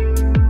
Música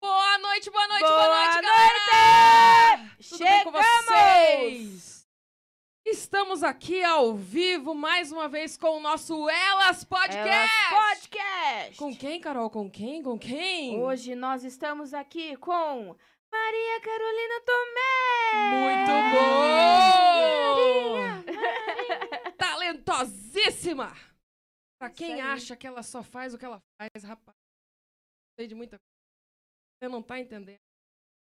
Boa noite, boa noite, boa, Boa noite, noite! galera! Tudo bem com Chegamos! vocês? Estamos aqui ao vivo mais uma vez com o nosso Elas Podcast. Elas Podcast. Com quem, Carol? Com quem? Com quem? Hoje nós estamos aqui com Maria Carolina É, Tomé. Muito bom! Talentosíssima! Pra Isso quem aí. acha que ela só faz o que ela faz, rapaz, sei de muita coisa. Você não tá entendendo.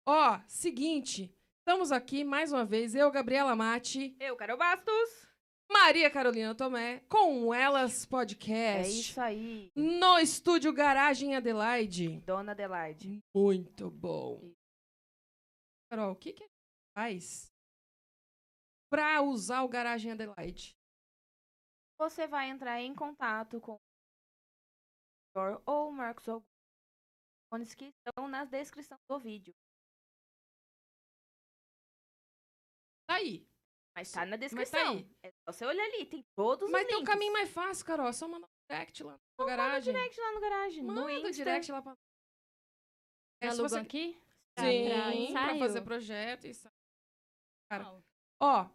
Ó, seguinte, estamos aqui mais uma vez, eu, Gabriela Mate, Eu, Carol Bastos. Maria Carolina Tomé, com o Elas É Podcast. isso aí, No estúdio Garagem Adelaide. Dona Adelaide. Muito bom. Carol, o que, que a gente faz pra usar o Garagem Adelaide? Você vai entrar em contato com o Thor ou o Marcos Augusto, telefones que estão na descrição do vídeo. Tá aí. Mas tá na mas tá descrição. aí. É só você olhar ali, tem todos Mas os tem um links. caminho mais fácil, Carol. É só mandar um direct lá no Manda garagem. direct lá no garagem, no Manda Insta. o direct lá pra. É, se Alugam você- aqui? pra Sim, pra, ensaio? fazer projeto e ensaio. Cara, Não. Ó,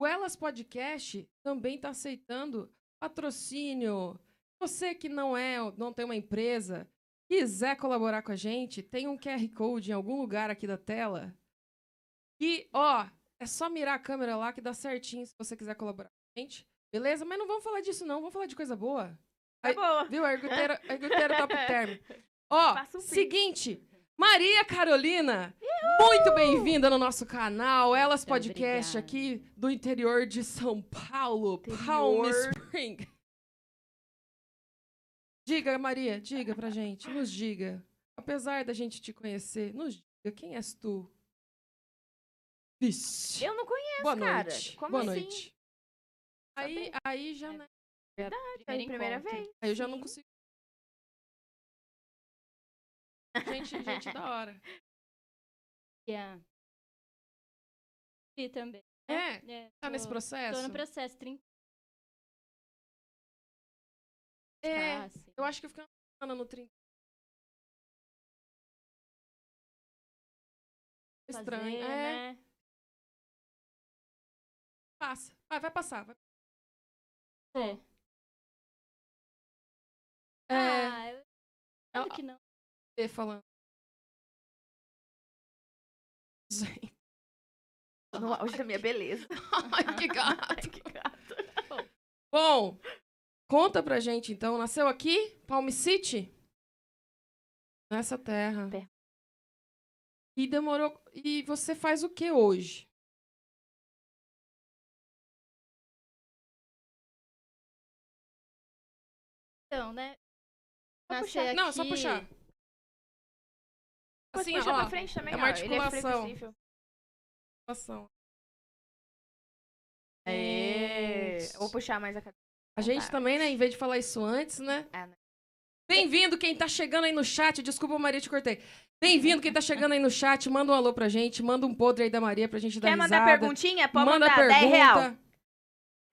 o Elas Podcast também está aceitando patrocínio. Você que não é, não tem uma empresa, quiser colaborar com a gente, tem um QR Code em algum lugar aqui da tela. E, ó, é só mirar a câmera lá que dá certinho se você quiser colaborar com a gente. Beleza? Mas não vamos falar disso, não. Vamos falar de coisa É boa. Tá boa. Viu? Arguteiro, arguteiro top term. Ó, Faça É. um pix. seguinte. Maria Carolina, muito bem-vinda no nosso canal. Elas Muito Podcast obrigada. aqui do interior de São Paulo, Palm Interior. Spring. Diga, Maria, diga pra gente, nos diga. Apesar da gente te conhecer, nos diga quem és tu. Vixe. Eu não conheço, Boa cara. noite. Como Boa assim? noite. Aí, aí já, né? É Foi a primeira encontro. vez. Aí eu já não Sim. consigo. Gente, gente da hora. Yeah. E também. É, É, tá tô- nesse processo? Tô no processo, 30 É, passe. eu acho que eu fiquei uma semana no 30. Fazer, Estranho. é, né? passa. Vai, vai passar. Vai. É. É, Ah, eu... Ela- Claro que não. Fê falando. Gente, No auge da é minha beleza. ai, que gato. que gato. Bom, conta pra gente então. Nasceu aqui, Palm City? Nessa terra. Terra. E demorou. E você faz o que hoje? Então, né? Vou Nascer puxar. aqui... Não, é só puxar. Pode Assim, puxar ó, pra frente também, é uma ó, ele articulação. flexível. articulação. É. Gente. Vou puxar mais a cabeça. A gente Verdade. também, né? Em vez de falar isso antes, né? É, né? Bem-vindo quem tá chegando aí no chat. Desculpa, Maria, te cortei. Bem-vindo quem tá chegando aí no chat. Manda um alô pra gente. Manda um podre aí da Maria pra gente dar Quer mandar risada. perguntinha? Pode Manda mandar. pergunta. 10 real.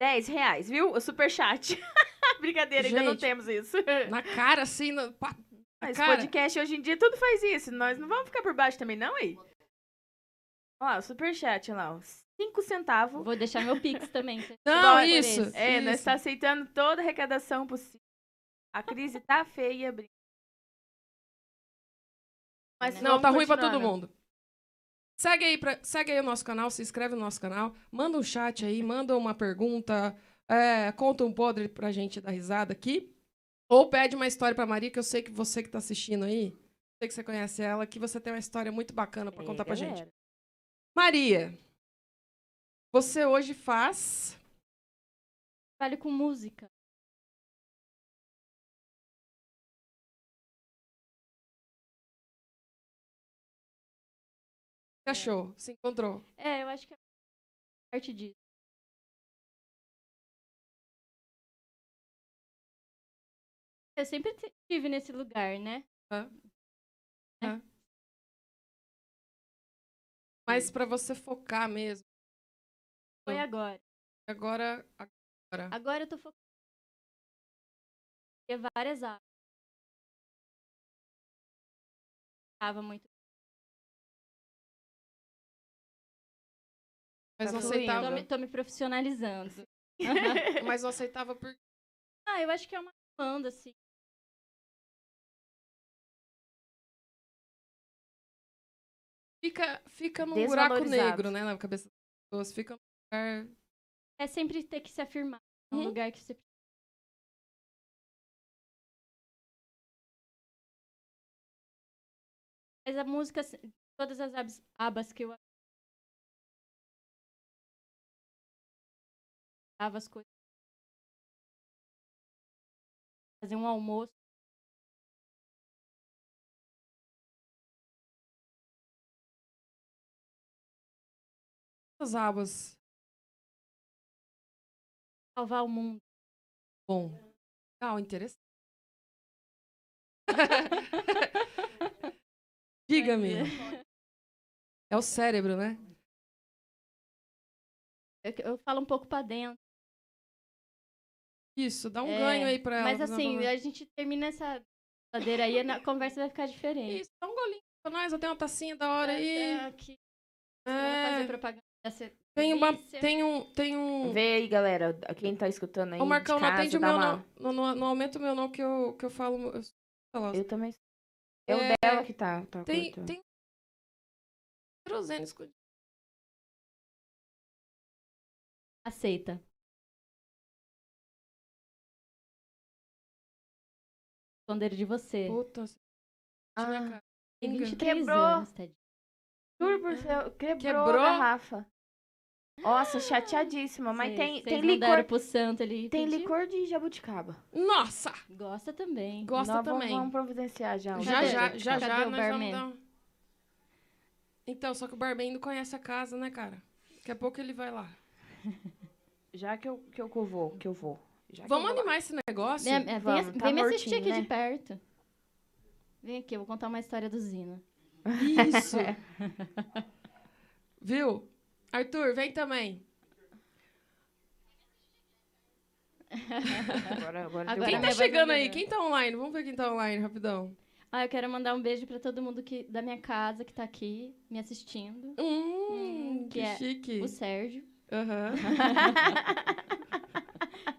10 reais, viu? O superchat. Brincadeira, ainda não Gente. temos isso. Na cara, assim. Na... pá, na Mas cara. podcast hoje em dia tudo faz isso. Nós não vamos ficar por baixo também, não, aí? Olha lá, o superchat, olha lá. 5 centavos. Vou deixar meu pix também. se- Não, por isso. esse. É, nós isso. tá aceitando toda a arrecadação possível. A crise tá feia, brinca. Mas Não, tá vamos né? ruim pra todo continuando. mundo. Segue aí, pra- segue aí o nosso canal, se inscreve no nosso canal, manda um chat aí, manda uma pergunta, é, conta um podre pra gente dar risada aqui. Ou pede uma história pra Maria, que eu sei que você que tá assistindo aí, sei que você conhece ela, que você tem uma história muito bacana pra É, contar pra gente. galera. Maria, você hoje faz. Trabalho com música. É. Se achou, se encontrou. É, eu acho que é parte disso. Eu sempre te- estive nesse lugar, né? Mas pra você focar mesmo. Foi Hum. agora. Agora. agora. Agora eu tô focando em várias áreas. Tava muito. Mas Uhum. não Tá fluindo. aceitava. Tô me, tô me profissionalizando. Mas não aceitava por. Ah, eu acho que é uma demanda, assim. Fica, fica num buraco Desvalorizado. negro, né? Na cabeça das pessoas. Fica num lugar. É sempre ter que se afirmar. É um Uhum. lugar que você Mas a música, assim, todas as abas, abas que eu dava as coisas. Fazer um almoço. Essas abas. salvar o mundo. Bom. Legal, interessante. Diga-me. É o cérebro, né? Eu, eu falo um pouco pra dentro. Isso, dá um É, ganho aí pra ela. Mas por assim, favor. a gente termina essa brincadeira aí, a conversa vai ficar é- diferente. Isso, dá um golinho pra nós. Eu tenho uma tacinha da hora aí. Ah, que- É, fazer propaganda dessa tem, uma, delícia. tem um. Tem um. Vê aí, galera. Quem tá escutando aí. Ô, Marcão, de não casa, atende o dá meu uma- não. Não, não- não aumenta o meu não, que eu, que eu falo. Eu... sou celosa. Eu também. É o É, dela que tá. tá Tem. cortando. Tem. Querosene escondido. aceita. Esconder de você. Puta. se- Ah, minha cara. Tem pinga. 23 Quebrou. assim, né? anos, tadinho. Juro por céu, quebrou, Quebrou? a garrafa. Nossa, chateadíssima. Mas Sei, tem, vocês tem mandaram licor. pro santo ali. Tem pedir. licor de jabuticaba. Nossa! Gosta também. Gosta Nós vamos- também. Vamos providenciar já. um o Já, Cadê? já, jabuticaba. já, já, Cadê o nós barman? vamos dar um- Então, só que o barman não conhece a casa, né, cara? Daqui a pouco ele vai lá. Já que eu, que eu vou, que eu vou. Já que Vamos eu vou lá. animar esse negócio? Vem, é, vem Vamos, ass- tá vem me assistir mortinho, aqui de né? perto. Vem aqui, eu vou contar uma história do Zina. Isso! Viu? Arthur, vem também. Agora, agora, Agora deu Quem a tá bom. minha voz chegando vai aí? melhorar. Quem tá online? Vamos ver quem tá online, rapidão. Ah, eu quero mandar um beijo pra todo mundo que, da minha casa que tá aqui me assistindo. Hum, Hum, que que é chique. O Sérgio. Aham.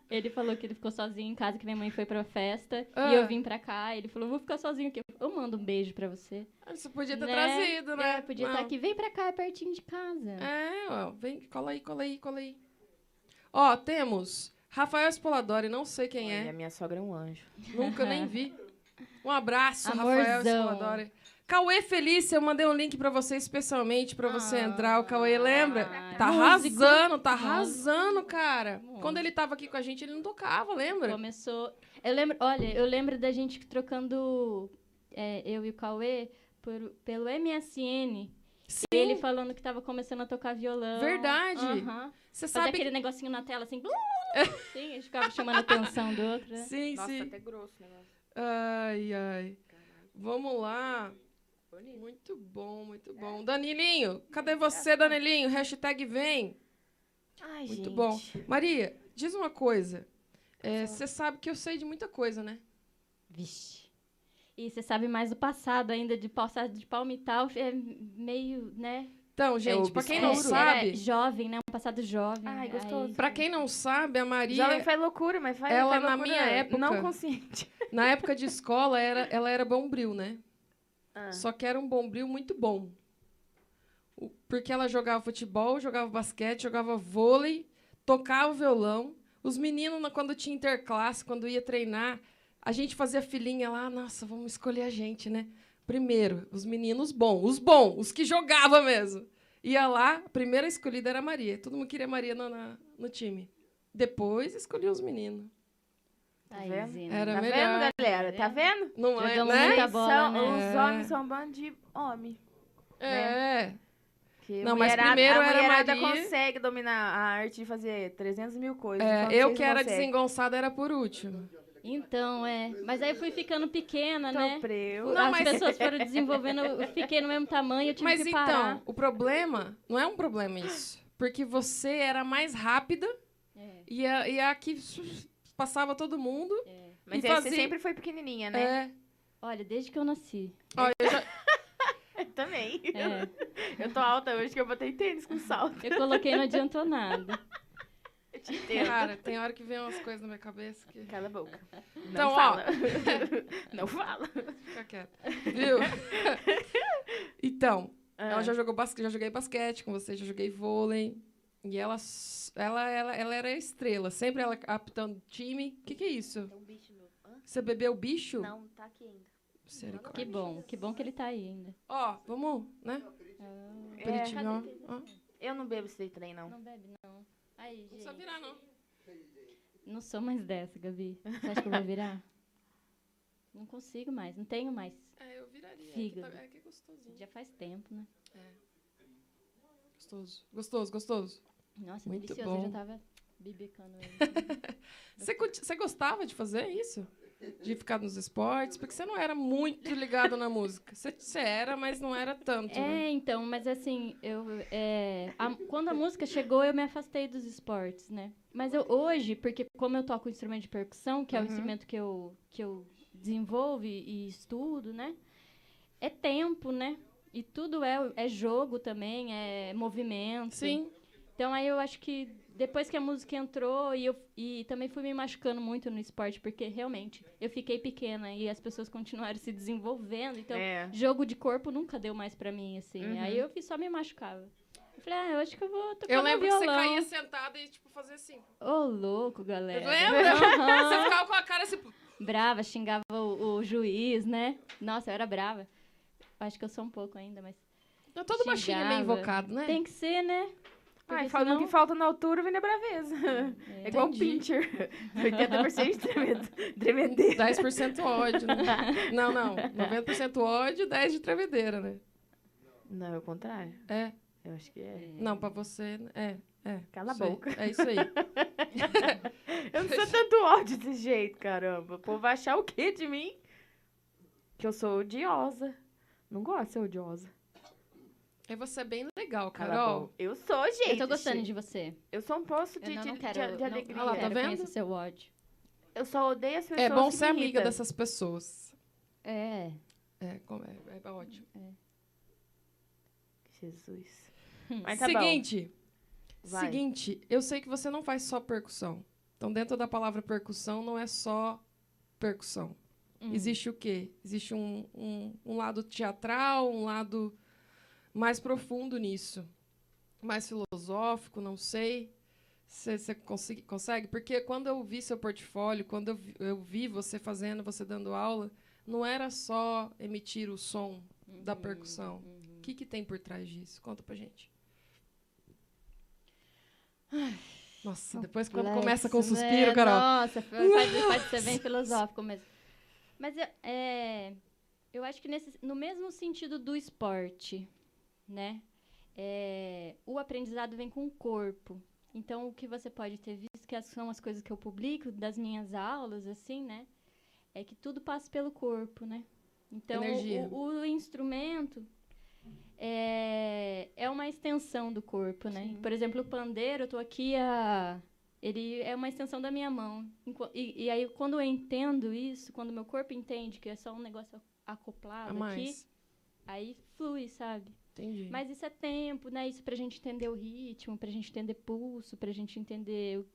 Ele falou que ele ficou sozinho em casa, que minha mãe foi pra festa. Ah. E eu vim pra cá. Ele falou, vou ficar sozinho aqui. Eu mando um beijo pra você. Você podia ter Né? trazido, né? É, podia Não. estar aqui. Vem pra cá, é pertinho de casa. É, ó, vem, cola aí, cola aí, cola aí. Ó, temos Rafael Spoladori, não sei quem Olha, é, minha sogra é um anjo. nunca nem vi. Um abraço, Rafael Amorzão. Spoladori. Cauê Felícia, eu mandei um link pra você especialmente pra você entrar. O Cauê lembra? Ah, Tá músico. arrasando, tá Músico. arrasando, cara. Músico. Quando ele tava aqui com a gente, ele não tocava, lembra? Começou. Eu lembro, olha, eu lembro da gente trocando é, eu e o Cauê por- pelo MSN. Sim, Ele falando que tava começando a tocar violão. Verdade. Aham. você Fazer sabe aquele negocinho na tela assim. blum, blum, blum. Sim, a gente ficava chamando a atenção do outro. que... né? Sim, Nossa, tá sim. até grosso o negócio. Ai, ai. Vamos lá. Muito bom, muito bom. Danilinho, cadê você, Danilinho? Hashtag vem. Ai, Muito gente. bom. Maria, diz uma coisa. É, Você sabe que eu sei de muita coisa, né? Vixe. E você sabe mais do passado ainda, de passado de palmital, é meio, né? Então, gente, o pra quem É, não é, é sabe, jovem, né? Um passado jovem. Ai, Aí- gostoso. pra quem não sabe, a Jovem Maria, faz loucura, mas faz Ela, faz na loucura minha época- Não consciente. na época de escola, era, ela era bombril, né? Ah. Só que era um bombril muito bom. O- Porque ela jogava futebol, jogava basquete, jogava vôlei, tocava violão. Os meninos, na- quando tinha interclasse, quando ia treinar, a gente fazia filinha lá, nossa, vamos escolher a gente, né? Primeiro, os meninos bons, os bons, os que jogavam mesmo. Ia lá, a primeira escolhida era a Maria. Todo mundo queria a Maria na- na- no time. Depois escolhia os meninos. Tá Aí, vendo? Zina. Era tá melhor. vendo, galera? Tá vendo? Não é, Jogamos né? muita Eles bola, são- né? Os É. homens são um bando de homem. né? É. Que Não, mas mulherada- primeiro a era mulherada Maria. consegue dominar a arte de fazer 300 mil coisas. É, enquanto eu vocês que não era conseguem. desengonçada era por último. Então, é. Mas aí eu fui ficando pequena, Então, né? Sofreu. Não, As mas- pessoas foram desenvolvendo, eu fiquei no mesmo tamanho, eu tive Mas que então, parar. o problema não é um problema isso. Porque você era mais rápida É. e a, e a que su- passava todo mundo. Mas E aí fazia- você sempre foi pequenininha, né? É. Olha, desde que eu nasci. Ó, eu já- Também. É. Eu tô alta hoje que eu botei tênis com salto. Eu coloquei, não adiantou nada. Eu te entendo. é, Cara, tem hora que vem umas coisas na minha cabeça que Cala a boca. Não Então, ó. fala. Não fala. fica quieto. Viu? então, É. É. ela já jogou basquete, já joguei basquete com você, já joguei vôlei. E ela, s- ela, ela, ela era estrela, sempre ela apitando time. O que, que é isso? Tem um bicho meu. Hã? Você bebeu bicho? Não, tá aqui ainda. Misericórdia. Que bom, que bom que ele tá aí ainda. Ó, vamos, né? É, Aperitivo. ó. cadê? Ó. eu não bebo esse trem, não. Não bebe, não. Aí, Não precisa gente. virar, não. Não sou mais dessa, Gabi. Você acha que eu vou virar? Não consigo mais, não tenho mais. É, eu viraria. É que, Figa. tá, é que é gostosinho. Já faz tempo, né? Gostoso, gostoso, gostoso. Nossa, Muito delicioso. bom. Eu já tava bibicando ele. Você, curti- você gostava de fazer isso? De ficar nos esportes? Porque você não era muito ligado na música. Você, você era, mas não era tanto, né? É, então, mas assim, eu, é, a- quando a música chegou, eu me afastei dos esportes, né? Mas eu hoje, porque como eu toco instrumento de percussão, que é o Uhum. instrumento que eu, que eu desenvolvo e, e estudo, né? É tempo, né? E tudo é, é jogo também, é movimento. Sim. Então aí eu acho que depois que a música entrou e eu e também fui me machucando muito no esporte, porque realmente eu fiquei pequena e as pessoas continuaram se desenvolvendo. Então é. jogo de corpo nunca deu mais pra mim, assim. Uhum. Aí eu que só me machucava. Eu falei, ah, eu acho que eu vou tocar Eu meu lembro que você violão. É. caía sentada e, tipo, fazia assim. Ô, louco, galera. Lembra? Aham. Você ficava com a cara assim. Brava, xingava o, o juiz, né? Nossa, eu era brava. Acho que eu sou um pouco ainda, mas... Não, Todo baixinho é meio Xingava. invocado, né? Tem que ser, né? Ai, Porque falando senão- que falta na altura, vem na braveza. É, É. igual o Entendi. pincher. 80% de tremendo- tremedeira. 10% ódio, né? Não, não. 90% ódio, 10% de tremedeira, né? Não, é o contrário. É. Eu acho que é. Não, pra você. É. É. Cala a Isso aí. boca. É isso aí. Eu não sou tanto ódio desse jeito, caramba. O povo vai achar o quê de mim? Que eu sou odiosa. Não gosto de ser odiosa. E você é bem legal, Cala a Carol. boca. Eu sou, gente. Eu tô gostando de você. Eu sou um poço de, Eu não, de- não de- quero, de não, alegria. não Olha lá, tá quero vendo? com esse seu ódio. Eu só odeio as pessoas É bom que ser me amiga irritam. dessas pessoas. É. É, como é, é ótimo. Jesus. Mas tá seguinte, bom. Vai. seguinte, eu sei que você não faz só percussão. Então, dentro da palavra percussão, não é só percussão. Hum. Existe o quê? Existe um, um, um lado teatral, um lado mais profundo nisso. Mais filosófico, não sei. Você consegue, consegue? Porque quando eu vi seu portfólio, quando eu vi, eu vi você fazendo, você dando aula, não era só emitir o som da Uhum, percussão. O que, que tem por trás disso? Conta pra gente. Nossa, depois quando Complexo, começa com um né? suspiro, Carol. Nossa, fa- faz, faz ser bem filosófico mesmo. Mas eu, é, eu acho que nesse, no mesmo sentido do esporte, né? É, o aprendizado vem com o corpo. Então, o que você pode ter visto, que as- são as coisas que eu publico das minhas aulas, assim, né? É que tudo passa pelo corpo, né? Então, o- Energia. o, o instrumento é, é uma extensão do corpo, né? Por exemplo, o pandeiro, eu tô aqui a... Ele é uma extensão da minha mão. Enqu- E, e aí, quando eu entendo isso, quando meu corpo entende que é só um negócio A acoplado aqui, mais. aí flui, sabe? Entendi. Mas isso é tempo, né? Isso pra gente entender o ritmo, pra gente entender pulso, pra gente entender o-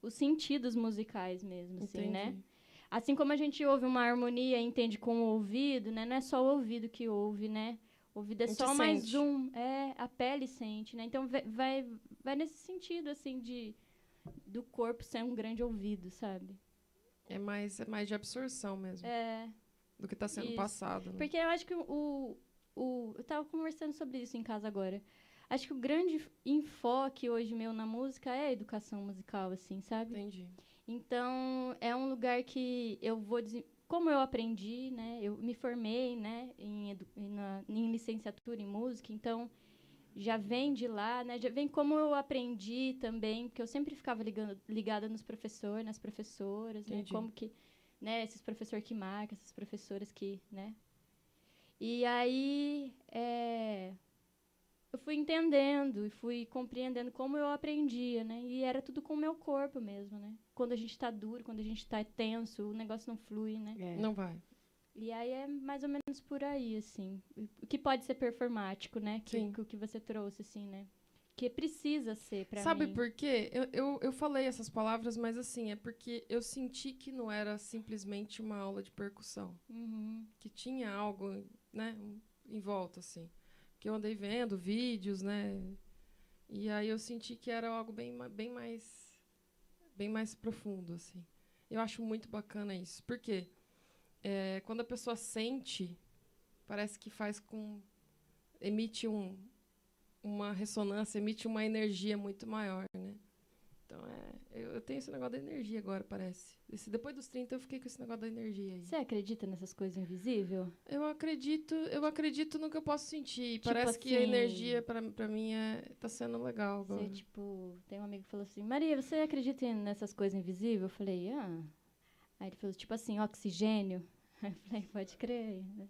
os sentidos musicais mesmo, assim, né? Entendi. Assim como a gente ouve uma harmonia e entende com o ouvido, né? Não é só o ouvido que ouve, né? O ouvido é A gente só mais sente. um. É, a pele sente, né? Então ve- vai, vai nesse sentido, assim, de do corpo ser um grande ouvido, sabe? É mais, é mais de absorção mesmo É. do que está sendo isso. passado. né? Porque eu acho que o, o. Eu tava conversando sobre isso em casa agora. Acho que o grande enfoque hoje meu na música é a educação musical, assim, sabe? Entendi. Então, é um lugar que eu vou. desen- Como eu aprendi, né? Eu me formei, né? Em, edu- em na- em licenciatura em música, então já vem de lá, né? Já vem como eu aprendi também, porque eu sempre ficava ligando, ligada nos professores, nas professoras, né? Entendi. Como que, né? Esses professores que marcam, essas professoras que, né? E aí, é, eu fui entendendo e fui compreendendo como eu aprendia, né? E era tudo com o meu corpo mesmo, né? Quando a gente tá duro, quando a gente tá tenso, o negócio não flui, né? É. Não vai. E aí é mais ou menos por aí, assim. O que pode ser performático, né? Que, Sim. que o que você trouxe, assim, né? Que precisa ser pra Sabe mim. por quê? Eu, eu, eu falei essas palavras, mas assim, é porque eu senti que não era simplesmente uma aula de percussão. Uhum. Que tinha algo, né, um- em volta, assim. Que eu andei vendo vídeos, né? E aí eu senti que era algo bem, ma- bem mais bem mais profundo, assim. Eu acho muito bacana isso. Por quê? É, quando a pessoa sente, parece que faz com... Emite um, uma ressonância, emite uma energia muito maior, né? Então, é, eu, eu tenho esse negócio da energia agora, parece. Esse- depois dos 30, eu fiquei com esse negócio da energia aí. Você acredita nessas coisas invisíveis? Eu acredito, eu acredito no que eu posso sentir. Tipo Parece que a assim- energia, pra pra mim, é, tá sendo legal agora. Você, tipo, tem um amigo que falou assim, Maria, você acredita em- nessas coisas invisíveis? Eu falei, ah. Aí ele falou, tipo assim, oxigênio. Aí eu falei, pode crer. né?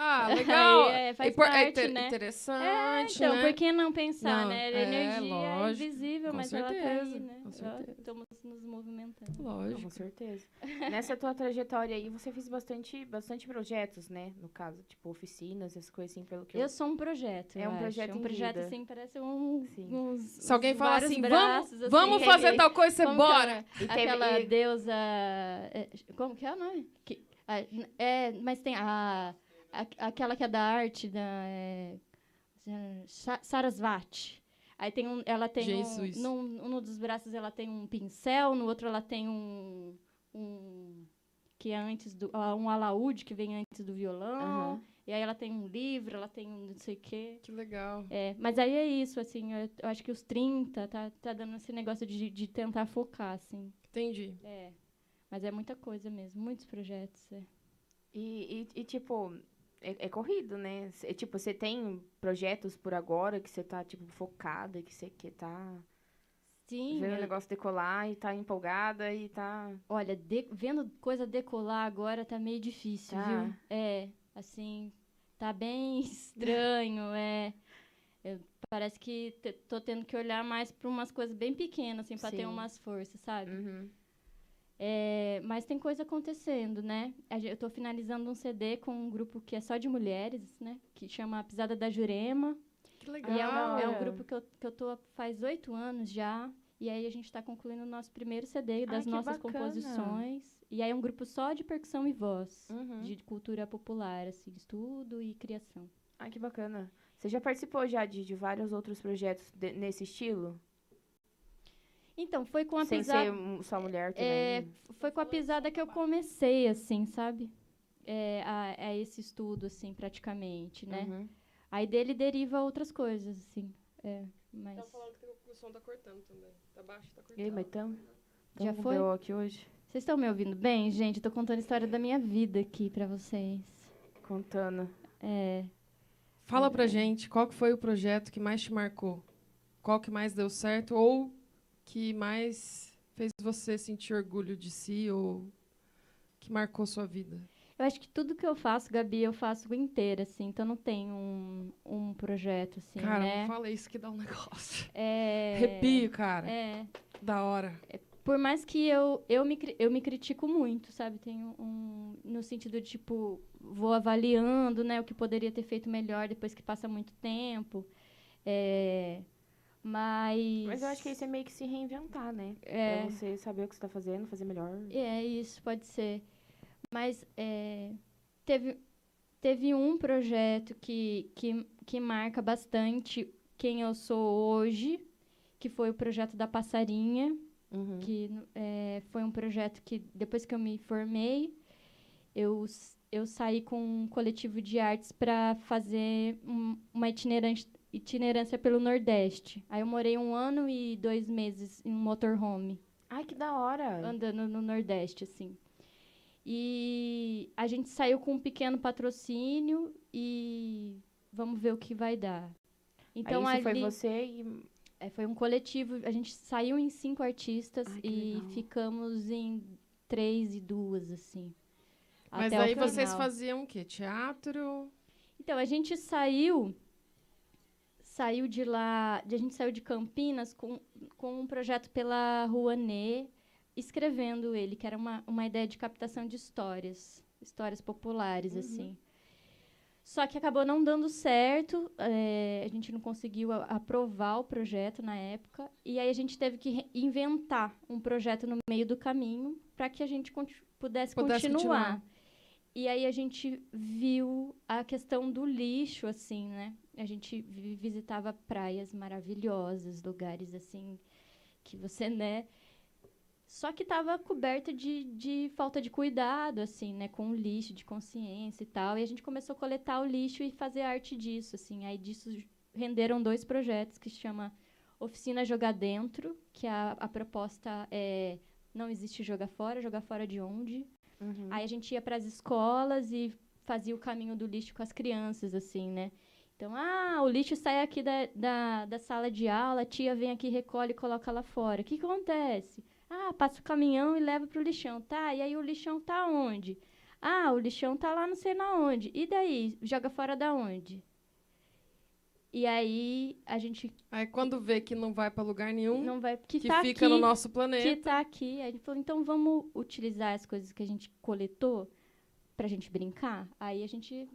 Ah, legal! Aí, é, faz Impor- parte, inter- né? Interessante, Então, né? por que não pensar, Não, né? A é, energia lógico, é invisível, com mas ela tá certeza, aí, né? com Ó, certeza. Estamos nos movimentando. Com Lógico. certeza. Nessa tua trajetória aí, você fez bastante, bastante projetos, né? No caso, tipo oficinas, essas coisas assim, pelo que eu... Eu sou um projeto, É eu um acho. projeto um em projeto, vida. assim, parece um... Sim. Uns, Se alguém uns fala vários assim, braços, vamos, assim, vamos que- fazer tal coisa, você como que bora! é? E teve- Aquela e- deusa... é, Como que é o nome? Que- a- n- é, mas tem a, a- Aquela que é da arte, da... É, Sa- Sarasvati. Aí tem um, ela tem Jesus. um, num, num dos braços ela tem um pincel, no outro ela tem um, um que é antes do ah, um alaúde que vem antes do violão. Aham. E aí ela tem um livro, ela tem um não sei o quê. Que legal. É, mas aí é isso, assim, eu, eu acho que os 30 tá, tá dando esse negócio de, de tentar focar, assim. Entendi. É. Mas é muita coisa mesmo, muitos projetos. É. E, e, e, tipo, é, é corrido, né? Cê- tipo, você tem projetos por agora que você tá, tipo, focada, que você que tá Sim, vendo o eu- um negócio decolar e tá empolgada e tá... olha, de- vendo coisa decolar agora tá meio difícil, Tá. viu? É, assim, tá bem estranho, é. Eu- parece que te- tô tendo que olhar mais pra umas coisas bem pequenas, assim, pra ter Sim. umas forças, sabe? Uhum. É, mas tem coisa acontecendo, né? A gen- Eu tô finalizando um CD com um grupo que é só de mulheres, né? Que chama Pisada da Jurema. Que E é, uma- é um Olha. grupo que eu, que eu tô há- faz oito anos já. E aí a gente está concluindo o nosso primeiro CD das que nossas bacana. composições. E aí é um grupo só de percussão e voz. Uhum. De cultura popular, assim, estudo e criação. Ai, que bacana. Você já participou já de, de vários outros projetos de- nesse estilo? Então, foi com a Sem ser pisada. um- só mulher também? é, foi com a pisada que eu comecei, assim, sabe? É, a, a esse estudo, assim, praticamente, né? Uhum. Aí dele deriva outras coisas, assim. É, Então, mas. que o som tá cortando também. Tá baixo, tá cortando. E aí, mas tamo? Já Tamo com foi? BO aqui hoje? Vocês estão me ouvindo bem, gente? Eu tô contando a história da minha vida aqui pra vocês. Contando. É, Fala pra gente, qual que foi o projeto que mais te marcou? Qual que mais deu certo ou que mais fez você sentir orgulho de si ou que marcou sua vida? eu acho que tudo que eu faço, Gabi, eu faço inteira, assim. Então não tem um, um projeto, assim, cara, né? não fala isso que dá um negócio. É, Arrepio, né? cara. É, Da hora. por mais que eu, eu, me, cri- eu me critico muito, sabe? Tenho um. No sentido de, tipo, vou avaliando, né? O que poderia ter feito melhor depois que passa muito tempo. É, mas. Mas eu acho que isso é meio que se reinventar, né? É. Pra você saber o que você tá fazendo, fazer melhor. É, isso pode ser. Mas é, teve, teve um projeto que, que, que marca bastante quem eu sou hoje, que foi o projeto da Passarinha, Uhum. que é, foi um projeto que, depois que eu me formei, eu, s- eu saí com um coletivo de artes para fazer um- uma itinerante, itinerância pelo Nordeste. Aí eu morei um ano e dois meses em um motorhome Ai, que da hora! andando no Nordeste, assim. E a gente saiu com um pequeno patrocínio e vamos ver o que vai dar. Então Aí isso foi ali- você e. é, foi um coletivo, a gente saiu em cinco artistas Ai, que e legal. ficamos em três e duas, assim. Mas até o aí vocês final. faziam o quê? Teatro? Então, a gente saiu saiu de lá, de- a gente saiu de Campinas com, com um projeto pela Rouanet, escrevendo ele, que era uma, uma ideia de captação de histórias. histórias populares, Uhum. assim. Só que acabou não dando certo, eh, a gente não conseguiu a- aprovar o projeto na época, e aí a gente teve que re- inventar um projeto no meio do caminho para que a gente conti- pudesse, Pudesse continuar. continuar. E aí a gente viu a questão do lixo, assim, né? A gente vi- visitava praias maravilhosas, lugares assim que você, né? Só que estava coberta de, de falta de cuidado, assim, né? Com o lixo, de consciência e tal. E a gente começou a coletar o lixo e fazer arte disso, assim. Aí disso j- renderam dois projetos que se chama Oficina Jogar Dentro, que é a, a proposta é não existe jogar fora, jogar fora de onde? uhum. Aí a gente ia para as escolas e fazia o caminho do lixo com as crianças, assim, né? Então, ah, o lixo sai aqui da, da, da sala de aula, a tia vem aqui, recolhe e coloca lá fora. O que, que acontece? Ah, passa o caminhão e leva pro lixão, tá? E aí o lixão tá onde? Ah, o lixão tá lá não sei na onde. E daí? Joga fora da onde? E aí a gente Aí quando vê que não vai pra lugar nenhum, não vai. Que, um que tá fica aqui, no nosso que planeta. tá aqui. Aí ele falou, então vamos utilizar as coisas que a gente coletou pra gente brincar? Aí a gente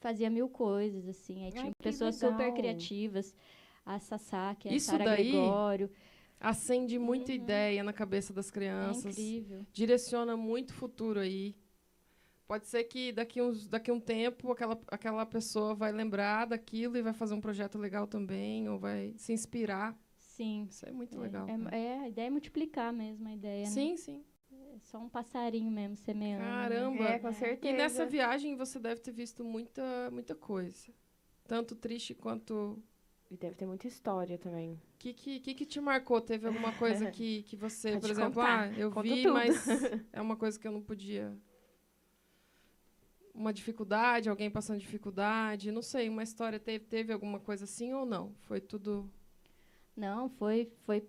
fazia mil coisas, assim. Aí tinha que pessoas super legal. criativas. A Sassá, que é a Isso Sara daí Gregório. Acende muita Uhum. ideia na cabeça das É crianças. incrível. direciona muito o futuro aí. Pode ser que daqui, uns, daqui um tempo aquela, aquela pessoa vai lembrar daquilo e vai fazer um projeto legal também, ou vai se inspirar. Sim. Isso é muito É, legal. é- é, a ideia é multiplicar mesmo a ideia, né? Sim, sim. É só um passarinho mesmo semeando. né? Caramba. É, com certeza. E nessa viagem você deve ter visto muita, muita coisa. Tanto triste quanto. E deve ter muita história também. O que, que, que, que te marcou? Teve alguma coisa que, que você, Pode por exemplo, contar. ah, eu Conta vi, tudo." mas é uma coisa que eu não podia. Uma dificuldade, alguém passando dificuldade, não sei, uma história teve, teve alguma coisa assim ou não? Foi tudo. Não, foi, foi,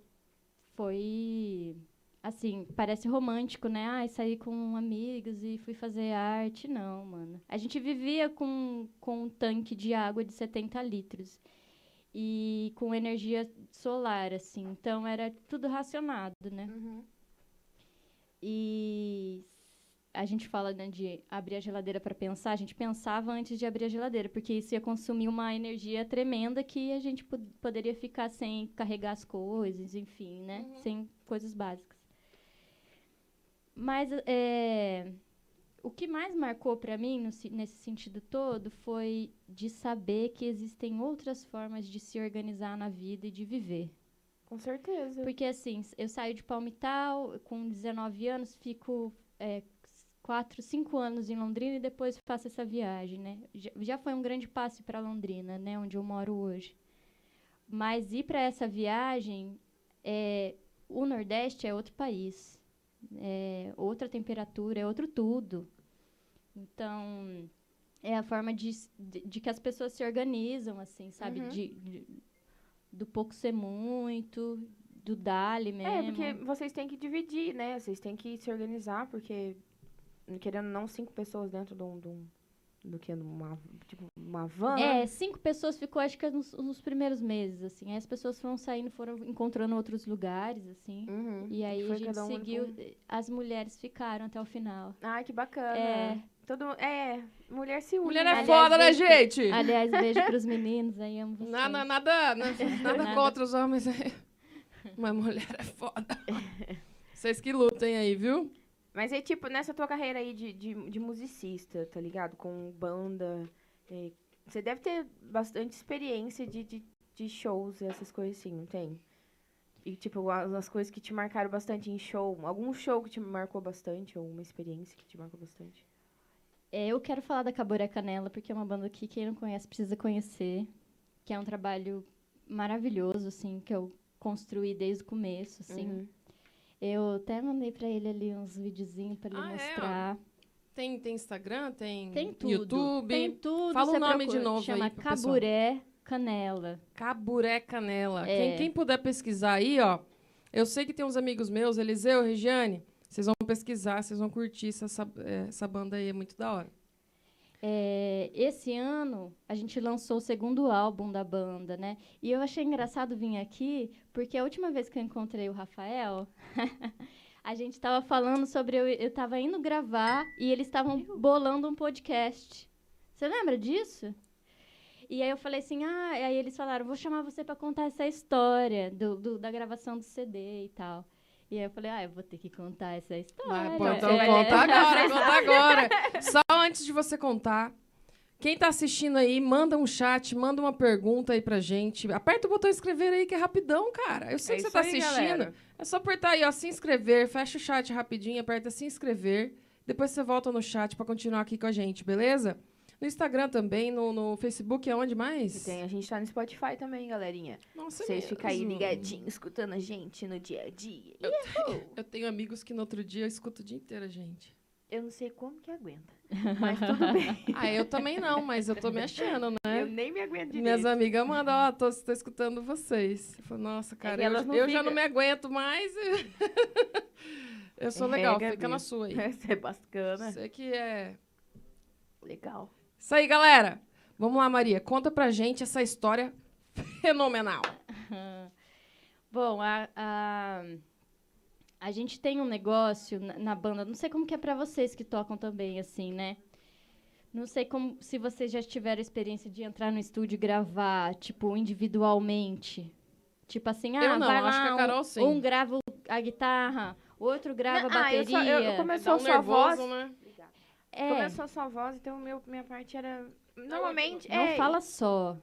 foi, assim, parece romântico, né? Ai, saí com amigos e fui fazer arte. Não, mano. A gente vivia com, com um tanque de água de 70 litros e com energia solar, assim. Então, era tudo racionado, né? Uhum. E a gente fala né, de abrir a geladeira para pensar, a gente pensava antes de abrir a geladeira, porque isso ia consumir uma energia tremenda que a gente pod- poderia ficar sem carregar as coisas, enfim, né? Sem coisas básicas. Mas é, o que mais marcou para mim no se- nesse sentido todo foi de saber que existem outras formas de se organizar na vida e de viver. Com certeza. Porque assim, s- eu saio de Palmital com 19 anos, fico 4, 5 anos em Londrina e depois faço essa viagem, né? Já, já foi um grande passo para Londrina, né, onde eu moro hoje. Mas ir para essa viagem, é, o Nordeste é outro país, é outra temperatura, é outro tudo. Então, é a forma de, s- de, de que as pessoas se organizam, assim, sabe? Uhum. De- de- do pouco ser muito, do Dali mesmo. É, porque vocês têm que dividir, né? Vocês têm que se organizar, porque, querendo ou não, cinco pessoas dentro de um. de um- do que? Numa, tipo, uma van. É, cinco pessoas ficou, acho que nos, nos primeiros meses, assim. Aí as pessoas foram saindo, foram encontrando outros lugares, assim. Uhum. E aí Foi a gente cada um indo seguiu, eh, pra as mulheres ficaram até o final. Ai, que bacana. É. Todo, é, mulher se une. Mulher é né? Hum, Aliás, foda, né, beijo- gente? Aliás, beijo pros meninos aí, amo vocês. Nada, nada, na- nada, Nada. contra os homens. né? Mas mulher é foda. Vocês que lutem aí, viu? Mas aí, tipo, nessa tua carreira aí de, de, de musicista, tá ligado? Com banda. é, você deve ter bastante experiência de, de, de shows, essas coisas assim, não tem? E, tipo, as, as coisas que te marcaram bastante em show. Algum show que te marcou bastante, ou uma experiência que te marcou bastante. É, eu quero falar da Caboré Canela, porque é uma banda que quem não conhece precisa conhecer. Que é um trabalho maravilhoso, assim, que eu construí desde o começo, assim. Uhum. Eu até mandei pra ele ali uns videozinhos pra ele Ah, é, ó. mostrar. Tem, tem Instagram, tem, Tem tudo. YouTube. Tem tudo. Fala o você nome de procura. novo Chama aí pro pessoal. Caburé Canela. Caburé Canela. É. Quem, quem puder pesquisar aí, ó. Eu sei que tem uns amigos meus, Eliseu, Regiane. Vocês vão pesquisar, vocês vão curtir essa, essa, é, essa banda aí, é muito da hora. É, esse ano a gente lançou o segundo álbum da banda, né? E eu achei engraçado vir aqui, porque a última vez que eu encontrei o Rafael, A gente estava falando sobre. Eu, eu tava indo gravar e eles estavam bolando um podcast. Você lembra disso? E aí eu falei assim, ah, e aí eles falaram, vou chamar você para contar essa história do, do- da gravação do CD e tal. E aí eu falei, ah, eu vou ter que contar essa história. Mas, pô, um então É. conta agora, conta agora. Só antes de você contar, quem tá assistindo aí, manda um chat, manda uma pergunta aí pra gente. Aperta o botão inscrever aí, que é rapidão, cara. Eu sei É que você isso tá aí, assistindo. galera. É só apertar aí, ó, se inscrever. Fecha o chat rapidinho, aperta se inscrever. Depois você volta no chat pra continuar aqui com a gente, beleza? No Instagram também, no, no Facebook, é onde mais? E tem, a gente tá no Spotify também, galerinha. Nossa, é Vocês ficam aí mesmo. ligadinhos, escutando a gente no dia a dia. é Eu tenho amigos que no outro dia eu escuto o dia inteiro, gente. Eu não sei como que aguenta. Mas tudo bem. Ah, eu também não, mas eu tô me achando, né? Eu nem me aguento direito. Minhas amigas mandam, ó, tô, tô escutando vocês. Eu falo, nossa, cara, É que eu, elas não eu já ficam- não me aguento mais. eu sou É, legal, Gabi. fica na sua aí. Essa é bacana. Você que é. Legal. Isso aí, galera. Vamos lá, Maria, conta pra gente essa história fenomenal. Bom, a, a, a gente tem um negócio na, na banda, não sei como que é pra vocês que tocam também, assim, né? Não sei como se vocês já tiveram experiência de entrar no estúdio e gravar, tipo, individualmente. Tipo assim, ah, Eu não, vai acho lá, que a Carol um, sim. um grava o- a guitarra, outro grava a Ah, eu bateria. só- eu- eu come- Começou Dá um sua nervoso, voz? né? É, Começou só a voz, então meu, minha parte era. Normalmente. não é, fala só.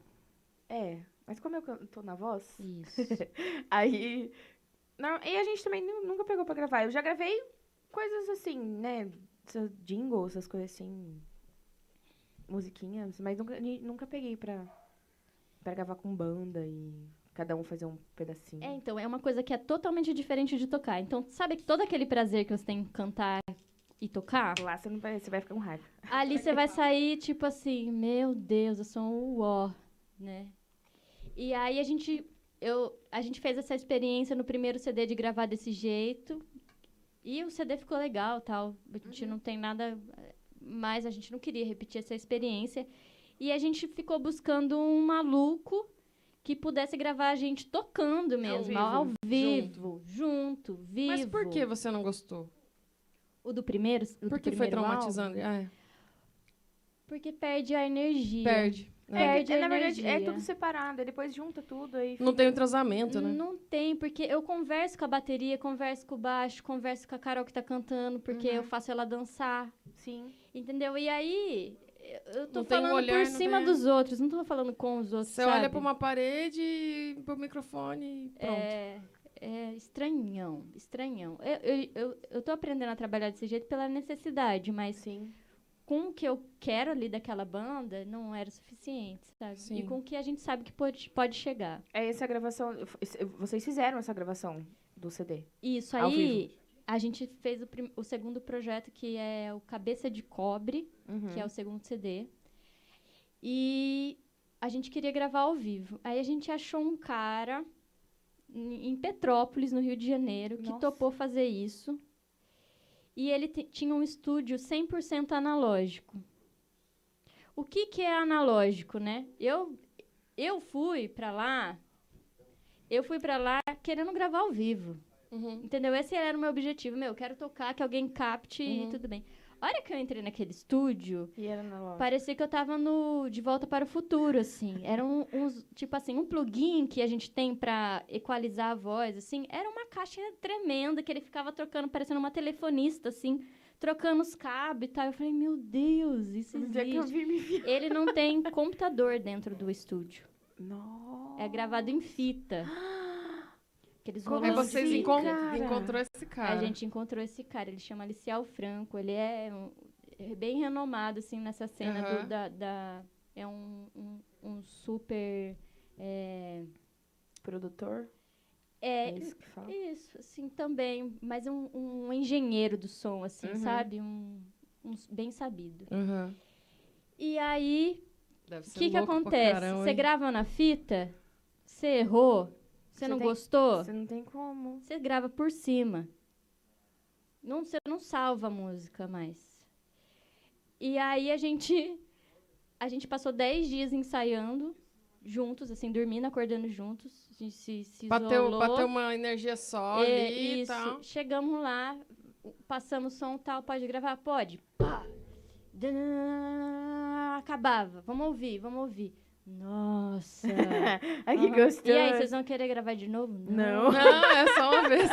É. Mas como eu can- tô na voz, Isso. aí. Não, e a gente também nu- nunca pegou pra gravar. Eu já gravei coisas assim, né? essas Jingles, essas coisas assim. Musiquinhas, mas nunca, ni- nunca peguei pra, pra gravar com banda e cada um fazer um pedacinho. É, então, é uma coisa que é totalmente diferente de tocar. Então, sabe todo aquele prazer que você tem em cantar e tocar? então, Lá você, não vai, você vai ficar com raiva. Ali você vai sair, tipo assim, meu Deus, eu sou um uó, né? E aí a gente, eu, a gente fez essa experiência no primeiro CD de gravar desse jeito. E o CD ficou legal, tal. A gente Uhum. não tem nada eh, mais, a gente não queria repetir essa experiência. E a gente ficou buscando um maluco que pudesse gravar a gente tocando mesmo, vivo, ao, ao vivo, junto, vivo. Mas por que você não gostou? O do primeiro, o do Por que foi primeiro álbum? traumatizando? É, Porque perde a energia. perde. né? É, é, na verdade, é energia. tudo separado. aí Depois junta tudo aí. Não tem o entrosamento, né? Não tem, porque eu converso com a bateria, converso com o baixo, converso com a Carol que tá cantando, porque eu faço ela dançar, Sim. entendeu? E aí, eu- eu tô Não tem um falando olhar, não por cima tem- dos outros, não tô falando com os outros, Você sabe? olha pra uma parede, pro microfone e pronto. É, é estranhão, estranhão. Eu, eu, eu, eu tô aprendendo a trabalhar desse jeito pela necessidade, mas Sim. com o que eu quero ali daquela banda, não era o suficiente, sabe? Sim. E com o que a gente sabe que pode, pode chegar. É essa gravação. esse- Vocês fizeram essa gravação do CD. Isso Ao aí, a gente fez o, prim- o segundo projeto, que é o Cabeça de Cobre, Uhum. Hum. que é o segundo CD. E a gente queria gravar ao vivo. Aí a gente achou um cara em em Petrópolis, no Rio de Janeiro, que Nossa. topou fazer isso. E ele te- tinha um estúdio 100% analógico. O que, que é analógico, né? Eu, eu fui pra lá, eu fui pra lá querendo gravar ao vivo. Uhum. Entendeu? Esse era o meu objetivo. Meu, eu quero tocar, que alguém capte Uhum. e tudo bem. A hora que eu entrei naquele estúdio, E era na loja. parecia que eu tava no De Volta para o Futuro, assim. Era um, uns- tipo assim, um plugin que a gente tem pra equalizar a voz, assim. Era uma caixa tremenda que ele ficava trocando, parecendo uma telefonista, assim. Trocando os cabos e tal. Eu falei, meu Deus, isso No dia é que eu existe. vi, me vi. Ele não tem computador dentro do estúdio. Nossa. É gravado em fita. Aqueles Como é Aí rolão de vocês fita. encon- cara. encontrou esse cara. A gente encontrou esse cara, ele chama Alicial Franco, ele é, um- é bem renomado, assim, nessa cena do- Aham. da, da- É um, um- um super... É, Produtor. é, É isso que fala. isso, assim, também, mas um, um engenheiro do som, assim, Uhum. sabe? Um, um s- bem sabido. Aham. E aí, Deve o ser que que é louco pra acontece? caramba, Você hein? grava na fita, você errou, você Você não tem- gostou... Você não tem como. Você grava por cima. Não, você não salva a música mais. E aí a gente a gente passou 10 dias ensaiando juntos, assim, dormindo, acordando juntos. A gente se, se Bateu, isolou. bateu uma energia só É, ali e isso. tal. Chegamos lá, passamos som tal, pode gravar? Pode. Pá. Dananana, Acabava. Vamos ouvir, vamos ouvir. Nossa. Ai, que Aham. gostoso. E aí, vocês vão querer gravar de novo? Não. Não, é só uma vez.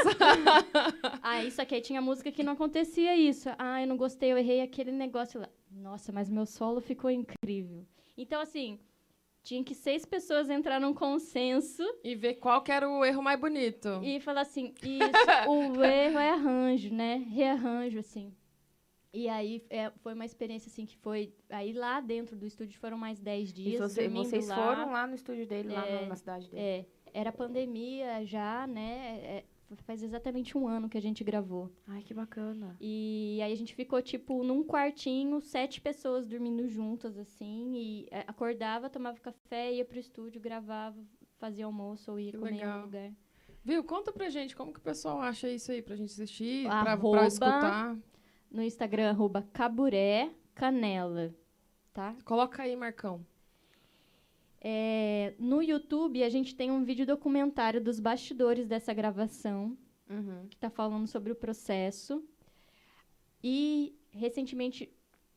Ah, isso aqui. Aí tinha música que não acontecia isso. Ah, eu não gostei, eu errei aquele negócio lá. Nossa, mas meu solo ficou incrível. Então, assim, tinha que seis pessoas entrar num consenso e ver qual que era o erro mais bonito. E falar assim, isso, o erro é arranjo, né? Rearranjo, assim. E aí é, foi uma experiência assim que foi. Aí lá dentro do estúdio foram mais 10 E dias. você- dormindo vocês lá. foram lá no estúdio dele, lá É, na- na cidade dele. É, era pandemia já, né? É, faz exatamente um ano que a gente gravou. Ai, que bacana. E aí a gente ficou, tipo, num quartinho, sete pessoas dormindo juntas, assim, e é, acordava, tomava café, ia pro estúdio, gravava, fazia almoço ou ia Que comer em legal. algum lugar. Viu? Conta pra gente como que o pessoal acha isso aí pra gente assistir, pra, pra Arroba- escutar. no Instagram, arroba Caburé Canela, tá? Coloca aí, Marcão. É, no YouTube, a gente tem um vídeo documentário dos bastidores dessa gravação, Uhum. que tá falando sobre o processo. E, recentemente,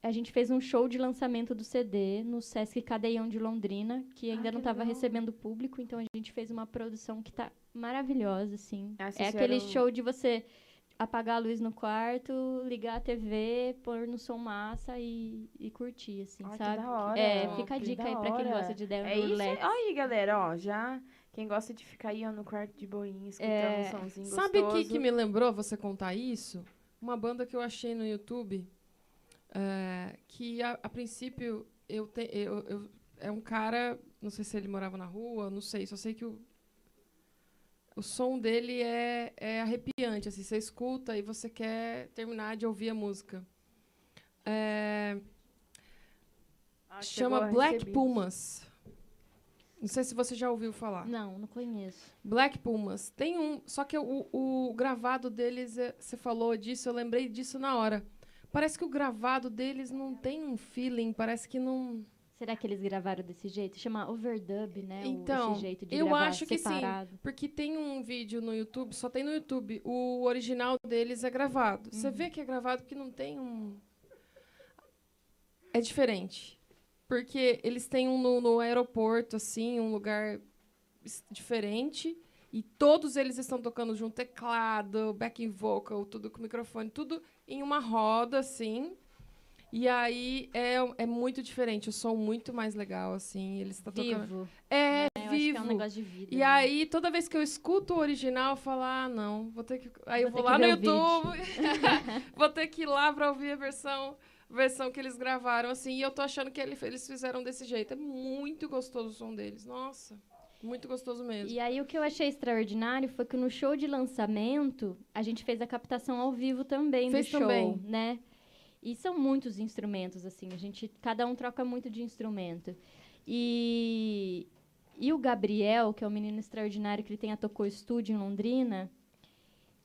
a gente fez um show de lançamento do CD no Sesc Cadeião de Londrina, que Ah, ainda que não estava legal. recebendo público, então a gente fez uma produção que tá maravilhosa, assim. Ah, vocês é aquele fizeram- show de você apagar a luz no quarto, ligar a TV, pôr no som massa e, e curtir, assim, Ai, que sabe? da hora. É, fica a Que dica da aí pra quem hora. gosta de Darren É isso. Relax. Olha aí, galera, ó, já... Quem gosta de ficar aí ó, no quarto de boinha, escutando É, um somzinho Sabe o que, gostoso. que me lembrou você contar isso? Uma banda que eu achei no YouTube, é, que a, a princípio eu, te- eu- eu- é um cara, não sei se ele morava na rua, não sei, só sei que o, o som dele é, é arrepiante, assim, você escuta e você quer terminar de ouvir a música. É, Ah, chegou chama a Black receber. Pumas. Não sei se você já ouviu falar. Não, não conheço. Black Pumas. Tem um. Só que o, o gravado deles, é- você falou disso, eu lembrei disso na hora. Parece que o gravado deles não tem um feeling, parece que não. Será que eles gravaram desse jeito? Chama overdub, né? o- Então, esse jeito de eu gravar acho que sim. separado. Porque tem um vídeo no YouTube, só tem no YouTube. O original deles é gravado. Você vê que é gravado porque não tem um. É diferente. Porque eles têm um no, no aeroporto, assim, um lugar es- diferente. E todos eles estão tocando junto, teclado, backing vocal, tudo com microfone, tudo em uma roda, assim. E aí é, é muito diferente, o som muito mais legal, assim. Eles estão tocando. Vivo. É, né? Eu vivo. acho que é um negócio de vida. E né? aí, toda vez que eu escuto o original, eu falo, ah, não, vou ter que. Aí eu Vou vou ter lá que no ver o YouTube, vou ter que ir lá pra ouvir a versão, versão que eles gravaram, assim, e eu tô achando que ele- eles fizeram desse jeito. É muito gostoso o som deles, nossa, muito gostoso mesmo. E aí o que eu achei extraordinário foi que no show de lançamento a gente fez a captação ao vivo também Fez do show, também. né? E são muitos instrumentos assim, a gente cada um troca muito de instrumento. E e o Gabriel, que é o menino extraordinário que ele tem a Tocou Studio em Londrina,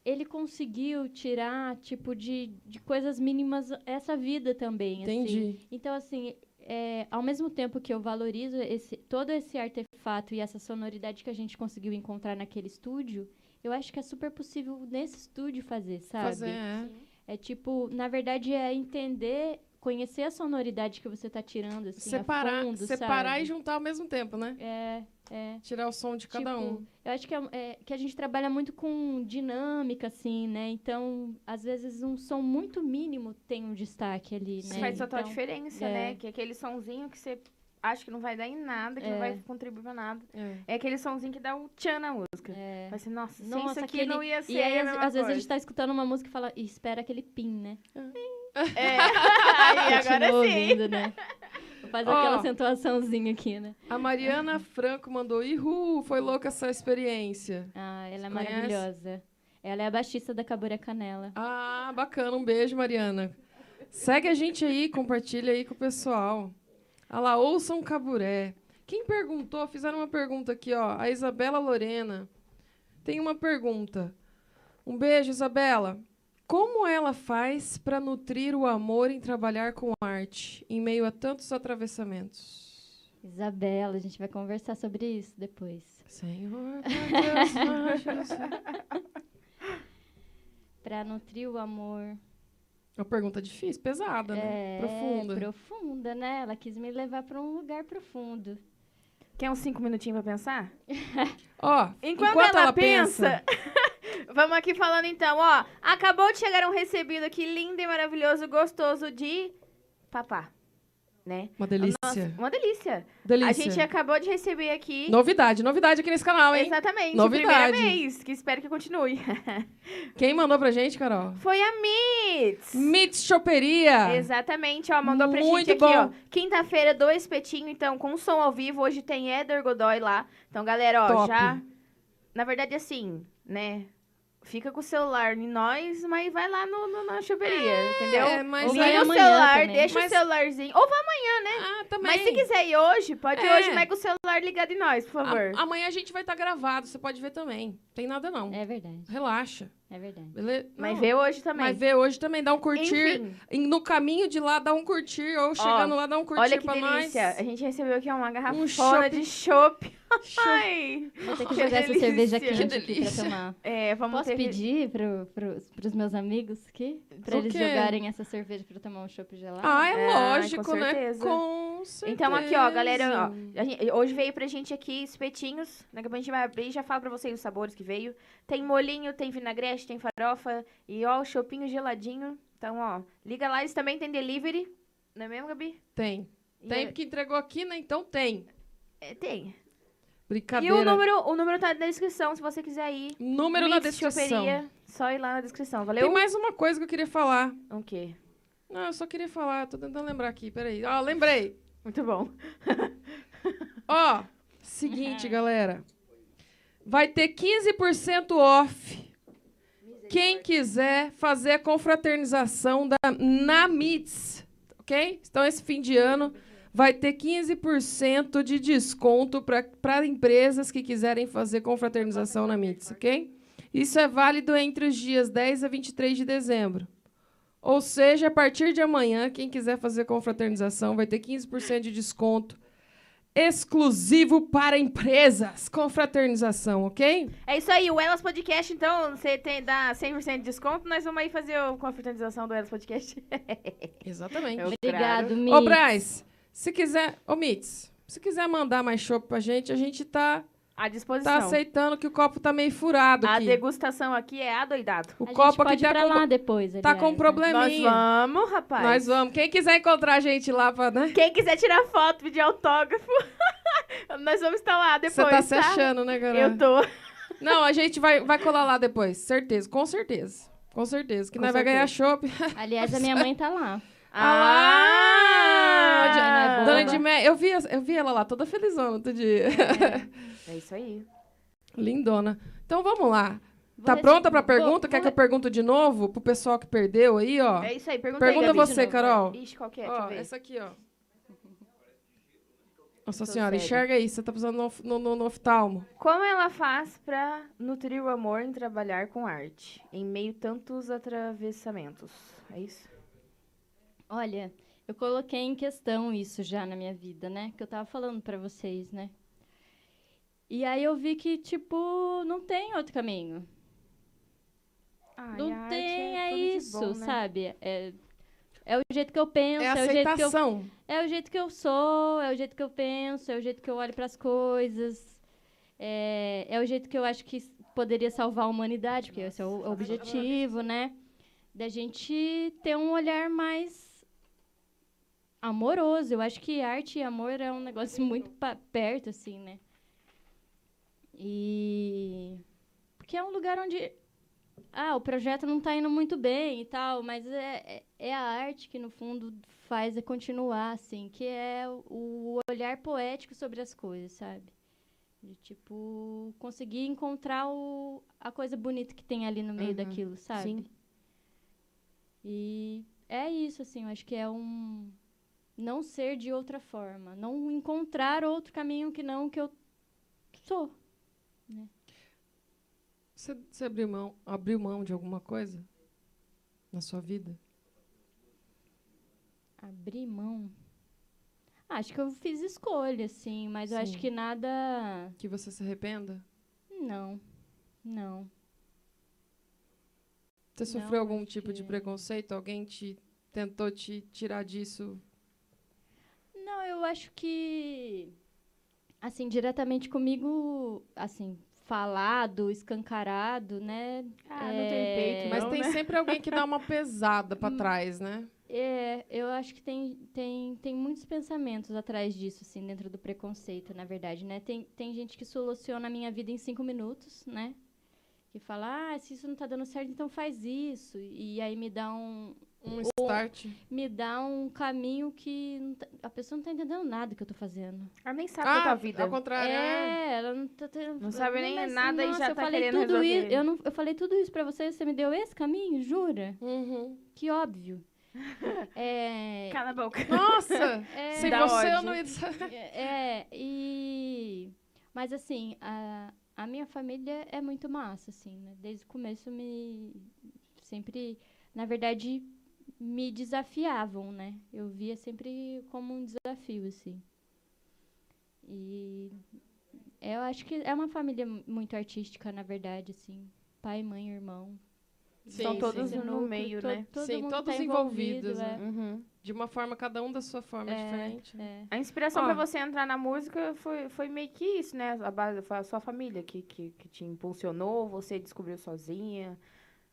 ele conseguiu tirar tipo de, de coisas mínimas essa vida também, assim. Entendi. Então, assim, é, ao mesmo tempo que eu valorizo esse, todo esse artefato e essa sonoridade que a gente conseguiu encontrar naquele estúdio, eu acho que é super possível nesse estúdio fazer, sabe? Fazer, é. É tipo, na verdade, é entender, conhecer a sonoridade que você tá tirando, assim, separar a fundo, separar sabe? e juntar ao mesmo tempo, né? É, é. Tirar o som de cada Tipo, um. Eu acho que, é- é- que a gente trabalha muito com dinâmica, assim, né? Então, às vezes, um som muito mínimo tem um destaque ali, Isso né? faz total Então, diferença, é. né? Que é aquele sonzinho que você acha que não vai dar em nada, que não É. vai contribuir pra nada. É. É aquele sonzinho que dá o tchan na música. é. Vai ser, nossa, sem Nossa, isso aqui aquele- não ia ser E aí, é a às, mesma às vezes, a coisa. gente tá escutando uma música e fala, e espera aquele pin, né? É, aí agora Continua sim. ouvindo, né? Faz Ó. aquela acentuaçãozinha aqui, né? A Mariana Franco mandou, ihu, foi louca essa experiência. Ah, ela é Conhece? maravilhosa. Ela é a baixista da Caburé Canela. Ah, bacana. Um beijo, Mariana. Segue a gente aí, compartilha aí com o pessoal. Olha lá, ouçam um Caburé. Quem perguntou, fizeram uma pergunta aqui, ó. A Isabela Lorena tem uma pergunta. Um beijo, Isabela. Como ela faz para nutrir o amor em trabalhar com arte, em meio a tantos atravessamentos? Isabela, a gente vai conversar sobre isso depois. Senhor, meu Deus, meu Deus. Pra nutrir o amor. É Uma pergunta difícil, pesada, né? É, Profunda. Profunda, né? Ela quis me levar pra um lugar profundo. Quer uns cinco minutinhos pra pensar? Ó, Enquanto, Enquanto ela, ela pensa, vamos aqui falando então, ó. Acabou de chegar um recebido aqui lindo e maravilhoso, gostoso de papá, né? uma delícia. Uma delícia. delícia. A gente acabou de receber aqui. Novidade, novidade aqui nesse canal, hein? Exatamente, Novidade. primeira vez, que espero que continue. Quem mandou pra gente, Carol? Foi a Mitz! Mitz Choperia. Exatamente, ó, mandou pra Ah. Muito gente bom. aqui, ó. Quinta-feira, do espetinho, então, com som ao vivo. Hoje tem Eder Godoy lá. Então, galera, ó, Top. já. Na verdade, assim, né? Fica com o celular em nós, mas vai lá no, no- na choperia, entendeu? É, mas Ou aí- vai Liga o amanhã celular, também. deixa Mas- o celularzinho. Ou vamos, Ah, também. mas se quiser ir hoje, pode ir É. Ah, hoje, mas com o celular ligado em nós, por favor. A- amanhã a gente vai estar gravado, você pode ver também. Tem nada não. É verdade, Relaxa. é verdade. Beleza? mas Não, vê hoje também. Mas vê hoje também, dá um curtir. Enfim, Em- No caminho de lá, dá um curtir. Ou chegando lá, dá um curtir olha que pra delícia. A nós. Um gente recebeu aqui uma garrafona chopp. de chopp. Ai! Vou ter que Que jogar essa delícia. cerveja quente aqui pra delícia. tomar. É, vamos Posso ter que- pedir pro, pros- pros meus amigos aqui? Pra O eles quê? jogarem essa cerveja pra eu tomar um chopp gelado? Ah, é, É, lógico, com né? certeza. Com certeza. Então aqui, ó, galera, ó, a gente- hoje veio pra gente aqui espetinhos, daqui a pouco a gente vai abrir e já falo pra vocês os sabores que veio. Tem molinho, tem vinagrete, tem farofa e ó, o chopinho geladinho. Então, ó, liga lá, eles também têm delivery, não é mesmo, Gabi? Tem. E Tem porque entregou aqui, né? Então tem. é- é, tem. E Brincadeira. o número, o número tá na descrição, se você quiser ir. Número na Mix descrição. Choperia, só ir lá na descrição, valeu? Tem um- mais uma coisa que eu queria falar. O quê? Não, eu só queria falar. Tô tentando lembrar aqui, peraí. Ó, lembrei. Muito bom. Ó, seguinte, galera. Vai ter 15% off. Quem quiser fazer a confraternização da, na MITS, ok? Então, esse fim de ano vai ter 15% de desconto para empresas que quiserem fazer confraternização na MITS, ok? Isso é válido entre os dias 10 a 23 de dezembro. Ou seja, a partir de amanhã, quem quiser fazer confraternização vai ter 15% de desconto exclusivo para empresas. Confraternização, ok? É isso aí, o Elas Podcast, então, você tem, dá 100% de desconto, nós vamos aí fazer o- com a fraternização do Elas Podcast. É Exatamente. Eu- Obrigado, Mi. Ô, Braz, se quiser. Ô, Mitz, se quiser mandar mais chopp pra gente, a gente tá, À disposição. tá aceitando que o copo tá meio furado A aqui. degustação aqui é adoidado. O a gente copo pode aqui ir tá pra com, lá depois, tá aliás, com né? Nós probleminha. vamos, rapaz. Nós vamos. Quem quiser encontrar a gente lá pra. Né? Quem quiser tirar foto, pedir autógrafo, nós vamos estar lá depois, Você tá se achando, né, garota? Eu tô. Não, a gente vai, vai colar lá depois. Certeza, com certeza. Com certeza. Que Com nós vai ganhar chopp. Aliás, a minha mãe tá lá. Ah, Ah, Diana, é boa. Dona de Mé, eu vi, as- eu vi ela lá toda felizona outro dia. É isso aí. Lindona. Então vamos lá. Vou Tá ler- pronta pra vou- pergunta? vou Quer que eu ler- pergunto de novo pro pessoal que perdeu aí, ó? É isso aí, pergunta, Pergunta aí, Gabi, você, de novo. Carol. Ixi, qual que é? Deixa ó, eu ver. essa aqui, ó. Nossa Tô senhora, séria. enxerga aí. Você tá precisando no, of- no, no- no oftalmo. Como ela faz pra nutrir o amor em trabalhar com arte, em meio tantos atravessamentos? É isso? Olha, eu coloquei em questão isso já na minha vida, né? Que eu tava falando pra vocês, né? E aí eu vi que, tipo, não tem outro caminho. Ai, não a arte tem, é é, tudo de isso, bom, né? sabe? É, é o jeito que eu penso, É é, o jeito que eu aceitação. É o jeito que eu sou, é o jeito que eu penso, é o jeito que eu olho para as coisas. É, é o jeito que eu acho que s- poderia salvar a humanidade, porque esse é o o objetivo, né? Da gente ter um olhar mais amoroso. Eu acho que arte e amor é um negócio muito pa- perto, assim, né? E. Porque é um lugar onde. Ah, o projeto não está indo muito bem e tal, mas é, é é a arte que, no fundo, faz é continuar, assim, que é o- o olhar poético sobre as coisas, sabe? De, tipo, conseguir encontrar o, a coisa bonita que tem ali no meio Uhum, daquilo, sabe? sim. E é isso, assim, eu acho que é um não ser de outra forma, não encontrar outro caminho que não o que eu sou. Você, você abriu, mão, abriu mão de alguma coisa na sua vida? Abrir mão. Acho que eu fiz escolha, sim, mas eu Sim. acho que nada. Que você se arrependa? Não. Não. Você Não, sofreu algum acho tipo de que- preconceito? Alguém te tentou te tirar disso? Não, eu acho que. Assim, diretamente comigo, assim, falado, escancarado, né? Ah, não tem peito, Mas não, tem né? sempre alguém que dá uma pesada Hum. pra trás, né? É, eu acho que tem, tem, tem muitos pensamentos atrás disso, assim, dentro do preconceito, na verdade, né? Tem, tem gente que soluciona a minha vida em cinco minutos, né? Que fala, ah, se isso não tá dando certo, então faz isso. E aí me dá um, Um start. me dá um caminho que não tá- a pessoa não tá entendendo nada que eu tô fazendo. Ela Ah, nem Ah, sabe da tua vida. né? ao contrário. é. É, ela não tá tendo- Não sabe nem mas, nada e nossa, já eu tá falei querendo tudo resolver. isso- eu, não, eu falei tudo isso pra você, você me deu esse caminho? Jura? Uhum. Que óbvio. é, Cala a boca. Nossa! é, Sem Dá você eu ódio. não ia saber. É, e. Mas assim, a, a minha família é muito massa, assim, né? Desde o começo me. Sempre. Na verdade, me desafiavam, né? Eu via sempre como um desafio, assim. E. Eu acho que é uma família mu- muito artística, na verdade, assim. Pai, mãe, irmão. São Sim, todos sim. no meio, to- né? todo Sim, mundo todos tá envolvido, envolvidos, é. Uhum. De uma forma, cada um da sua forma É, diferente. é. A inspiração Ó. pra você entrar na música foi, foi meio que isso, né? A, base, foi a sua família que, que, que te impulsionou, você descobriu sozinha,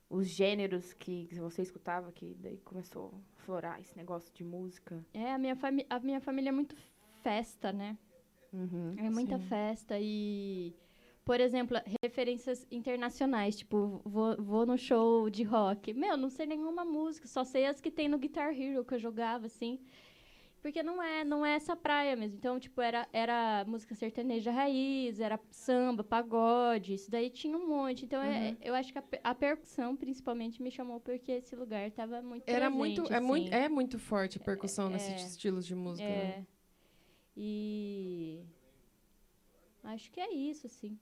os gêneros que que você escutava, que daí começou a florar esse negócio de música. É, a minha, fami a minha família é muito festa, né? Uhum. É muita Sim. festa e, por exemplo, referências internacionais, tipo, vou, vou no show de rock. Meu, não sei nenhuma música, só sei as que tem no Guitar Hero que eu jogava, assim. Porque não é, não é essa praia mesmo. Então, tipo, era, era música sertaneja raiz, era samba, pagode, isso daí tinha um monte. Então, Uhum. é- eu acho que a, pe- a percussão, principalmente, me chamou porque esse lugar tava muito Era presente, muito, é assim. muito, é muito forte a percussão nesses é. estilos de música. né? É. E acho que é isso, assim.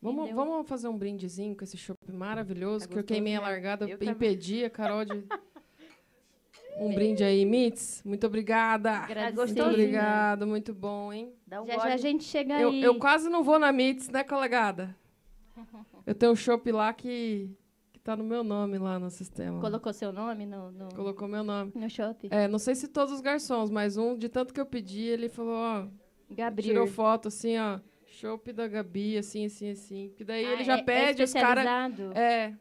Vamos, Entendeu? vamos fazer um brindezinho com esse chopp maravilhoso, Tá que eu queimei a gostoso, né? largada, Eu eu também. impedi a Carol de. Um brinde aí, Mitz. Muito obrigada. Agradecer. Muito gostosinha. obrigado, muito bom, hein? Ah, Dá um Já, já a gole. gente chega Eu, aí. eu quase não vou na Mitz, né, colegada? Eu tenho um chopp lá que, que tá no meu nome lá no sistema. Colocou seu nome no, no, Colocou meu nome. no shopping? É, não sei se todos os garçons, mas um, de tanto que eu pedi, ele falou, ó, É, tirou Gabriel. foto assim, ó, chopp da Gabi, assim, assim, assim. Que daí Ah, ele já é, pede, é os caras... especializado? É,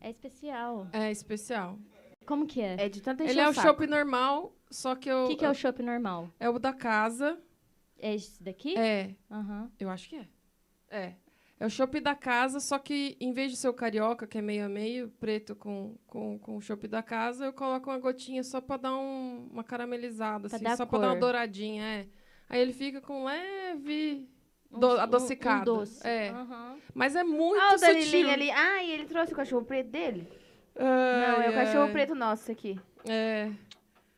É especial. é especial. Como que é? É de tanta ele encher é o saco. chopp normal, só que eu... O que, que é o shopping normal? é o da casa. É esse daqui? É, Aham. Eu acho que é. É. É o chopp da casa, só que em vez de ser o carioca, que é meio a meio, preto com, com, com o chopp da casa, eu coloco uma gotinha só pra dar um- uma caramelizada, Pra assim, dar só pra dar uma cor. douradinha, é. Aí ele fica com leve Um- do- um- adocicado. Um doce. É. Aham. Mas é muito Ah, o sutil. Danilinho ali. Ah, e ele trouxe o cachorro preto dele? Ai, Não, é o ai. cachorro preto nosso aqui. É.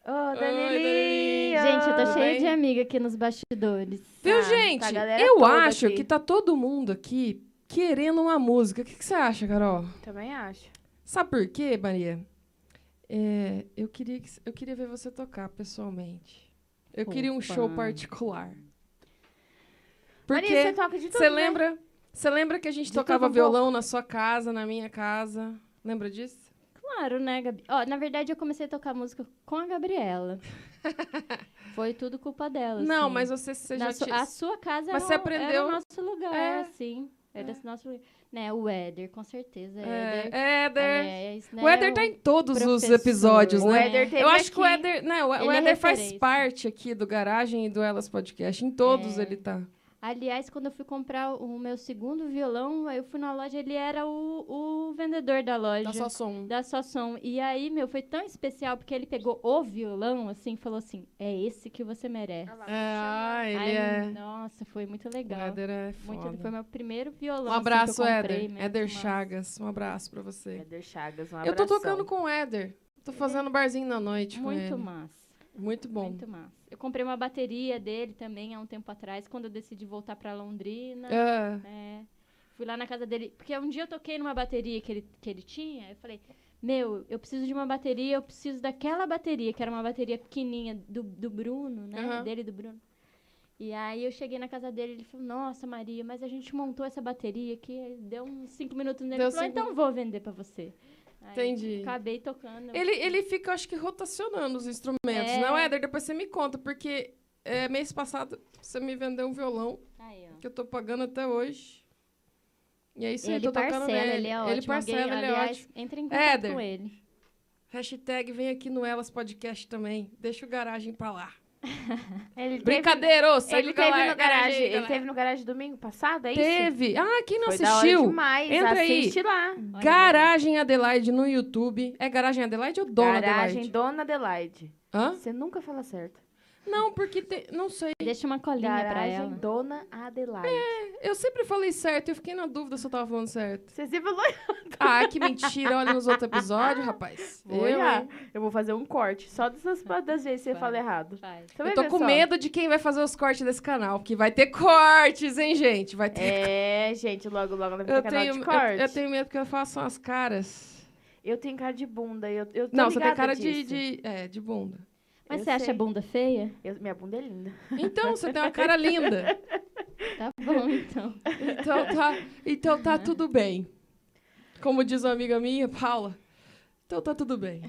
Ô, Oi, Danilinho! Danilinho. Gente, eu tô Tudo cheia bem? de amiga aqui nos bastidores. Viu, Tá, tá a gente? galera eu toda acho aqui. que tá todo mundo aqui querendo uma música. O que, que você acha, Carol? Também acho. Sabe por quê, Maria? É, eu, queria que- eu queria ver você tocar pessoalmente. Eu queria um show Opa. particular. Maria, você Porque toca de tudo, você né? lembra, você lembra que a gente De tocava tudo um violão na sua casa, na minha casa? Lembra disso? Claro, né, Gabi? Ó, na verdade, eu comecei a tocar música com a Gabriela. Foi tudo culpa dela. Não, assim. mas você, você Na já su- tinha. A sua casa Mas era, você o- era aprendeu- o nosso lugar, É. assim. Era É. esse nosso lugar. Né, o Éder, com certeza. Éder. É, Éder. Aliás, né, O Éder tá em todos os professor. episódios, O né? Éder teve Eu acho que o aqui. Éder, né, o, o Ele é Éder faz referência. parte aqui do Garagem e do Elas Podcast. Em todos É. ele tá. Aliás, quando eu fui comprar o meu segundo violão, aí eu fui na loja, ele era o, o vendedor da loja. Dá Tá só som. da sua som. E aí, meu, foi tão especial, porque ele pegou o violão, assim, e falou assim, é esse que você merece. Olha lá, É, ah, ele Aí, é. Nossa, foi muito legal. O Éder é Muito- foda. foi meu primeiro violão. Um assim, que eu abraço, comprei Éder. mesmo, Éder mas- Chagas. Um abraço pra você. Éder Chagas, um Eu tô abração. tocando com o Éder. Tô fazendo barzinho na noite com Muito tipo ele. massa. Muito bom. Muito massa. Eu comprei uma bateria dele também há um tempo atrás, quando eu decidi voltar pra Londrina. É. né? É, fui lá na casa dele. Porque um dia eu toquei numa bateria que ele, que ele tinha, eu falei, Meu, eu preciso de uma bateria, eu preciso daquela bateria, que era uma bateria pequenininha do, do Bruno, né? Aham. Dele e do Bruno. E aí eu cheguei na casa dele, ele falou, nossa, Maria, mas a gente montou essa bateria aqui, aí deu uns cinco minutos nele, Deu ele falou, cinco- então vou vender pra você. Aí Entendi. Acabei tocando. Ele, ele fica, acho que, rotacionando os instrumentos, É. não, Éder? Depois você me conta, porque é, mês passado você me vendeu um violão Aí, ó. que eu tô pagando até hoje. E é isso aí, Ele tô parcela, tocando nele. ele é ótimo. Ele parcela, ele Alguém, é aliás, ótimo. Entra em contato Éder. com ele. Hashtag vem aqui no Elas Podcast também. Deixa o garagem pra lá. Ele teve- Brincadeira, ô, sai ele do teve gala- no garagem. aí, Ele galera. teve no garagem domingo passado, é isso? Teve. Ah, quem não Foi da hora assistiu? demais. né? Entra aí. Assiste lá. Olha, Garagem Adelaide no YouTube. É Garagem Adelaide ou Dona garagem Adelaide? Dona Adelaide. Hã? Você nunca fala certo. Não, porque tem- não sei. Deixa uma colinha pra Garagem ela. Dona Adelaide. Eu sempre falei certo, eu fiquei na dúvida se eu tava falando certo. Você se falou. Ah, que mentira, olha nos outros episódios, rapaz. Vou eu, olhar. hein? Eu vou fazer um corte. Só dessas das vezes que você Vai. fala errado. Faz. Você vai Eu tô ver com só. medo de quem vai fazer os cortes desse canal, porque vai ter cortes, hein, gente? Vai ter. É, gente, logo, logo ela vai eu, ter canal tenho, de eu- corte. eu, tenho medo que eu faço umas caras. Eu tenho cara de bunda. Eu, eu tô Não, você tem ligada cara de, disso. de- É, de bunda. Mas Eu você acha sei. a bunda feia? Eu- minha bunda é linda. Então, você tem uma cara linda. Tá bom, então. Então tá, então tá tudo bem. Como diz uma amiga minha, Paula. Então tá tudo bem.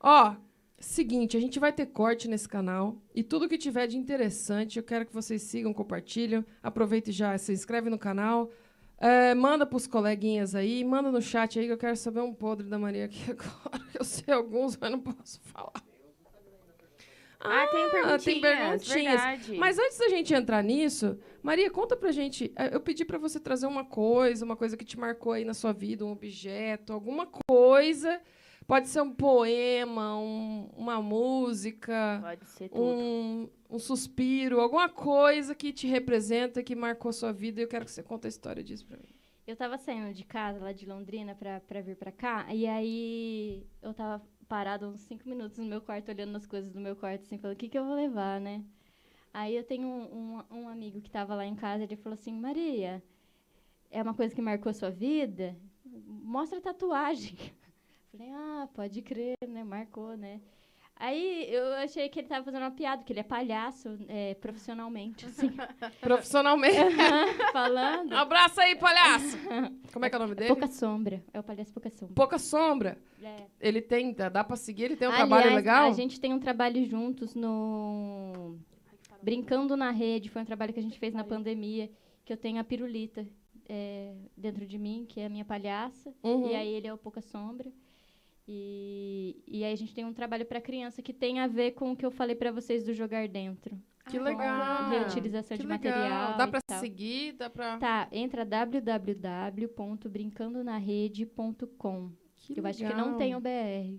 Ó, seguinte, a gente vai ter corte nesse canal e tudo que tiver de interessante, eu quero que vocês sigam, compartilham, aproveita e já, se inscreve no canal. É, manda pros coleguinhas aí, manda no chat aí que eu quero saber um podre da Maria aqui agora. Eu sei alguns, mas não posso falar. Ah, tem perguntinhas. tem perguntinhas. Verdade. Mas antes da gente entrar nisso, Maria, conta pra gente. eh, Eu pedi pra você trazer uma coisa, uma coisa que te marcou aí na sua vida, um objeto, alguma coisa. Pode ser um poema, um- uma música, Pode ser tudo. um, um suspiro, alguma coisa que te representa, que marcou sua vida. Eu quero que você conte a história disso pra mim. Eu tava saindo de casa lá de Londrina pra, pra vir pra cá, e aí eu tava parada uns cinco minutos no meu quarto, olhando as coisas do meu quarto, assim, falando, o que que eu vou levar, né? Aí eu tenho um, um, um amigo que tava lá em casa, ele falou assim, Maria, é uma coisa que marcou sua vida? Mostra a tatuagem. Falei, ah, pode crer, né? Marcou, né? Aí eu achei que ele tava fazendo uma piada, que ele é palhaço é, profissionalmente, assim, Profissionalmente. falando. Um abraço aí, palhaço! Como é que é o nome dele? Pouca sombra. É o palhaço Pouca Sombra. Pouca Sombra. É. Ele tem, dá dá pra seguir, ele tem um Aliás, trabalho legal? A gente tem um trabalho juntos no Brincando na Rede, foi um trabalho que a gente fez na pandemia, que eu tenho a pirulita é, dentro de mim, que é a minha palhaça, Uhum. e aí ele é o Pouca Sombra. E, e aí a gente tem um trabalho para criança que tem a ver com o que eu falei para vocês do jogar dentro. Que Ah, legal! Reutilização Que Tá de legal. material. Dá e pra tal. seguir, dá pra. Tá, entra www.brincandonarede.com. Que Eu acho que não tem o BR.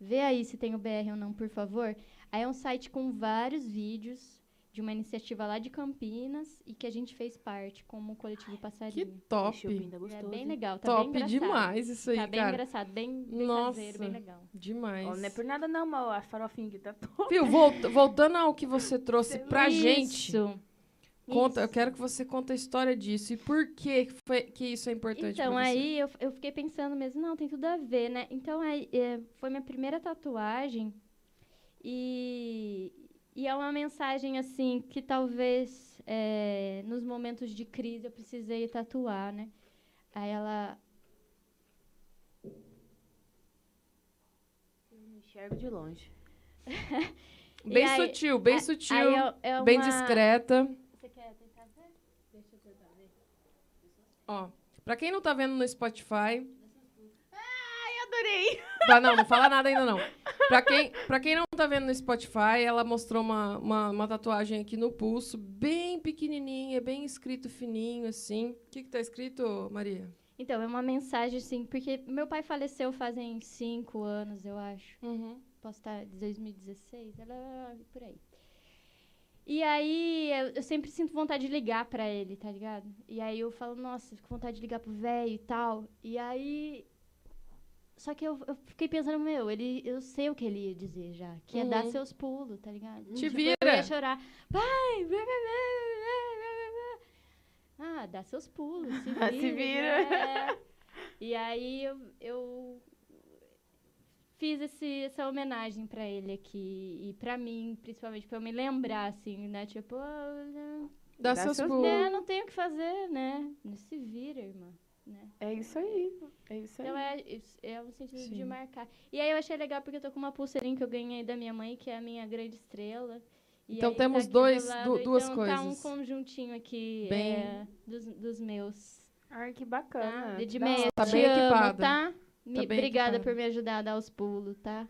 Vê aí se tem o BR ou não, por favor. Aí é um site com vários vídeos de uma iniciativa lá de Campinas e que a gente fez parte como coletivo Que passarinho. Esse top. chupim tá É gostoso, bem hein? legal, tá bem top engraçado. demais isso aí, Tá bem cara. engraçado, bem, bem caseiro, bem Nossa. legal. Demais. Ó, não é por nada não, mas a farofinha que tá toda. Viu, volta- voltando ao que você trouxe pra gente, Isso. conta, eu Isso. quero que você conte a história disso e por que, foi- que isso é importante Então, pra você. aí eu, eu fiquei pensando mesmo, não, tem tudo a ver, né? Então, aí, é, foi minha primeira tatuagem e, e é uma mensagem, assim, que talvez é, nos momentos de crise eu precisei tatuar, né? Aí ela... Enxergo de longe. e Bem aí- sutil, bem a- sutil, aí é- é bem uma- discreta. Você quer tentar ver? Deixa eu tentar ver. Ó, pra quem não tá vendo no Spotify, Adorei! Tá, não, não fala nada ainda não. Pra quem, pra quem não tá vendo no Spotify, ela mostrou uma, uma, uma tatuagem aqui no pulso, bem pequenininha, bem escrito fininho, assim. O que que tá escrito, Maria? Então, é uma mensagem, assim, porque meu pai faleceu fazem cinco anos, eu acho. posso estar de 2016, ela por aí. E aí, eu, eu sempre sinto vontade de ligar pra ele, tá ligado? E aí eu falo, nossa, fico com vontade de ligar pro velho e tal. E aí. Só que eu, eu fiquei pensando, meu, ele, eu sei o que ele ia dizer já. Que ia dar Uhum. seus pulos, tá ligado? Te Tipo, Eu vira. ia chorar. Pai! blá, blá, blá, blá, blá, blá, blá." Ah, Ah, dá seus pulos, se vira. Se vira. né? E aí eu, eu fiz esse, essa homenagem pra ele aqui. E pra mim, principalmente, pra eu me lembrar, assim, né? Tipo, "Ah, Dá, Dá seus seus pulos. né, não tenho o que fazer, né? Não se vira, irmã. Né? É isso aí. É isso aí. Então é, isso- é um sentido de Sim. marcar. E aí eu achei legal porque eu tô com uma pulseirinha que eu ganhei da minha mãe, que é a minha grande estrela. E Então aí tá temos aqui do dois- lado, du- duas então Tá um coisas. conjuntinho aqui Bem- é, dos, dos meus. Ai, que Tá? bacana. De- De Que da meia. hora. Tá te bem amo, equipada. Tá? Me- bem obrigada equipada. por me ajudar a dar os pulos, tá?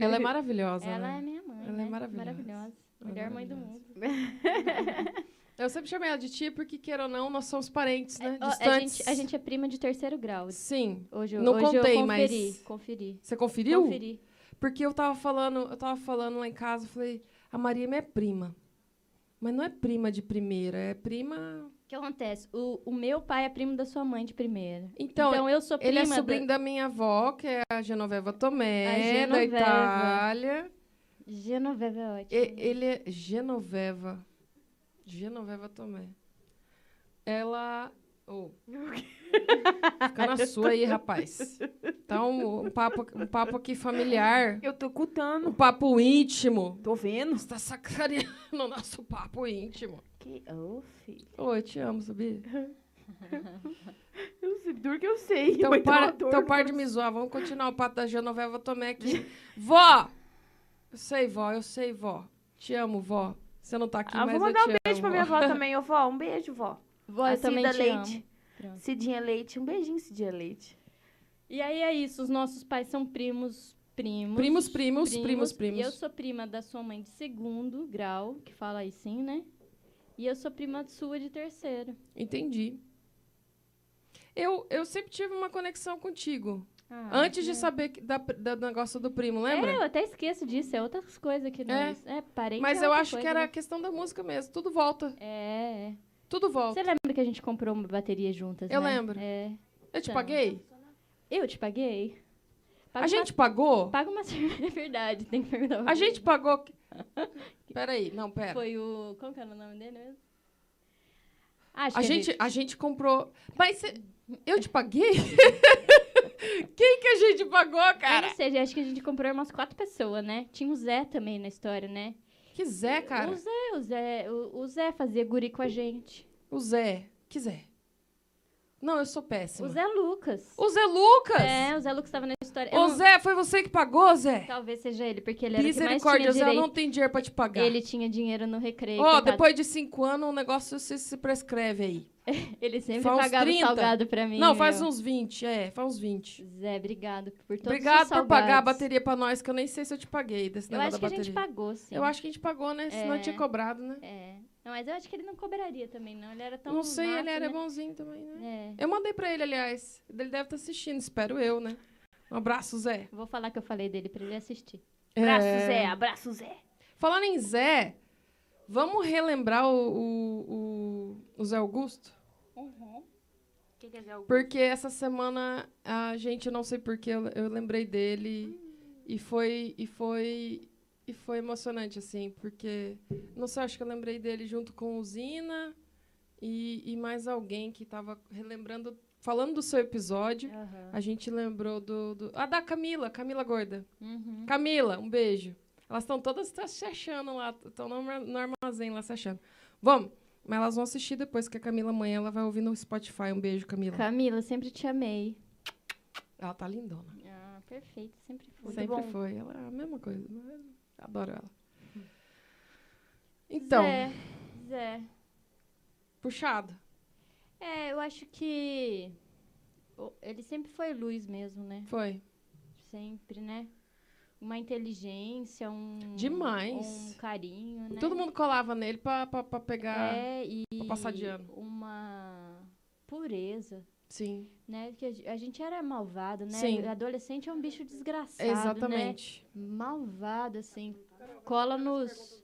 Ela é maravilhosa. Ela né? é minha mãe. Ela é né? maravilhosa. Maravilhosa. Ela é Melhor mãe do maravilhosa. mundo. Eu sempre chamei ela de tia porque, queira ou não, nós somos parentes, né? é Ó, Distantes. a, gente, a gente é prima de terceiro grau. Sim. Hoje, eu- Não hoje contei, eu conferi, mas- conferi. Você conferiu? Conferi. Porque eu tava falando, eu tava falando lá em casa, eu falei, a Maria é minha prima. Mas não é prima de primeira, é prima. O que acontece? O, o meu pai é primo da sua mãe de primeira. Então, Então, eu sou prima ele é da- sobrinho da... minha avó, que é a Genoveva Tomé, A Genoveva. da Itália. Genoveva é ótima. E- ele é Genoveva. Genoveva Tomé. Ela. Ô. Fica na sua aí, rapaz. Tá um, um papo, um papo aqui familiar, Eu tô um cutando. papo íntimo. Tô vendo. Você tá sacaneando o nosso papo íntimo. Que... Ô, filho. Oi, te amo, sabia? Eu sei, duro que eu sei. Então, mas para, dá uma dor então no para de me zoar. Vamos continuar o pato da Genoveva Tomé aqui. vó! Eu sei, vó, eu sei, vó. Te amo, vó. Você não tá aqui, Ah, mas vou eu te mandar um amo, beijo pra vó. minha avó também, ô vó. Um beijo, vó. Vó, A eu também Cida te Leite. amo. Pronto. Cidinha Leite. Um beijinho, Cidinha Leite. E aí é isso, os nossos pais são primos, primos. Primos, primos, primos, E eu primos. sou prima da sua mãe de segundo grau, que fala aí sim, né? E eu sou prima sua de terceiro. Entendi. Eu, eu sempre tive uma conexão contigo. Ah, Antes de é. saber que- da, da- do negócio do primo, É, lembra? eu até esqueço disso, é outras coisas que nós... É, parente Mas é eu outra acho que coisa, era a né? questão da música mesmo. Tudo volta. É, é. Tudo volta. Você lembra que a gente comprou uma bateria juntas, Eu né? lembro. É. Eu te Então. paguei? Eu te paguei? Paga A uma- gente pagou? Paga uma cerveja, é verdade, tem que perguntar. pra A gente pagou. Peraí, não, quem pera. Foi o... Como que era o nome dele mesmo? Acho A que é gente, a gente comprou. Mas cê- eu te paguei? Quem que a gente pagou, Cara. cara? Ou seja, acho que a gente comprou umas quatro pessoas, né? Tinha o Zé também na história, né? Que Zé, O cara. Zé, o Zé, o, o Zé fazia guri com a gente. O Zé. Que Zé? Não, eu sou péssima. O Zé Lucas. O Zé Lucas? É, o Zé Lucas tava na história. Eu Ô, não- Zé, foi você que pagou, Zé? Talvez seja ele, porque ele era o que mais tinha Misericórdia, Zé, eu direito. não tenho dinheiro pra te pagar. Ele tinha dinheiro no recreio. Ó, coitado. depois de cinco anos, o negócio se, se prescreve aí. Ele sempre faz uns pagava 30. salgado pra mim. não, faz meu. uns 20, é, faz uns 20. Zé, obrigado por todos Obrigado os por pagar a salgados. bateria pra nós, que eu nem sei se eu te paguei desse Eu negócio acho que da a bateria. gente pagou, sim. Eu acho que a gente pagou, né? Senão eu tinha cobrado, né? É. Não, mas eu acho que ele não cobraria também, não. Ele era tão Então, não sei, ele nato, era né? bonzinho também, né? É. Eu mandei pra ele, aliás. Ele deve estar assistindo, espero eu, né? Um abraço, Zé. Vou falar que eu falei dele pra ele assistir. Abraço, É. Zé. Abraço, Zé. Falando em Zé, vamos relembrar o, o, o, o Zé Augusto? Uhum. Quem quer dizer Por... Porque essa semana a gente, não sei porquê, eu, eu lembrei dele e foi e foi e foi emocionante assim, porque não sei, acho que eu lembrei dele junto com o Zina e, e mais alguém que estava relembrando, falando do seu episódio. Aham. A gente lembrou do, do ah da Camila, Camila Gorda. Uhum. Camila, um beijo. Elas estão todas tá se achando lá, estão no, arma- no armazém lá se achando. Vamos, mas elas vão assistir depois que a Camila amanhã ela vai ouvir no Spotify. Um beijo, Camila. Camila, sempre te amei. Ela tá lindona. Ah, perfeito, sempre fui. Muito Sempre bom. foi. Ela é a mesma coisa. mas Adoro ela. Então, Hum. Zé, Zé. puxado. É, eu acho que o- ele sempre foi luz mesmo, né? Foi. Sempre, né? Uma inteligência, um Demais. um carinho, né? Todo mundo colava nele pra, pra, pra pegar. é e pra passar de ano. uma pureza, Sim. né? Que a ge- a gente era malvado, né? Sim. Adolescente é um bicho desgraçado, né? Exatamente. malvado, assim. Cola nos.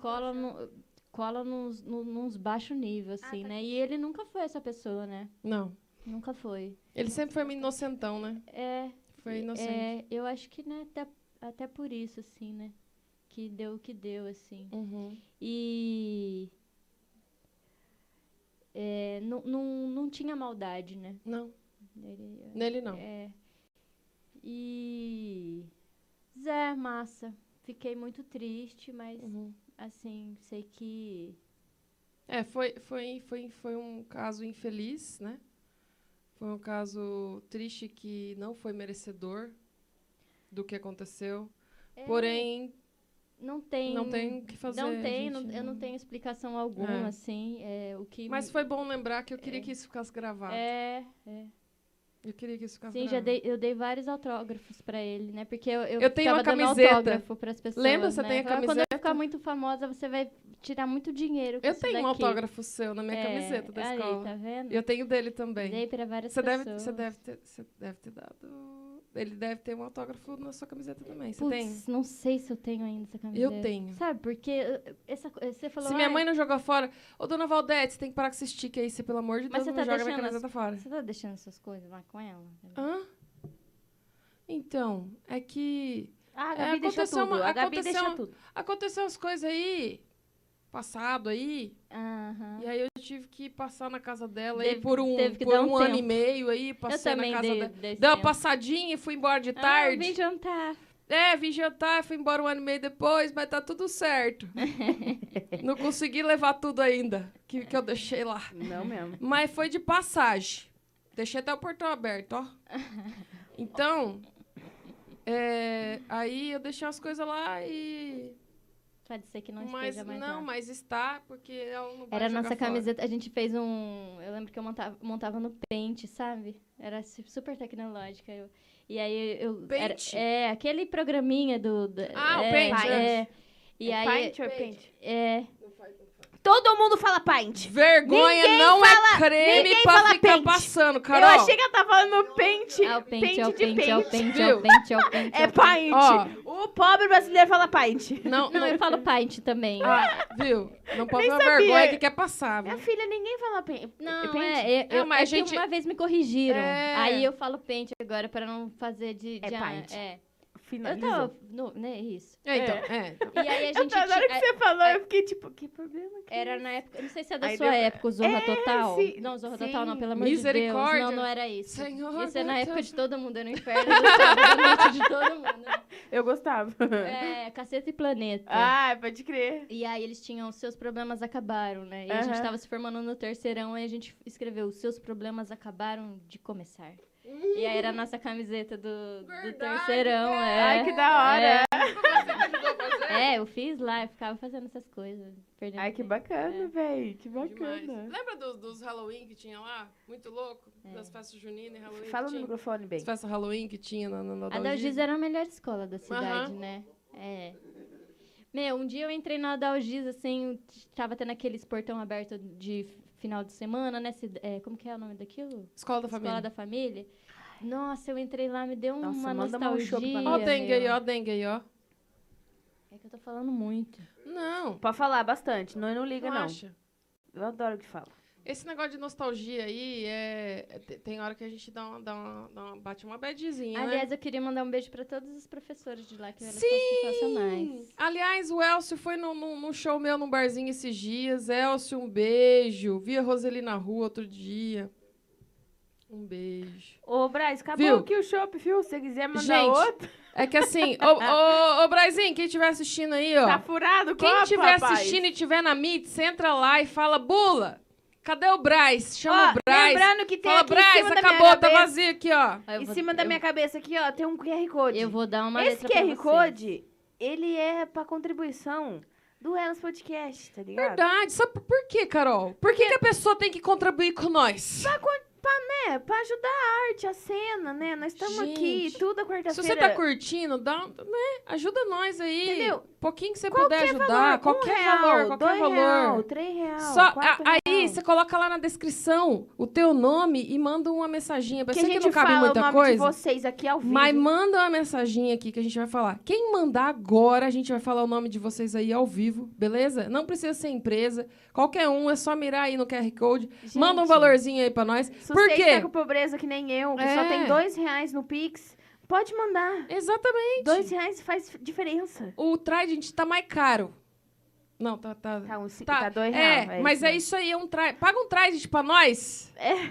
Cola, no, cola nos, no- nos baixo nível, assim, né? E ele nunca foi essa pessoa, né? Não. Nunca foi. Ele sempre foi meio inocentão, né? É. Foi inocente. é eu acho que, né, até, até por isso, assim, né? Que deu o que deu, assim. Uhum. E. É, não, não, não tinha maldade, né? Não, Ele, nele não. é, E. Zé, massa. Fiquei muito triste, mas Uhum. assim, sei que. É, foi, foi, foi, foi um caso infeliz, né? Foi um caso triste que não foi merecedor do que aconteceu. é, Porém, Não tem. não tem o que fazer. não gente, tem, não- eu não tenho explicação alguma, É. assim. É, o que Mas foi bom lembrar que eu queria que isso ficasse gravado. é, Eu queria que isso ficasse sim, já gravado. dei, eu dei vários autógrafos pra ele, né? Porque eu, eu, Eu tenho ficava uma dando camiseta. autógrafo pras pessoas. Lembra? Você né? tem a Falava, Quando camiseta? eu ficar muito famosa, você vai tirar muito dinheiro. com Eu isso tenho um daqui." autógrafo seu na minha É, camiseta da aí, escola. tá vendo? Eu tenho dele também. Dei pra várias Você pessoas. deve, você, deve ter, você deve ter dado. Ele deve ter um autógrafo na sua camiseta também. Você tem? Putz, não sei se eu tenho ainda essa camiseta. tenho. Sabe, porque eu- essa, co- você falou... Se minha "Ai, mãe não jogou fora. Ô, dona Valdete, você tem que parar com esse stick aí, você, pelo amor de Mas Deus, você não tá joga minha deixando as- camiseta fora. Você tá deixando essas coisas lá com ela? Hã? Então, é que. Ah, a É, Gabi deixa aconteceu tudo. uma- a Gabi aconteceu deixa uma- tudo. Aconteceu umas coisas aí. Passado aí. Aham. E aí eu tive que passar na casa dela aí Teve- por um, teve que por dar um, um ano e tempo. meio aí, passei também na casa dei- dela. dei esse Dei uma tempo. passadinha e fui embora de tarde. Ah, vim jantar. É, vim jantar, fui embora um ano e meio depois, mas tá tudo certo. Não consegui levar tudo ainda, que, que eu deixei lá. Não mesmo. Mas foi de passagem. Deixei até o portão aberto, ó. Então, é, aí eu deixei as coisas lá e... Pode ser que não mas esteja mais não, lá. mas está, porque é ela não vai Era a jogar fora. nossa camiseta, a gente fez um. Eu lembro que eu montava, montava no pente, sabe? Era su- super tecnológica. eu- e aí eu. era- Paint? é, aquele programinha do. do- Ah, o é, Paint, É. E é aí. Paint ou é Paint? É. Todo mundo fala Paint. Vergonha Ninguém não é fala- creme ninguém pra fala ficar pente. passando, Carol. Eu achei que ela tava falando Paint. É o pente, é o de pente, é o Paint. pente, é viu? o pente, é o pente. É Paint. Ó. O pobre brasileiro fala Paint. Não, Não, eu falo pint também. Ah, viu? Não pode Nem ter sabia. vergonha que quer passar, viu? Minha filha, ninguém fala Paint. Não, Paint? é, é, Não, eu- mas é a gente- que uma vez me corrigiram. É. Aí eu falo pente agora pra não fazer de... É de- pint. é. Eu Finaliza. tava... No, né, isso. É, então, é. E aí a Eu gente... tô, na hora que ti- você falou, é- eu fiquei tipo, que problema que Era na época, não sei se é da Aí sua deu- época, o Zorra É, Total. sim, Não, Zorra sim. Total não, pelo amor de Deus. Misericórdia. Não, não era isso. Senhor, isso é na meu época Deus. de todo mundo, era no inferno do céu, da noite de todo mundo. Eu gostava. É, Caceta e Planeta. Ah, pode crer. E aí eles tinham os seus problemas acabaram, né? E a Aham. gente tava se formando no terceirão e a gente escreveu os seus problemas acabaram de começar. E aí era a nossa camiseta do, do Verdade, terceirão, é. Ai, que da hora. É, eu fiz lá, eu ficava fazendo essas coisas, perdendo Ai, que tempo. bacana, véi. Que Demais. bacana. Lembra do- dos Halloween que tinha lá? Muito louco? Das festas juninas e Halloween Fala que no tinha. microfone bem. As festas Halloween que tinha na, na, na A Dalgisa era a melhor escola da cidade, Aham. né? É. Meu, um dia eu entrei na Dalgisa, assim, tava tendo aqueles portão aberto de final de semana, né? Cid- é, como que é o nome daquilo? Escola da Escola Família. da Família. Nossa, eu entrei lá, me deu Nossa, uma manda uma nostalgia. chopp pra mim. Ó o dengue aí, meu. ó o dengue aí, ó. É que eu tô falando muito. Não, Pode falar bastante, não, não liga não, não. acha. Eu adoro o que fala. Esse negócio de nostalgia aí, é, é- te- tem hora que a gente dá uma, dá uma, dá uma- bate uma badzinha, né? Aliás, eu queria mandar um beijo pra todos os professores de lá, que eles Sim! são sensacionais. Aliás, o Elcio foi num, num- num show meu num barzinho esses dias. Elcio, um beijo. Vi a Roseli na rua outro dia. Um beijo. Ô, Braz, acabou Viu? aqui o chopp, viu? Se você quiser mandar Gente, outro, É que assim, ô, ô, ô Brazinho, quem estiver assistindo aí, ó. tá furado o quem copo, estiver rapaz. assistindo e tiver na Meets, entra lá e fala, Bula, cadê o Braz? Chama o Ó, Braz. Lembrando que tem Fala, aqui em Braz, cima da acabou, minha tá cabeça. vazio aqui, ó. Ah, eu Em vou- cima da eu- minha cabeça aqui, ó, tem um QR Code. Eu vou dar uma Esse letra pra QR vocês. Code, ele é pra contribuição do Elas Podcast, tá ligado? Verdade. Sabe por- por quê, Carol? Por que, que a pessoa tem que contribuir com nós? É, pra ajudar a arte, a cena, né? Nós estamos aqui, Gente, tudo Se você tá quarta-feira. curtindo, dá, um- né? ajuda nós aí. Entendeu? Um pouquinho que você Qualquer puder ajudar, valor, ah, qualquer um real, valor, qualquer dois valor. Real, três real, Só a- quatro aí real. você coloca lá na descrição o teu nome e manda uma mensaginha. Eu que a sei que gente não cabe fala o muita nome de coisa, vocês aqui ao vivo. mas manda uma mensaginha aqui que a gente vai falar. Quem mandar agora, a gente vai falar o nome de vocês aí ao vivo, beleza? Não precisa ser empresa, qualquer um, é só mirar aí no QR Code. Gente, manda um valorzinho aí pra nós. Se Por você quê? está com pobreza que nem eu, que só É. tem dois reais no Pix, pode mandar. Exatamente. Dois reais faz diferença. O Trident tá mais caro. Não, tá. tá... Tá, um, ci- Tá, tá dois é, reais. mas isso. é isso aí, é um Trident. Paga um Trident pra nós. É.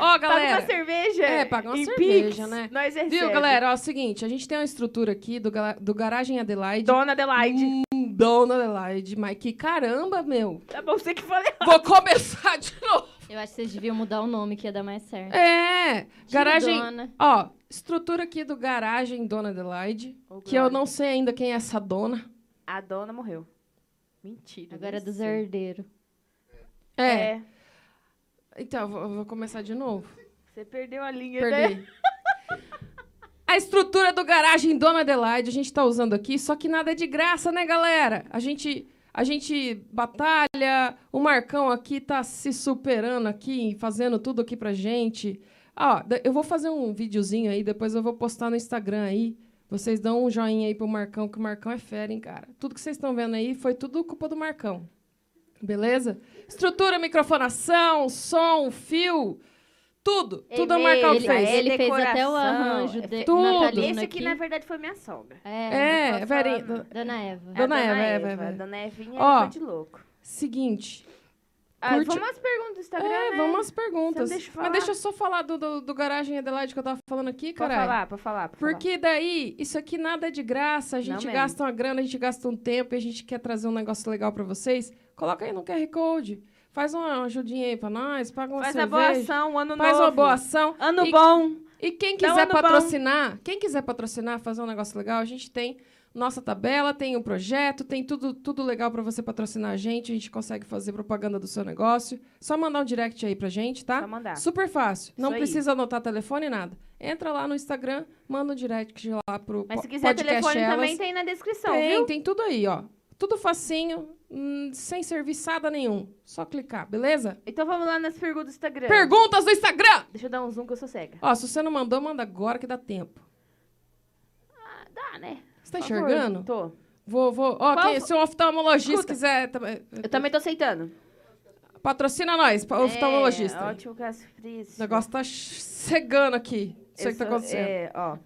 Ó, Paga uma galera. cerveja. É, paga uma e cerveja, Pix, né? Nós Viu, recebe. galera? Ó, é o seguinte, a gente tem uma estrutura aqui do, gala- do Garagem Adelaide. Dona Adelaide. Hum, Dona Adelaide, mas que caramba, meu. Tá bom, você que falei. Vou começar de novo. Eu acho que vocês deviam mudar o nome, que ia dar mais certo. É, garagem... Dona. Ó, estrutura aqui do Garagem Dona Adelaide, que eu não sei ainda quem é essa dona. A dona morreu. Mentira. Agora é nem dos sei. herdeiros. É, É. então, eu vou, eu vou começar de novo. Você perdeu a linha, né? Perdi. A estrutura do garagem Dona Adelaide a gente tá usando aqui, só que nada é de graça, né, galera? A gente, a gente batalha, o Marcão aqui tá se superando aqui, fazendo tudo aqui pra gente. Ó, da- eu vou fazer um videozinho aí, depois eu vou postar no Instagram aí. Vocês dão um joinha aí pro Marcão, que o Marcão é fera, hein, cara. Tudo que vocês estão vendo aí foi tudo culpa do Marcão. Beleza? Estrutura, microfonação, som, fio, tudo. Tudo é o E-mail, Marcão que Ele, fez. É ele fez até decoração, o arranjo é de, tudo. natalino Esse aqui, na verdade, foi minha sogra. É, não É, posso peraí. falar, não. Dona Eva. É a Dona Eva, Eva, Eva, Eva. A Dona Evinha Ó. foi de louco. Seguinte. Ah, Curte- vamos às perguntas do Instagram, é, né? vamos às perguntas. Você não deixa eu falar? Mas deixa eu só falar do, do, do Garagem Adelaide que eu tava falando aqui, Pode cara. falar, pode falar. pode falar. Porque daí, isso aqui nada é de graça, a Não gente mesmo. gasta uma grana, a gente gasta um tempo e a gente quer trazer um negócio legal pra vocês. Coloca aí no QR Code. Faz uma ajudinha aí pra nós, paga uma Faz a boa cerveja. ação, um ano faz novo. uma boa ação. Ano e, bom. E quem Dá um quiser ano bom. patrocinar, quem quiser patrocinar, fazer um negócio legal, a gente tem nossa tabela, tem um projeto, tem tudo, tudo legal para você patrocinar a gente. A gente consegue fazer propaganda do seu negócio. Só mandar um direct aí pra gente, Só tá? mandar. Super fácil. Não aí. precisa anotar telefone nada. Entra lá no Instagram, manda um direct lá pro Mas se po- quiser podcast telefone Elas. também tem na descrição, tem, viu? tem tudo aí, ó. Tudo facinho, hum, sem serviçada nenhum. Só clicar, beleza? Então vamos lá nas perguntas do Instagram. Perguntas do Instagram! Deixa eu dar um zoom que eu sou cega. Ó, se você não mandou, manda agora que dá tempo. Ah, dá, né? Você tá Por favor. enxergando? Tô. Vou, vou. Ó, Qual quem- fo- se um oftalmologista Escuta. quiser. também- Eu também tô aceitando. Patrocina nós, pa- oftalmologista. É, ótimo caso fris. o negócio tá ch- cegando aqui. Não sei o que tá acontecendo. É, ó.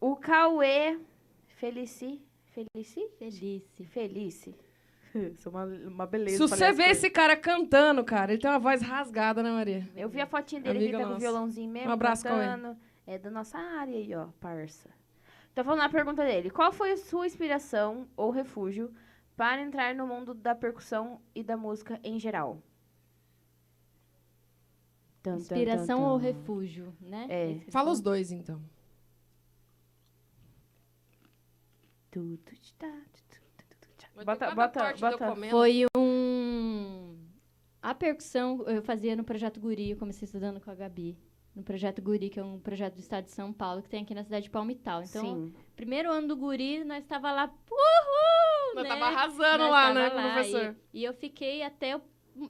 O Cauê Felici. Felici? Felice. Felice. sou uma, uma beleza. se você falei as vê esse cara cantando, cara, ele tem uma voz rasgada, né, Maria? coisas. Eu vi a fotinha dele, Amiga ele tá com nossa. o violãozinho mesmo. Um abraço, Cauê. cantando. É da nossa área aí, ó, parça. Então vamos lá a pergunta dele. Qual foi a sua inspiração ou refúgio para entrar no mundo da percussão e da música em geral? Tan, tan, tan, Inspiração tan. ou refúgio, né? É. Esse que Fala eu os dois, então. Tu, tu, ti, tá, tu, tu, tu, tu, tu, tá. Mas tem Bota, cada bota, corte do bota. documento. Foi um. A percussão eu fazia no Projeto Guri, eu comecei estudando com a Gabi. No Projeto Guri, que é um projeto do estado de São Paulo, que tem aqui na cidade de Palmital. Então, Sim. primeiro ano do Guri, nós estava lá, uhul! Nós né? tava arrasando Nós lá, tava né, lá, professor? E, e eu fiquei até eu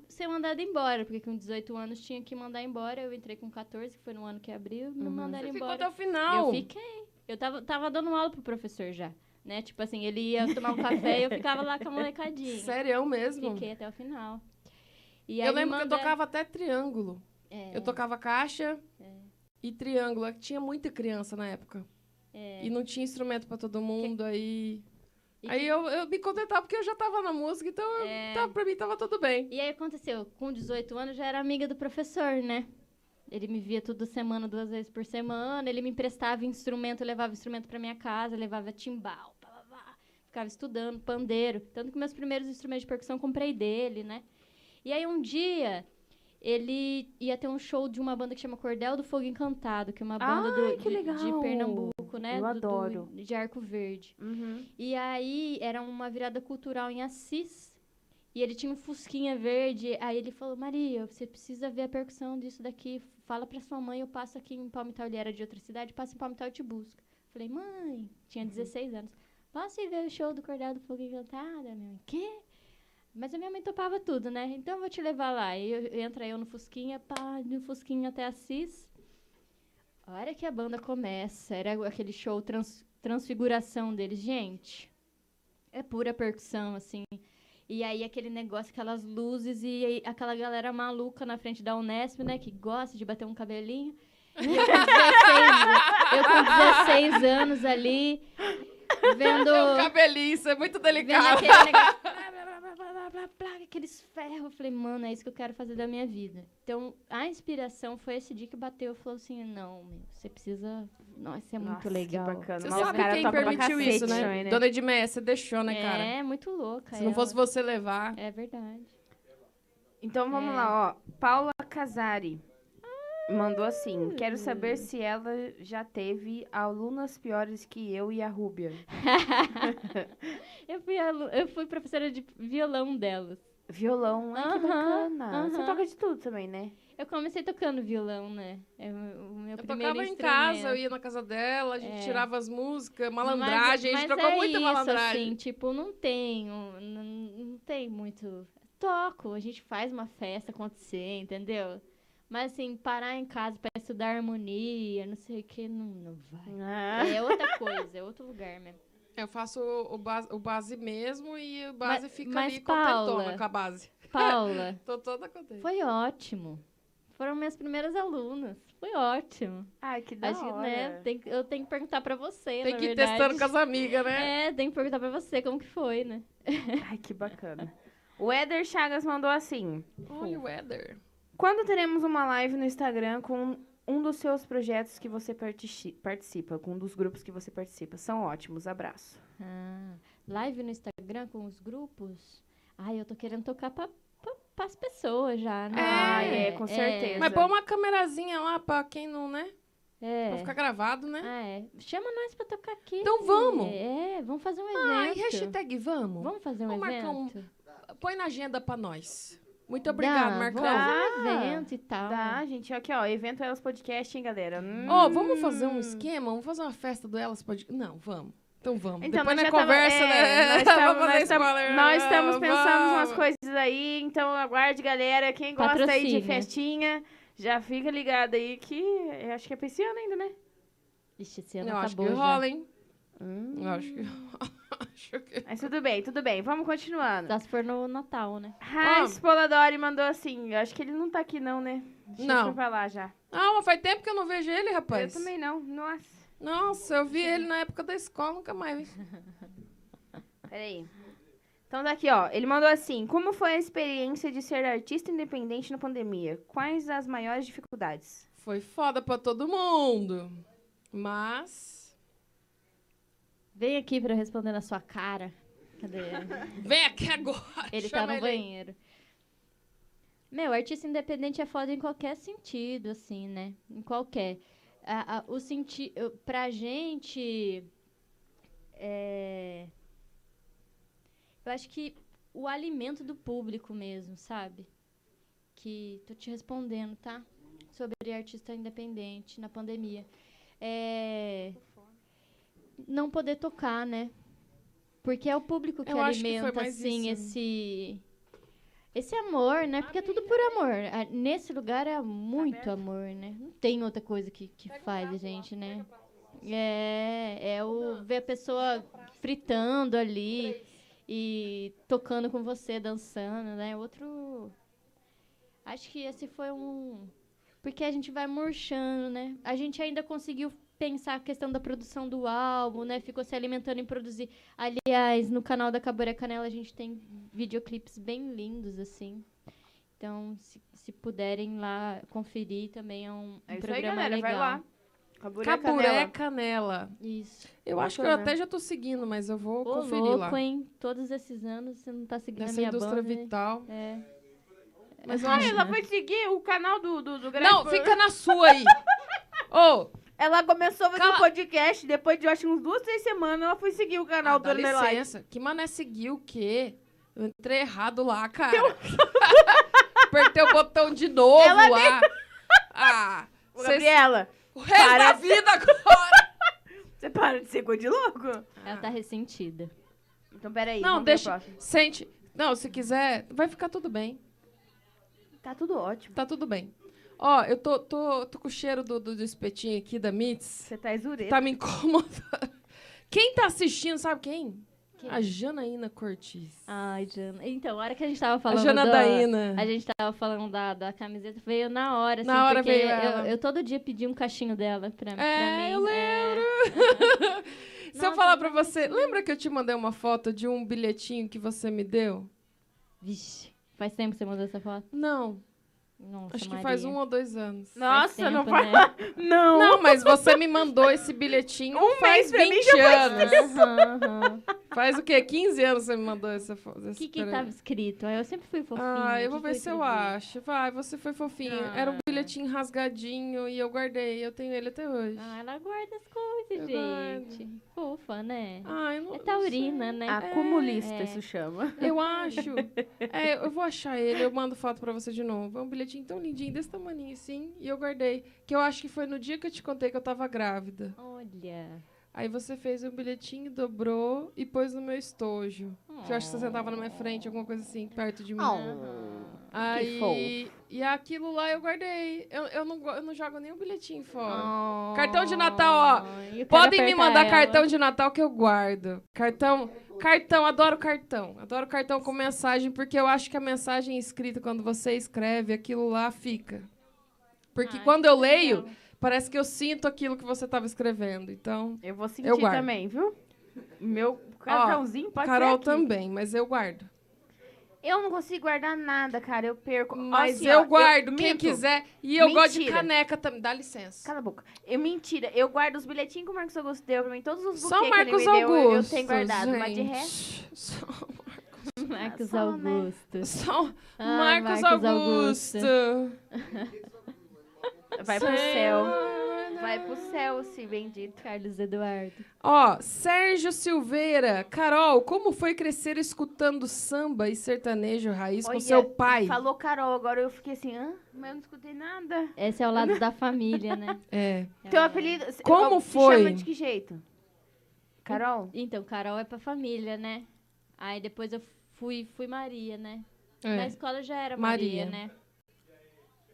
ser mandada embora, porque com 18 anos tinha que mandar embora. Eu entrei com 14, que foi no ano que abriu, me Uhum. mandaram Você ficou embora. até o final. Eu fiquei. Eu tava, tava dando aula pro professor já, né? Tipo assim, ele ia tomar um café e eu ficava lá com a molecadinha. Sério mesmo. Fiquei até o final. E aí Eu me lembro que eu mandaram- tocava até triângulo. É, Eu tocava caixa e triângulo. É Tinha muita criança na época. E não tinha instrumento pra todo mundo, aí... É. E É. Aí eu, eu me contentava porque eu já tava na música, então eu tava, pra mim tava tudo bem. E aí aconteceu, com 18 anos eu já era amiga do professor, né? Ele me via toda semana, duas vezes por semana, ele me emprestava instrumento, eu levava instrumento pra minha casa, levava timbal, pá, pá, pá. ficava estudando, pandeiro. Tanto que meus primeiros instrumentos de percussão eu comprei dele, né? E aí um dia ele ia ter um show de uma banda que chama Cordel do Fogo Encantado, que é uma banda do- que de, de legal! Pernambuco, né? Eu Do- do- adoro. de Arco Verde. Uhum. E aí era uma virada cultural em Assis. E ele tinha um fusquinha verde. Aí ele falou: Maria, você precisa ver a percussão disso daqui. Fala pra sua mãe, eu passo aqui em Palmital. Ele era de outra cidade, passa em Palmital e te busca. Falei: mãe, tinha 16 anos. Posso ir ver o show do Cordel do Fogo Encantado? A Minha mãe, quê? Mas a minha mãe topava tudo, né? Então eu vou te levar lá. E eu, entra eu no Fusquinha, pá, no Fusquinha até Assis. A hora que a banda começa, era aquele show trans- transfiguração deles, gente. É pura percussão, assim. E aí aquele negócio, aquelas luzes e aí aquela galera maluca na frente da Unesp, né? Que gosta de bater um cabelinho. E eu com 16, eu com 16 anos ali, vendo Tem um cabelinho, isso é muito vendo delicado. aquele negócio. blá, blá, blá, blá, blá, blá, blá, blá, aqueles ferros. Eu falei, mano, é isso que eu quero fazer da minha vida. Então, a inspiração foi esse dia que bateu. Falou assim, não, meu, você precisa... Nossa, é muito Nossa, legal. Que bacana. Você Mas o sabe cara quem toca pra permitiu isso, cacete, né? Dona Edmeia, você deixou, né, cara? É, muito louca Se não ela. fosse você levar. É verdade. Então vamos É. lá, ó. Paula Casari mandou assim: quero saber se ela já teve alunas piores que eu e a Rúbia. Eu fui, alu- eu fui professora de violão delas. Violão, ai que Aham, bacana. Você aham. toca de tudo também, né? Eu comecei tocando violão, né? É o meu- o meu Eu primeiro tocava em instrumento. casa, eu ia na casa dela, a gente É. tirava as músicas, malandragem, mas, a gente mas trocou é muita isso, malandragem. Assim, tipo, não tenho, não, não tem muito. Toco, a gente faz uma festa acontecer, entendeu? Mas assim, parar em casa pra estudar harmonia, não sei o que, não, não vai. Ah. É outra coisa, é outro lugar mesmo. Eu faço o base, o base mesmo e o base Mas- fica mas, ali Paula- contentona com a base. Paula, Tô toda contente. foi ótimo. Foram minhas primeiras alunas. Foi ótimo. Ai, que da Acho que, hora. né, tem que- eu tenho que perguntar pra você, Tem na que ir verdade. testando com as amigas, né? É, tem que perguntar pra você como que foi, né? Ai, que bacana. O Eder Chagas mandou assim: Olha o Weather. Quando teremos uma live no Instagram com um dos seus projetos que você partici- participa, com um dos grupos que você participa? São ótimos, abraço. Ah, live no Instagram com os grupos? Ai, eu tô querendo tocar pra, pra, pras pessoas já, né? Ah, é, com certeza. Mas põe uma câmerazinha lá pra quem não, né? É. Pra ficar gravado, né? Ah, é. Chama nós pra tocar aqui. Então vamos. É, vamos fazer um Ah, e evento. hashtag vamos? Vamos fazer um Vamos marcar um- evento? Põe na agenda pra nós. Muito obrigado, Dá, Marcão. Vamos fazer um Ah, evento e tal. Tá, gente, aqui ó, evento Elas Podcast, hein, galera? Hum. Ó, vamos fazer um esquema? Vamos fazer uma festa do Elas Pode... Não, vamos. Então vamos. Então, Depois nós na já tamo- conversa, é, né? nós Vamos tamo- fazer nós tamo- spoiler. Ah, Nós estamos pensando Vamos. umas coisas aí, então aguarde, galera. Quem gosta aí de Patrocínio. festinha, já fica ligado aí que eu acho que é pra esse ano ainda, né? Ixi, esse ano Eu tá acho acabou que já. rola, hein? Hum. Eu acho que... acho que... Mas tudo bem, tudo bem. Vamos continuando. Só se for no Natal, né? Raiz Poladori mandou assim, eu acho que ele não tá aqui não, né? Deixa Não. Foi pra lá já. Ah, mas faz tempo que eu não vejo ele, rapaz. Eu também não, nossa. Nossa, eu vi ele na época da escola, nunca mais vi. Peraí. Então daqui, ó, ele mandou assim, como foi a experiência de ser artista independente na pandemia? Quais as maiores dificuldades? Foi foda pra todo mundo. Mas. Vem aqui pra eu responder na sua cara. Cadê ele? Vem aqui agora! Ele Chama tá no ele aí. banheiro. Meu, artista independente é foda em qualquer sentido, assim, né? Em qualquer. A, a, o senti eu- pra gente. É, eu acho que o alimento do público mesmo, sabe? Que tô te respondendo, tá? Sobre artista independente na pandemia. É, não poder tocar, né? Porque é o público que Eu acho que foi alimenta, mais assim, isso, né? esse. Esse amor, né? Porque é tudo por amor. Ah, Nesse lugar é muito Tá amor, né? Não tem outra coisa que, que um faz a gente, né? É, é um o ver a pessoa fritando ali e tocando com você, dançando, né? Outro. Acho que esse foi um. Porque a gente vai murchando, né? A gente ainda conseguiu pensar a questão da produção do álbum, né? Ficou se alimentando em produzir. Aliás, no canal da Caboré Canela a gente tem videoclipes bem lindos, assim. Então, se, se puderem lá conferir, também é um, um É isso aí, programa galera, legal. vai lá. Caburé, Caburé Canela. Canela. Isso. Eu acho que eu Bacana. até já tô seguindo, mas eu vou Ô, conferir louco, lá. hein? Todos esses anos você não tá seguindo a Nessa minha indústria banda. né? vital. É. Mas eu Ah, acho. ela foi seguir o canal do, do, do Grande Não, Por- fica na sua aí. Ô, Ela começou a fazer Cala- um podcast, depois de, eu acho, uns duas, três semanas, ela foi seguir o canal ah, do dá Underline. licença. Que mané seguiu o quê? Eu entrei errado lá, cara. Apertei o botão de novo Ela lá. Ah, Ô, vocês... Gabriela, o resto da Para. vida agora. você para de ser cor de louco? Ela tá ressentida. Então, peraí. Não, vamos ver o deixa. próximo. Sente. Não, se quiser, vai ficar tudo bem. Tá tudo ótimo. Tá tudo bem. Ó, eu tô, tô, tô com o cheiro do, do, do espetinho aqui da Mitz. Você tá exureta. Tá me incomodando. Quem tá assistindo, sabe quem? Quem? A Janaína Cortiz. Ai, Jana. Então, a hora que a gente tava falando. a da- Janadaína. A gente tava falando da, da camiseta, veio na hora, assim, Na hora porque veio eu, ela. eu todo dia pedi um cachinho dela pra, pra mim. É, eu lembro. Se eu Nossa, falar pra mas você, lembra que eu te mandei uma foto de um bilhetinho que você me deu? Vixe, faz tempo que você mandou essa foto? Não, Nossa, acho que faz um Maria. ou dois anos. Nossa, tempo, não faz. né? Não! Não, mas você me mandou esse bilhetinho Um faz mês pra mim 20 anos. Aham, aham. Faz o quê? 15 anos você me mandou essa foto. O que que tava escrito? Ah, Eu sempre fui fofinha. Ah, eu o vou que ver que se eu escrevi? acho. Vai, você foi fofinho. Ah. Era um bilhetinho rasgadinho e eu guardei. Eu tenho ele até hoje. Ah, ela guarda as coisas, Eu gente. Fofa, né? Ah, eu não, é não sei. taurina, né? Acumulista, É. isso chama. Eu acho. É, eu vou achar ele, eu mando foto pra você de novo. É um bilhetinho tão lindinho, desse tamaninho assim, e eu guardei. Que eu acho que foi no dia que eu te contei que eu tava grávida. Olha. Aí você fez um bilhetinho, dobrou e pôs no meu estojo. Que eu acho que você sentava na minha frente, alguma coisa assim, perto de mim. Ah, Aí, e aquilo lá eu guardei. Eu, eu, não, go- eu não jogo nenhum bilhetinho Ah. fora. Oh. Cartão de Natal, ó. Podem me mandar cartão de Natal que eu guardo. Cartão, cartão, adoro cartão. Adoro cartão com mensagem, porque eu acho que a mensagem escrita, quando você escreve, aquilo lá fica. Porque Ah, quando eu isso é leio, legal. parece que eu sinto aquilo que você estava escrevendo. Então, Eu vou sentir Eu guardo. também, viu? Meu cartãozinho pode Carol ser. aqui. também, mas eu guardo. Eu não consigo guardar nada, cara. Eu perco. Mas Assim, ó, eu guardo, quem minto. quiser. E eu gosto de Mentira. caneca também. Dá licença. Cala a boca. Eu, mentira, eu guardo os bilhetinhos que o Marcos Augusto deu pra mim. Todos os buquês Só Marcos que ele me deu, eu- Augusto. eu tenho guardado. Mas de gente. resto, Só, Marcos Só, né? Augusto. só Ah, Marcos, Augusto. vai pro céu. Vai pro céu, se bendito. Carlos Eduardo. Ó, Sérgio Silveira. Carol, como foi crescer escutando samba e sertanejo raiz com Olha, seu pai? Falou Carol, agora eu fiquei assim, hã? Mas eu não escutei nada. Esse é o lado da família, né? É. Teu apelido. se- Como ó, se foi? Chama de que jeito? Carol? Então, Carol é pra família, né? Aí depois eu fui, fui Maria, né? Na é. escola já era Maria. Maria, né?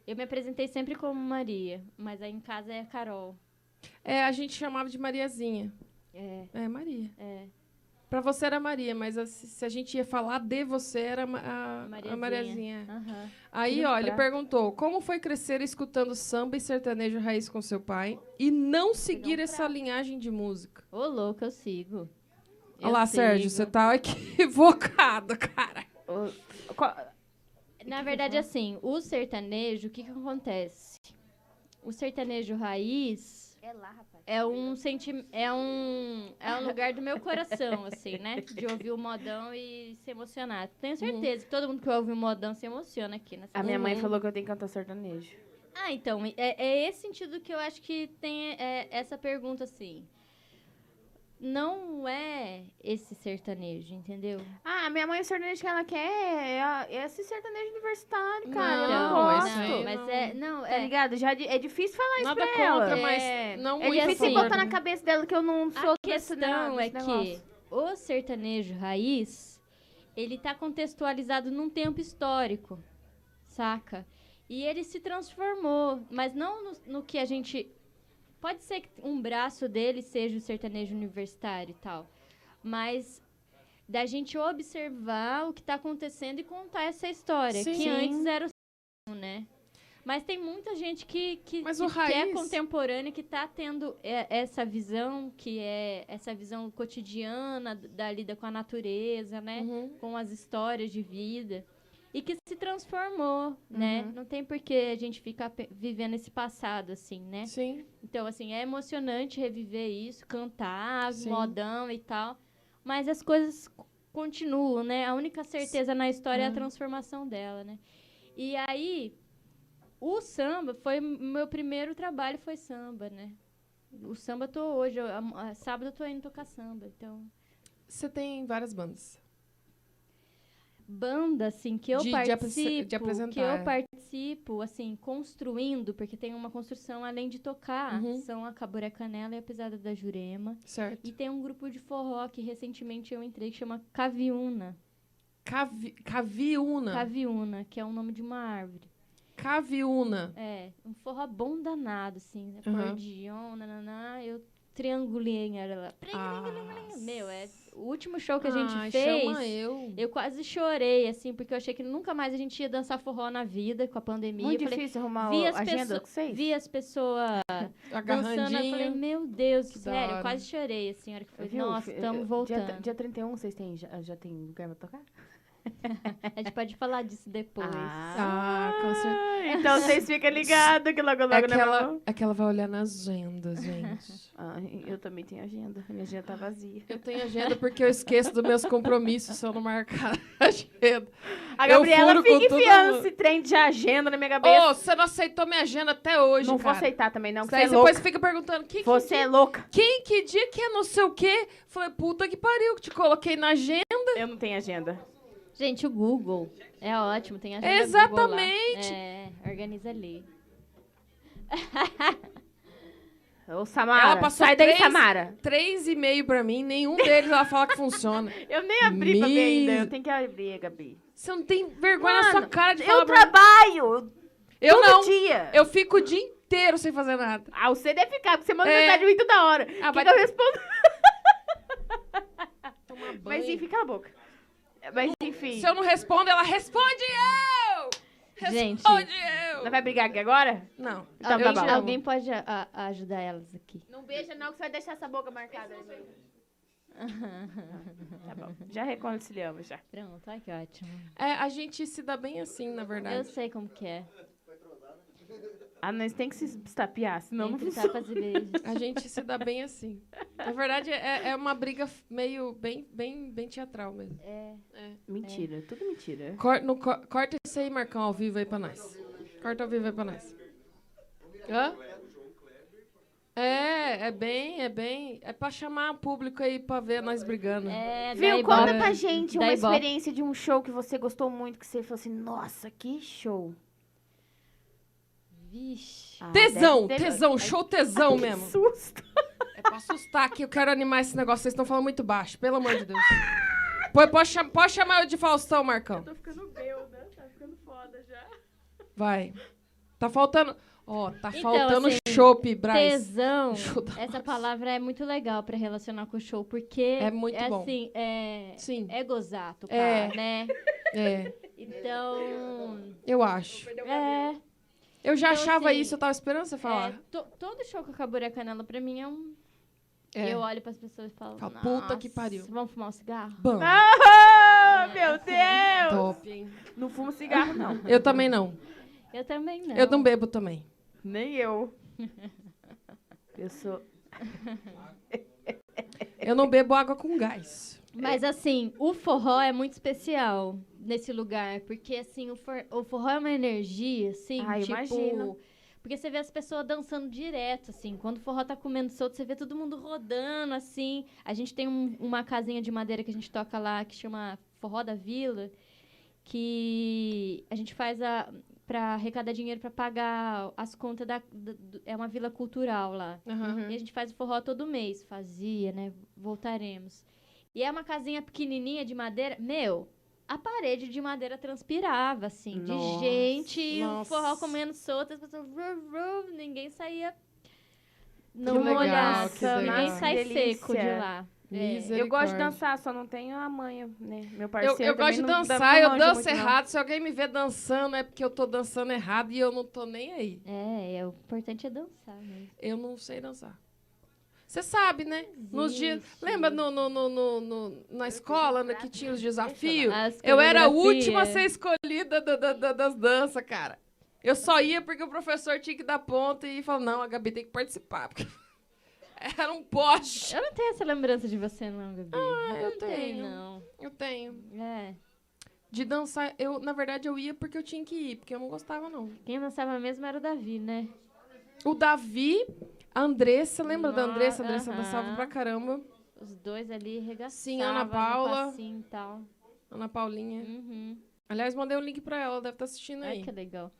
Eu me apresentei sempre como Maria, mas aí em casa é Carol. É, a gente chamava de Mariazinha. É, É, Maria. é. Pra você era Maria, mas a- se se a gente ia falar de você, era ma- a, a Mariazinha. Mariazinha. Aham. Aí, No ó, ele prato. perguntou: como foi crescer escutando samba e sertanejo raiz com seu pai e não seguir essa linhagem de música? Ô, louco, eu sigo. Olha Eu lá, sigo. Sérgio, você tá equivocado, cara. O- qual- Na verdade, assim, o sertanejo, o que que acontece? O sertanejo raiz É lá, rapaz. é um senti é um é um lugar do meu coração, assim, né? De ouvir o modão e se emocionar. Tenho certeza que todo mundo que ouve o modão se emociona aqui nessa Uhum. A minha mãe Uhum. falou que eu tenho que cantar sertanejo. Ah, então, é, é esse sentido que eu acho que tem é, essa pergunta, assim. Não é esse sertanejo, entendeu? Ah, a minha mãe, o sertanejo que ela quer é a- é esse sertanejo universitário, cara. eu Não, não mas gosto. isso aí mas não- é. Então, Não, Tá é. ligado? Já de- é difícil falar isso Nada pra contra, ela. mas É, não é muito. que É difícil assim, favor, botar né? na cabeça dela que eu um não sou A desse questão negócio, é desse que negócio. o sertanejo raiz, ele tá contextualizado num tempo histórico, saca? E ele se transformou, mas não no, no que a gente. Pode ser que um braço dele seja o sertanejo universitário e tal, mas da gente observar o que tá acontecendo e contar essa história, Sim. que antes era o né? Mas tem muita gente que, que, Mas que- o que é raiz- contemporânea que tá tendo é, essa visão que é essa visão cotidiana d- da lida com a natureza, né? Uhum. Com as histórias de vida e que se transformou, né? Não tem por que a gente ficar pe- vivendo esse passado assim, né? Sim. Então assim, é emocionante reviver isso, cantar, Sim. modão e tal, mas as coisas c- continuam, né? A única certeza na história é a transformação dela, né? E aí, o samba foi meu primeiro trabalho foi samba, né? O samba eu tô hoje, eu- a- a- sábado eu tô indo tocar samba, então Você tem várias bandas. banda assim que eu De- de apre- de participo, que apresentar, é. eu participo assim construindo, porque tem uma construção além de tocar, Uhum. são a Caburé Canela e a Pesada da Jurema. Certo. E tem um grupo de forró que recentemente eu entrei que chama Caviuna. Cavi, caviuna. Caviuna, que é o nome de uma árvore. Caviuna. É, um forró bom danado, assim. Aham. Acordeon, nananá, eu triangulei ela. Ah. Meu, é o último show que a gente Ai, fez. Ah, Chama eu. Eu quase chorei, assim, porque eu achei que nunca mais a gente ia dançar forró na vida com a pandemia. Muito eu falei, difícil arrumar vi o- as a agenda pessoas- com vocês. vi as pessoas dançando, eu falei, Agarrandinho. meu Deus, Que da sério, hora. eu quase chorei, assim, a hora que foi, Viu? nossa, Fi- estamos eh, voltando. Dia, dia 31, vocês têm, já, já tem lugar pra tocar? A gente pode falar disso depois. Ah, com certeza. Então vocês ficam ligados que logo logo É não que, é ela, bom. é que ela vai olhar na agenda, gente. Ai, Ah, eu também tenho agenda. Minha agenda tá vazia. Eu tenho agenda porque eu esqueço dos meus compromissos se eu não marcar a agenda. A Eu Gabriela furo com fica todo enfiando mundo. esse trem de agenda na minha Ô, cabeça. você não aceitou minha agenda até hoje, não vou cara. aceitar também, não. que Aí Você é depois louca. você fica perguntando, que, que, Você é louca. quem, que dia, que é não sei o quê? Falei, puta que pariu, que te coloquei na agenda. Eu não tenho agenda. Gente, o Google é ótimo, tem a agenda Exatamente. Google lá. É, organiza ali. Ô, Samara. Ela passou sai daí, três- Samara. Três e meio pra mim, nenhum deles ela fala que funciona. Eu nem abri pra ver ainda. Me- Eu tenho que abrir, Gabi. Você não tem vergonha na sua Mano, cara de falar Eu pra mim. trabalho Eu todo não. dia. Eu fico o dia inteiro sem fazer nada. Ah, você deve ficar, porque você manda É. mensagem muito da hora. Ah, O que, vai que eu respondo? tomar banho. Mas enfim, cala a boca. Mas enfim. Se eu não respondo, ela responde eu! Gente. Responde Não eu! vai brigar aqui agora? Não. Então eu tá alguém, te bom. amo. alguém pode a- a- ajudar elas aqui. Não beija não, que você vai deixar essa boca marcada. tá bom. Já reconciliamos, já. Pronto, ai que ótimo. É, a gente se dá bem assim, na Eu verdade. sei como que é. Ah, nós tem que se estapear, senão não Entre funciona. tapas e beijos. A gente se dá bem assim. Na verdade, é, é uma briga f- meio bem, bem, bem teatral mesmo. É, Mentira, tudo mentira. Cor- no co- corta isso aí, Marcão, ao vivo aí pra nós. Corta ao vivo aí pra nós. Hã? É, é bem, é bem. É pra chamar o público aí pra ver nós brigando. é dá Viu, ibope. conta pra gente Dá uma ibope. experiência de um show que você gostou muito, que você falou assim, nossa, que show. Vixe. Ah, Tesão, deve ter- tesão, show tesão que mesmo. susto. É pra assustar aqui, eu quero animar esse negócio, vocês estão falando muito baixo, pelo amor de Deus. Pô, pode, cham- pode chamar eu de Faustão, Marcão. Tô ficando belda, tá ficando foda já. Vai. Tá faltando. Ó, tá Então, faltando assim, chopp, Braz. Tesão. Show da Essa palavra é muito legal pra relacionar com o show, porque É muito bom. assim, é Sim, é gozar, tocar, É. né? é. Então, Eu acho. é, Eu já Então, achava assim, isso, eu tava esperando você é, falar. to- todo show com a Cabura Canela pra mim é um É. eu olho pras pessoas e falo, Fala, puta que "Nossa, pariu." Vamos fumar um cigarro? Bom, Ah, meu Deus! top, hein? Não fumo cigarro, não. Eu também não. Eu também não. Eu não bebo também. Nem eu. Eu sou... Eu não bebo água com gás. Mas assim, o forró é muito especial nesse lugar, porque assim, o, for- o forró é uma energia, assim, Ah, eu tipo. imagino. Porque você vê as pessoas dançando direto, assim. Quando o forró tá comendo solto, você vê todo mundo rodando, assim. A gente tem um- uma casinha de madeira que a gente toca lá, que chama Forró da Vila, que a gente faz a. Pra arrecadar dinheiro pra pagar as contas da. da- do- é uma vila cultural lá. Aham. E a gente faz o forró todo mês. Fazia, né? Voltaremos. E é uma casinha pequenininha de madeira. Meu, a parede de madeira transpirava, assim. Nossa, de gente, o nossa. forró comendo solto. As pessoas... ru, ru, ninguém saía... Não legal, que molhasse. Ninguém legal. sai Que seco de delícia. lá. É. Misericórdia. Eu gosto de dançar, só não tenho a manha, né? Meu Eu, parceiro eu gosto de também não- dançar, não eu manja danço muito, não. errado. Se alguém me vê dançando, é porque eu tô dançando errado e eu não tô nem aí. É, é, o importante é dançar, né? Eu não sei dançar. Você sabe, né? Nos dias. Existe. Lembra no, no- no- no- no- na escola né, que tinha os desafios? As Eu era a coreografias. última a ser escolhida da- da- da- das danças, cara. Eu só ia porque o professor tinha que dar ponta e falou: não, a Gabi tem que participar. Porque era um poste. Eu não tenho essa lembrança de você, não, Gabi. Ah, eu não tenho. não. Eu tenho. É. De dançar, eu, na verdade, eu ia porque eu tinha que ir, porque eu não gostava, não. Quem dançava mesmo era o Davi, né? O Davi, a Andressa, lembra da No- Andressa? A Andressa aham. dançava pra caramba. Os dois ali regaçavam. Sim, Ana no Paula. passinho e tal. Ana Paulinha. Uhum. Aliás, mandei um link pra ela, deve estar assistindo Ai, aí. que legal.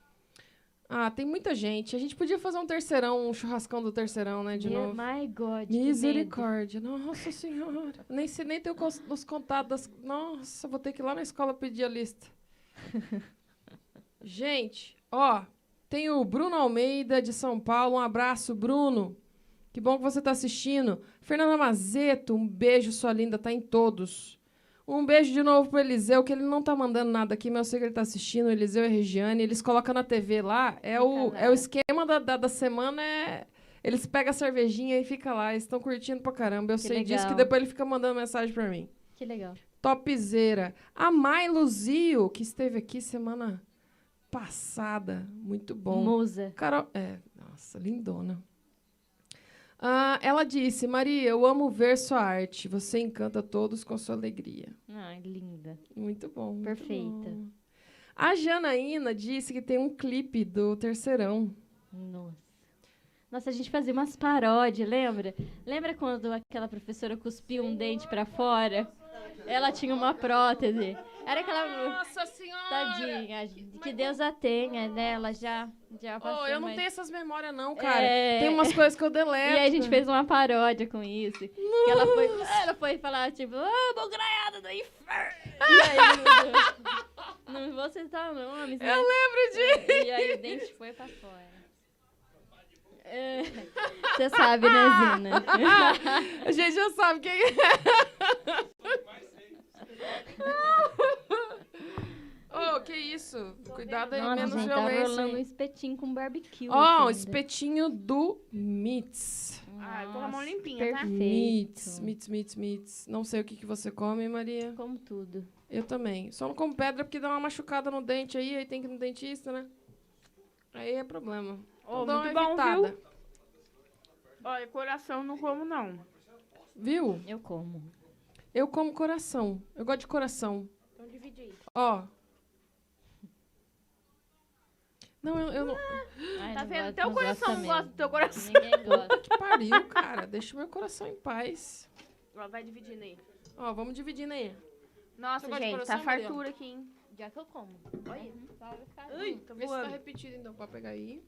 Ah, tem muita gente. A gente podia fazer um terceirão, um churrascão do terceirão, né, de novo. Meu- My God. que medo. Misericórdia, nossa senhora. Nem sei nem ter os contatos. das- Nossa, vou ter que ir lá na escola pedir a lista. Gente, ó, tem o Bruno Almeida de São Paulo. Um abraço, Bruno. Que bom que você tá assistindo. Fernanda Mazeto, um beijo, sua linda, tá em todos. Um beijo de novo pro Eliseu, que ele não tá mandando nada aqui, mas eu sei que ele tá assistindo. O Eliseu e a Regiane, eles colocam na TV lá. É, o, Fica lá. é o esquema da, da, da semana, é, eles pegam a cervejinha e fica lá. Eles estão curtindo pra caramba. Eu Que sei disso, que legal. depois ele fica mandando mensagem pra mim. Que legal. topzeira. A Mai Luzio, que esteve aqui semana passada. Muito bom. Musa. Carol, é, nossa, lindona. Ah, ela disse, Maria, eu amo ver sua arte. Você encanta todos com sua alegria. Ai, linda. Muito bom. muito Perfeita. bom. A Janaína disse que tem um clipe do Terceirão. Nossa. Nossa, a gente fazia umas paródias, lembra? Lembra quando aquela professora cuspiu um dente pra fora? Ela tinha uma prótese. Era aquela Nossa senhora! tadinha, que Deus a tenha, né? Ela já já Oh, passou, eu não mas- tenho essas memórias não, cara. É. Tem umas coisas que eu E deleto. aí a gente fez uma paródia com isso. Que ela foi, assim, ela foi falar tipo, ah, bugraiada do inferno. E aí, mudou. não vou citar nomes, né? Eu lembro disso. E aí o dente foi pra fora. É, Você sabe, né, Zina? A gente já sabe quem é. oh, que isso. Cuidado aí, Nossa, menos gente, tá violência. rolando um hein? espetinho com barbecue. Ó, o aqui ainda. espetinho do Mits. Ah, eu tô com a mão Nossa, limpinha, tá? perfeito. Mits, Mits, Mits, Mits. Não sei o que, que você come, Maria. Como tudo. Eu também. Só não como pedra porque dá uma machucada no dente aí, aí tem que ir no dentista, né? Aí é problema. Ô, Então dá muito uma bom, evitada. viu? Olha, coração não como, não. Viu? Eu como. Eu como coração. Eu gosto de coração. Então divide aí. Ó. Não, eu, eu não. Ai, Tá É, não vendo? gosto- Teu não gosto coração não mesmo. gosta do teu coração. Ninguém gosta. Que pariu, cara. Deixa o meu coração em paz. Ó, vai dividindo aí. Ó, vamos dividindo aí. Nossa, Você gosta de gente, coração, tá Mariana? fartura aqui, hein? Já que eu como. Olha. Uhum. Ui. Ai, tá Vê se tá voando. repetido, então, pra pegar aí.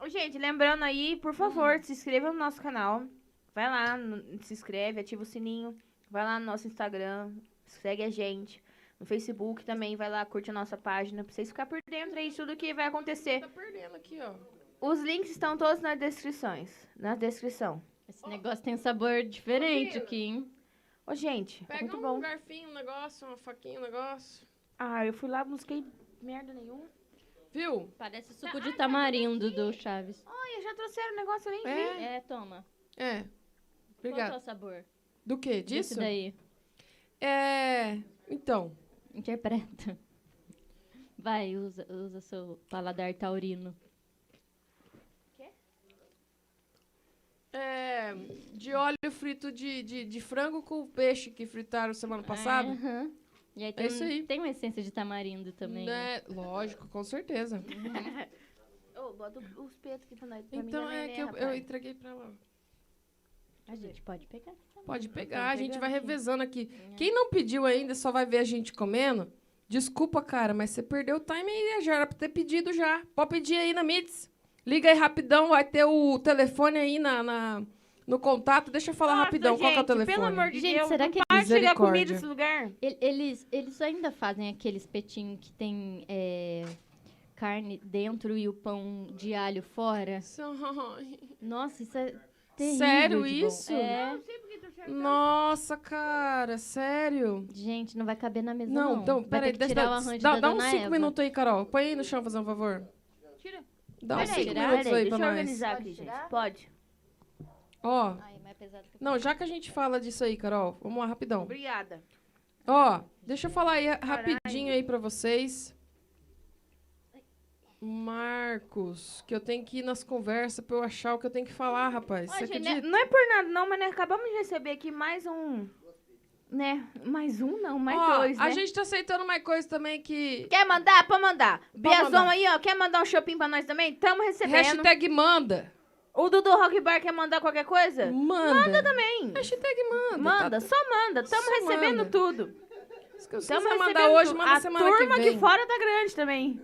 Ô, Gente, lembrando aí, por Uhum. favor, se inscreva no nosso canal. Vai lá, no- se inscreve, ativa o sininho. Vai lá no nosso Instagram, segue a gente. No Facebook também, vai lá, curte a nossa página, pra vocês ficarem por dentro aí de tudo que vai acontecer. Tá perdendo aqui, ó. Os links estão todos nas descrições. Na descrição. Esse negócio tem um sabor diferente Menina. aqui, hein? Ô, gente, é Pega muito um bom. garfinho, um negócio, uma faquinha, um negócio. Ah, eu fui lá, busquei merda nenhuma. Viu? Parece suco de tamarindo do Chaves. Ai, já trouxeram o negócio, eu nem vi. É, É, toma. é. Qual que é Obrigada. o sabor? Do que? Disso? Isso daí. É. Então. Interpreta. Vai, usa, usa seu paladar taurino. É. De óleo frito de, de, de frango com peixe que fritaram semana passada. É, aham. E aí tem, isso aí. tem uma essência de tamarindo também. né? Né? Lógico, com certeza. Ô, bota os peitos aqui pra nós. pra mim Então também, é né, que eu, eu rapaz? Tá entreguei pra lá. A gente pode pegar. Pode pegar, a gente vai pegando. revezando aqui. Quem não pediu ainda só vai ver a gente comendo. Desculpa, cara, mas você perdeu o time aí, né? já era pra ter pedido já. Pode pedir aí na MITS. Liga aí rapidão, vai ter o telefone aí na, na- no contato. Deixa eu falar Nossa, rapidão qual que é o gente, telefone. Pelo amor de Gente, Deus, será não que- para de chegar comida Misericórdia. nesse lugar. El- Eles, eles ainda fazem aquele espetinho que tem é, carne dentro e o pão de alho fora? Nossa, isso é terrível Sério de bom. isso? É. Nossa, cara, sério? Gente, não vai caber na mesa, não. Não, então, Vai peraí, ter que deixa tirar o dá, arranjo dá, da dá uns dona 5 Eva. minutos aí, Carol. Põe aí no chão, fazendo um favor. Tira. Dá uns Peraí, 5 peraí, minutos aí deixa pra eu nós. organizar aqui, gente. Pode. Ó, Ai, mas é pesado que eu- não, já que a gente fala disso aí, Carol, vamos lá, Então. rapidão. Obrigada. Ó, deixa eu falar aí rapidinho aí pra vocês. Marcos, que eu tenho que ir nas conversas pra eu achar o que eu tenho que falar, rapaz. Você Ó, gente, né, acredita? não é por nada não, mas né, acabamos de receber aqui mais um... Né? Mais um não, mais Ó, dois, a né? gente tá aceitando mais coisa também que... Quer mandar? Pode mandar. Biazão mandar. aí, ó. Quer mandar um shopping pra nós também? Tamo recebendo. Hashtag manda. O Dudu Rock Bar quer mandar qualquer coisa? Manda. Também. Hum. Hashtag manda. Manda, Tá, só manda. Tamo Só recebendo manda. tudo. se você Tamo recebendo mandar hoje, tudo. manda a semana turma que vem. de fora tá grande também.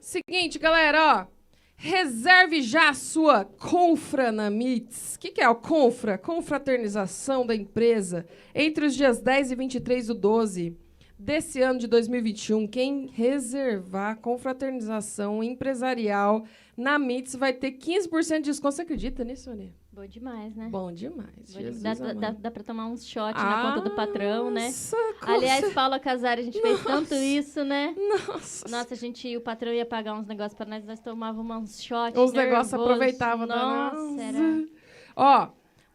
Seguinte, galera, ó. Reserve já a sua Confra na MITS. O que, que é o Confra? Confraternização da empresa. Entre os dias 10 e 23 do 12 desse ano de 2021, quem reservar confraternização empresarial na MITS vai ter 15% de desconto. Você acredita nisso, Aninha? Bom demais, né? Bom demais. Bom Jesus demais. dá, dá, amado. Ah, dá pra tomar uns shot na conta do patrão, né? Nossa, com Aliás, cer- Paula Casari, a gente fez tanto isso, né? nossa. Nossa, a gente, o patrão ia pagar uns negócios pra nós, nós tomávamos uns shots. Os negócios nervoso. aproveitavam pra nós. Nossa, era. Ó,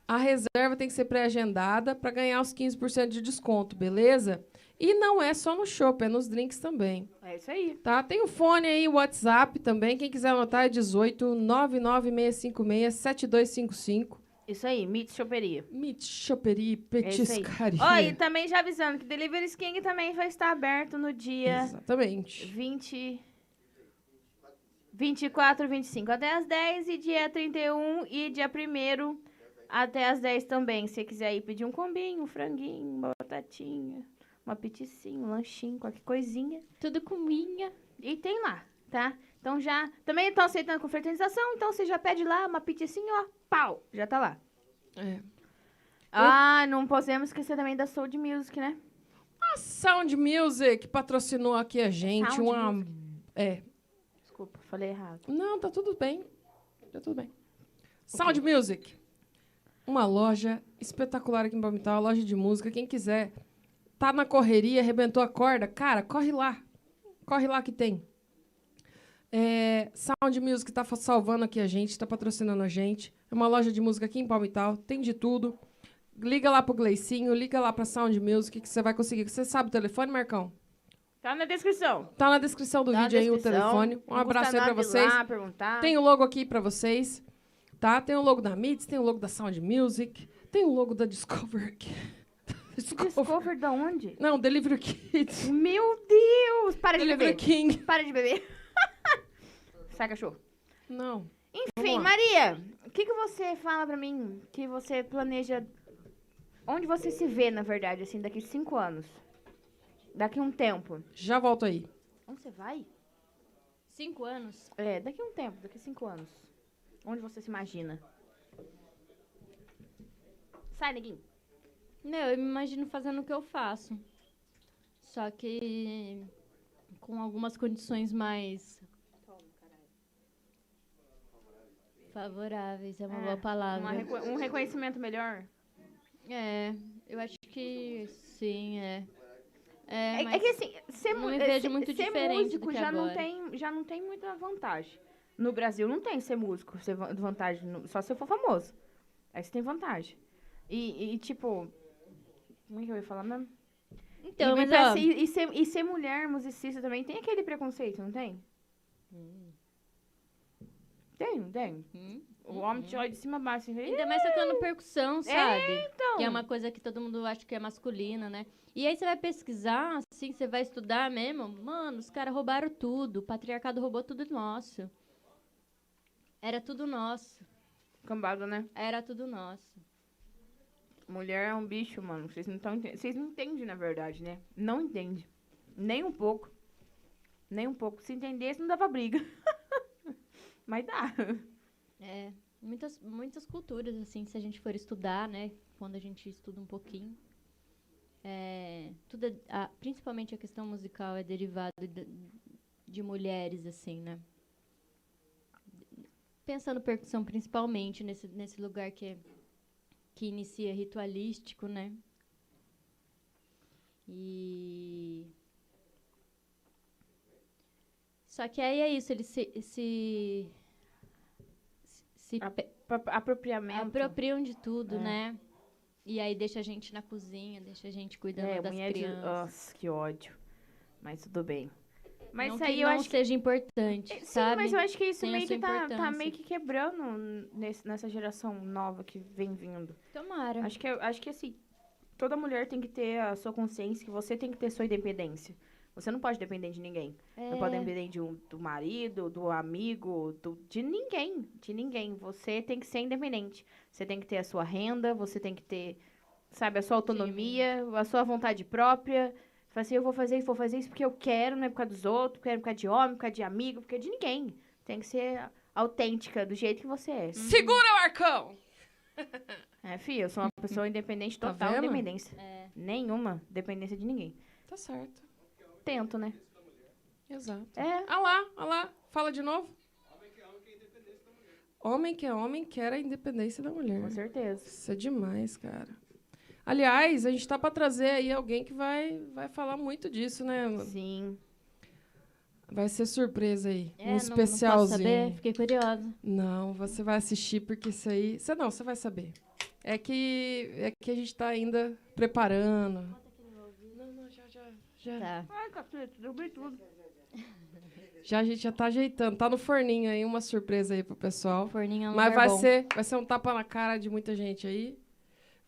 a reserva tem que ser pré-agendada para ganhar os 15% de desconto, beleza? E não é só no chopp, é nos drinks também. É isso aí. Tá? Tem o fone aí, o WhatsApp também. Quem quiser anotar é 18 99656 7255. Isso aí, Meet Choperia. Meet, choperia, É isso aí. petiscaria. Ó, e também já avisando que Delivery King também vai estar aberto no dia Exatamente. 20... 24, 25 até as 10 e dia 31 e dia 1 até as 10 também. Se você quiser ir pedir um combinho, um franguinho, uma batatinha, uma peticinha, um lanchinho, qualquer coisinha. Tudo com minha. E tem lá, tá? Então já. Também estão aceitando com fraternização, então você já pede lá uma peticinha, ó, pau, já tá lá. É. Ah, não podemos esquecer também da Soul Music, né? A Sound Music patrocinou aqui a gente. Sound uma... É. Desculpa, falei errado. Não, tá tudo bem. Tá tudo bem. Sound Music. Uma loja espetacular aqui em Palmital, loja de música. Quem quiser, tá na correria, arrebentou a corda, cara, corre lá. Corre lá que tem. É, Sound Music tá fa- salvando aqui a gente, tá patrocinando a gente. É uma loja de música aqui em Palmital, tem de tudo. Liga lá pro Gleicinho, liga lá pra Sound Music que você vai conseguir. Você sabe o telefone, Marcão? Tá na descrição. Tá na descrição do Tá na vídeo aí o descrição. telefone. Um Não abraço custa aí pra nada ir vocês. Lá, perguntar. Tem o logo aqui pra vocês, tá? Tem o logo da MIDS, tem o logo da Sound Music, tem o logo da Discover aqui. um Discover. Discover da onde? Não, Delivery Kids. Meu Deus! Para de Delivery beber. King. Para de beber. Sai, cachorro. Não. Enfim, Vamos lá. Maria, o que, que você fala pra mim que você planeja. Onde você se vê, na verdade, assim, daqui cinco anos? Daqui um tempo. Já volto aí. Onde você vai? Cinco anos. É, daqui um tempo, daqui cinco anos. Onde você se imagina? Sai, neguinho. Meu, eu me imagino fazendo o que eu faço. Só que com algumas condições mais. Favoráveis, é uma É, boa palavra. Uma reco- um reconhecimento melhor? É, eu acho que sim, é. É, É, mas é que assim, ser, não mu- me é, vejo ser- muito ser diferente do músico que já não agora. tem já não tem muita vantagem. No Brasil não tem ser músico, ser van- vantagem, no- só se eu for famoso. Aí você tem vantagem. E, e, tipo, como é que eu ia falar mesmo? então, e, me mas ó, parece- e- e ser, e ser mulher musicista também tem aquele preconceito, não tem? Tem, tem. Hum, O homem te olha de cima a baixo. Assim, ainda mais tocando percussão, sabe? então. Que é uma coisa que todo mundo acha que é masculina, né? E aí você vai pesquisar, assim, você vai estudar mesmo. Mano, os caras roubaram tudo. O patriarcado roubou tudo nosso. Era tudo nosso. Cambada, né? Era tudo nosso. Mulher é um bicho, mano. Vocês não estão Vocês não entendem, na verdade, né? Não entende. Nem um pouco. Nem um pouco. Se entendesse, não dava briga. Mas dá. É. Muitas, muitas culturas, assim, se a gente for estudar, né? Quando a gente estuda um pouquinho. É, tudo é- a- principalmente a questão musical é derivada de, de mulheres, assim, né? Pensando percussão principalmente nesse, nesse lugar que, é- que inicia ritualístico, né? E. Só que aí é isso, eles se. se, se A- Pro- Apropriamento. apropriam de tudo, É. né? E aí deixa a gente na cozinha, deixa a gente cuidando É, das mulher de... crianças. Nossa, que ódio. Mas tudo bem. Mas não isso que aí eu não acho que... É, seja importante, Sim, sabe? mas eu acho que isso Tem a meio que sua tá, tá importância. meio que quebrando n- nesse- nessa geração nova que vem vindo. Tomara. Acho que, acho que assim, toda mulher tem que ter a sua consciência que você tem que ter sua independência. Você não pode depender de ninguém. Não É, pode depender de um, do marido, do amigo, do- de ninguém. De ninguém. Você tem que ser independente. Você tem que ter a sua renda, você tem que ter, sabe, a sua autonomia, a sua vontade própria. Falar assim, eu vou fazer isso, vou fazer isso porque eu quero, não é por causa dos outros, porque é por causa de homem, por causa de amigo, porque é de ninguém. Tem que ser autêntica, do jeito que você é. Hum. Segura, Marcão! É, filha, eu sou uma pessoa independente, Tá total vendo? independência. é. Nenhuma dependência de ninguém. Tá certo. Tento, né? Exato. É, Ah lá, ah lá. Fala de novo. Homem que é homem quer a independência da mulher. com certeza. Isso é demais, cara. Aliás, a gente tá pra trazer aí alguém que vai, vai falar muito disso, né? Sim. Vai ser surpresa aí. É, um não- Não, posso saber, especialzinho. fiquei curiosa. Não, você vai assistir porque isso aí. Você não, você vai saber. É que é que a gente tá ainda preparando. Não, não, já, já. Já, Tá. Ai, cacete, derrubei tudo. já a gente já tá ajeitando. Tá no forninho aí, uma surpresa aí pro pessoal. O forninho é um Mas lugar vai bom. ser, vai ser um tapa na cara de muita gente aí.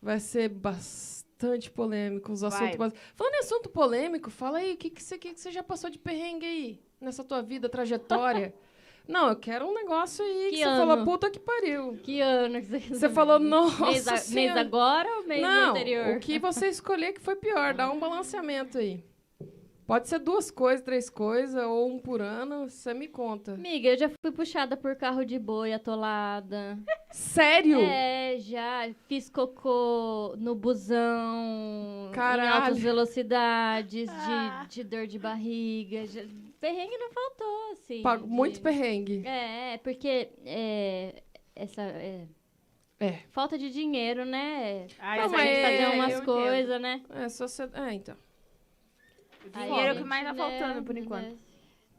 Vai ser bastante polêmico os Vai. assuntos. bas- Falando em assunto polêmico, fala aí, o que, que, você, o que que você já passou de perrengue aí nessa tua vida, trajetória? Não, eu quero um negócio aí que, Que você falou, ano? puta que pariu. Que ano que você quer Você saber? falou, nossa Mês, a- mês Senhora. agora ou mês Não, anterior? o que você escolher que foi pior, dá um balanceamento aí. Pode ser duas coisas, três coisas, ou um por ano, você me conta. Amiga, eu já fui puxada por carro de boi atolada. Sério? É, já fiz cocô no busão, em Caralho. Ah. altas velocidades, de, de dor de barriga. já- perrengue não faltou, assim. Pa- de- Muito perrengue. É, é, porque é, essa é, É. falta de dinheiro, né? Ai, Faz Não, a mas gente é, fazer eu umas entendo. coisas, né? É, só você... é, então. O Aí dinheiro é a o que gente, mais tá né, faltando, por enquanto. né?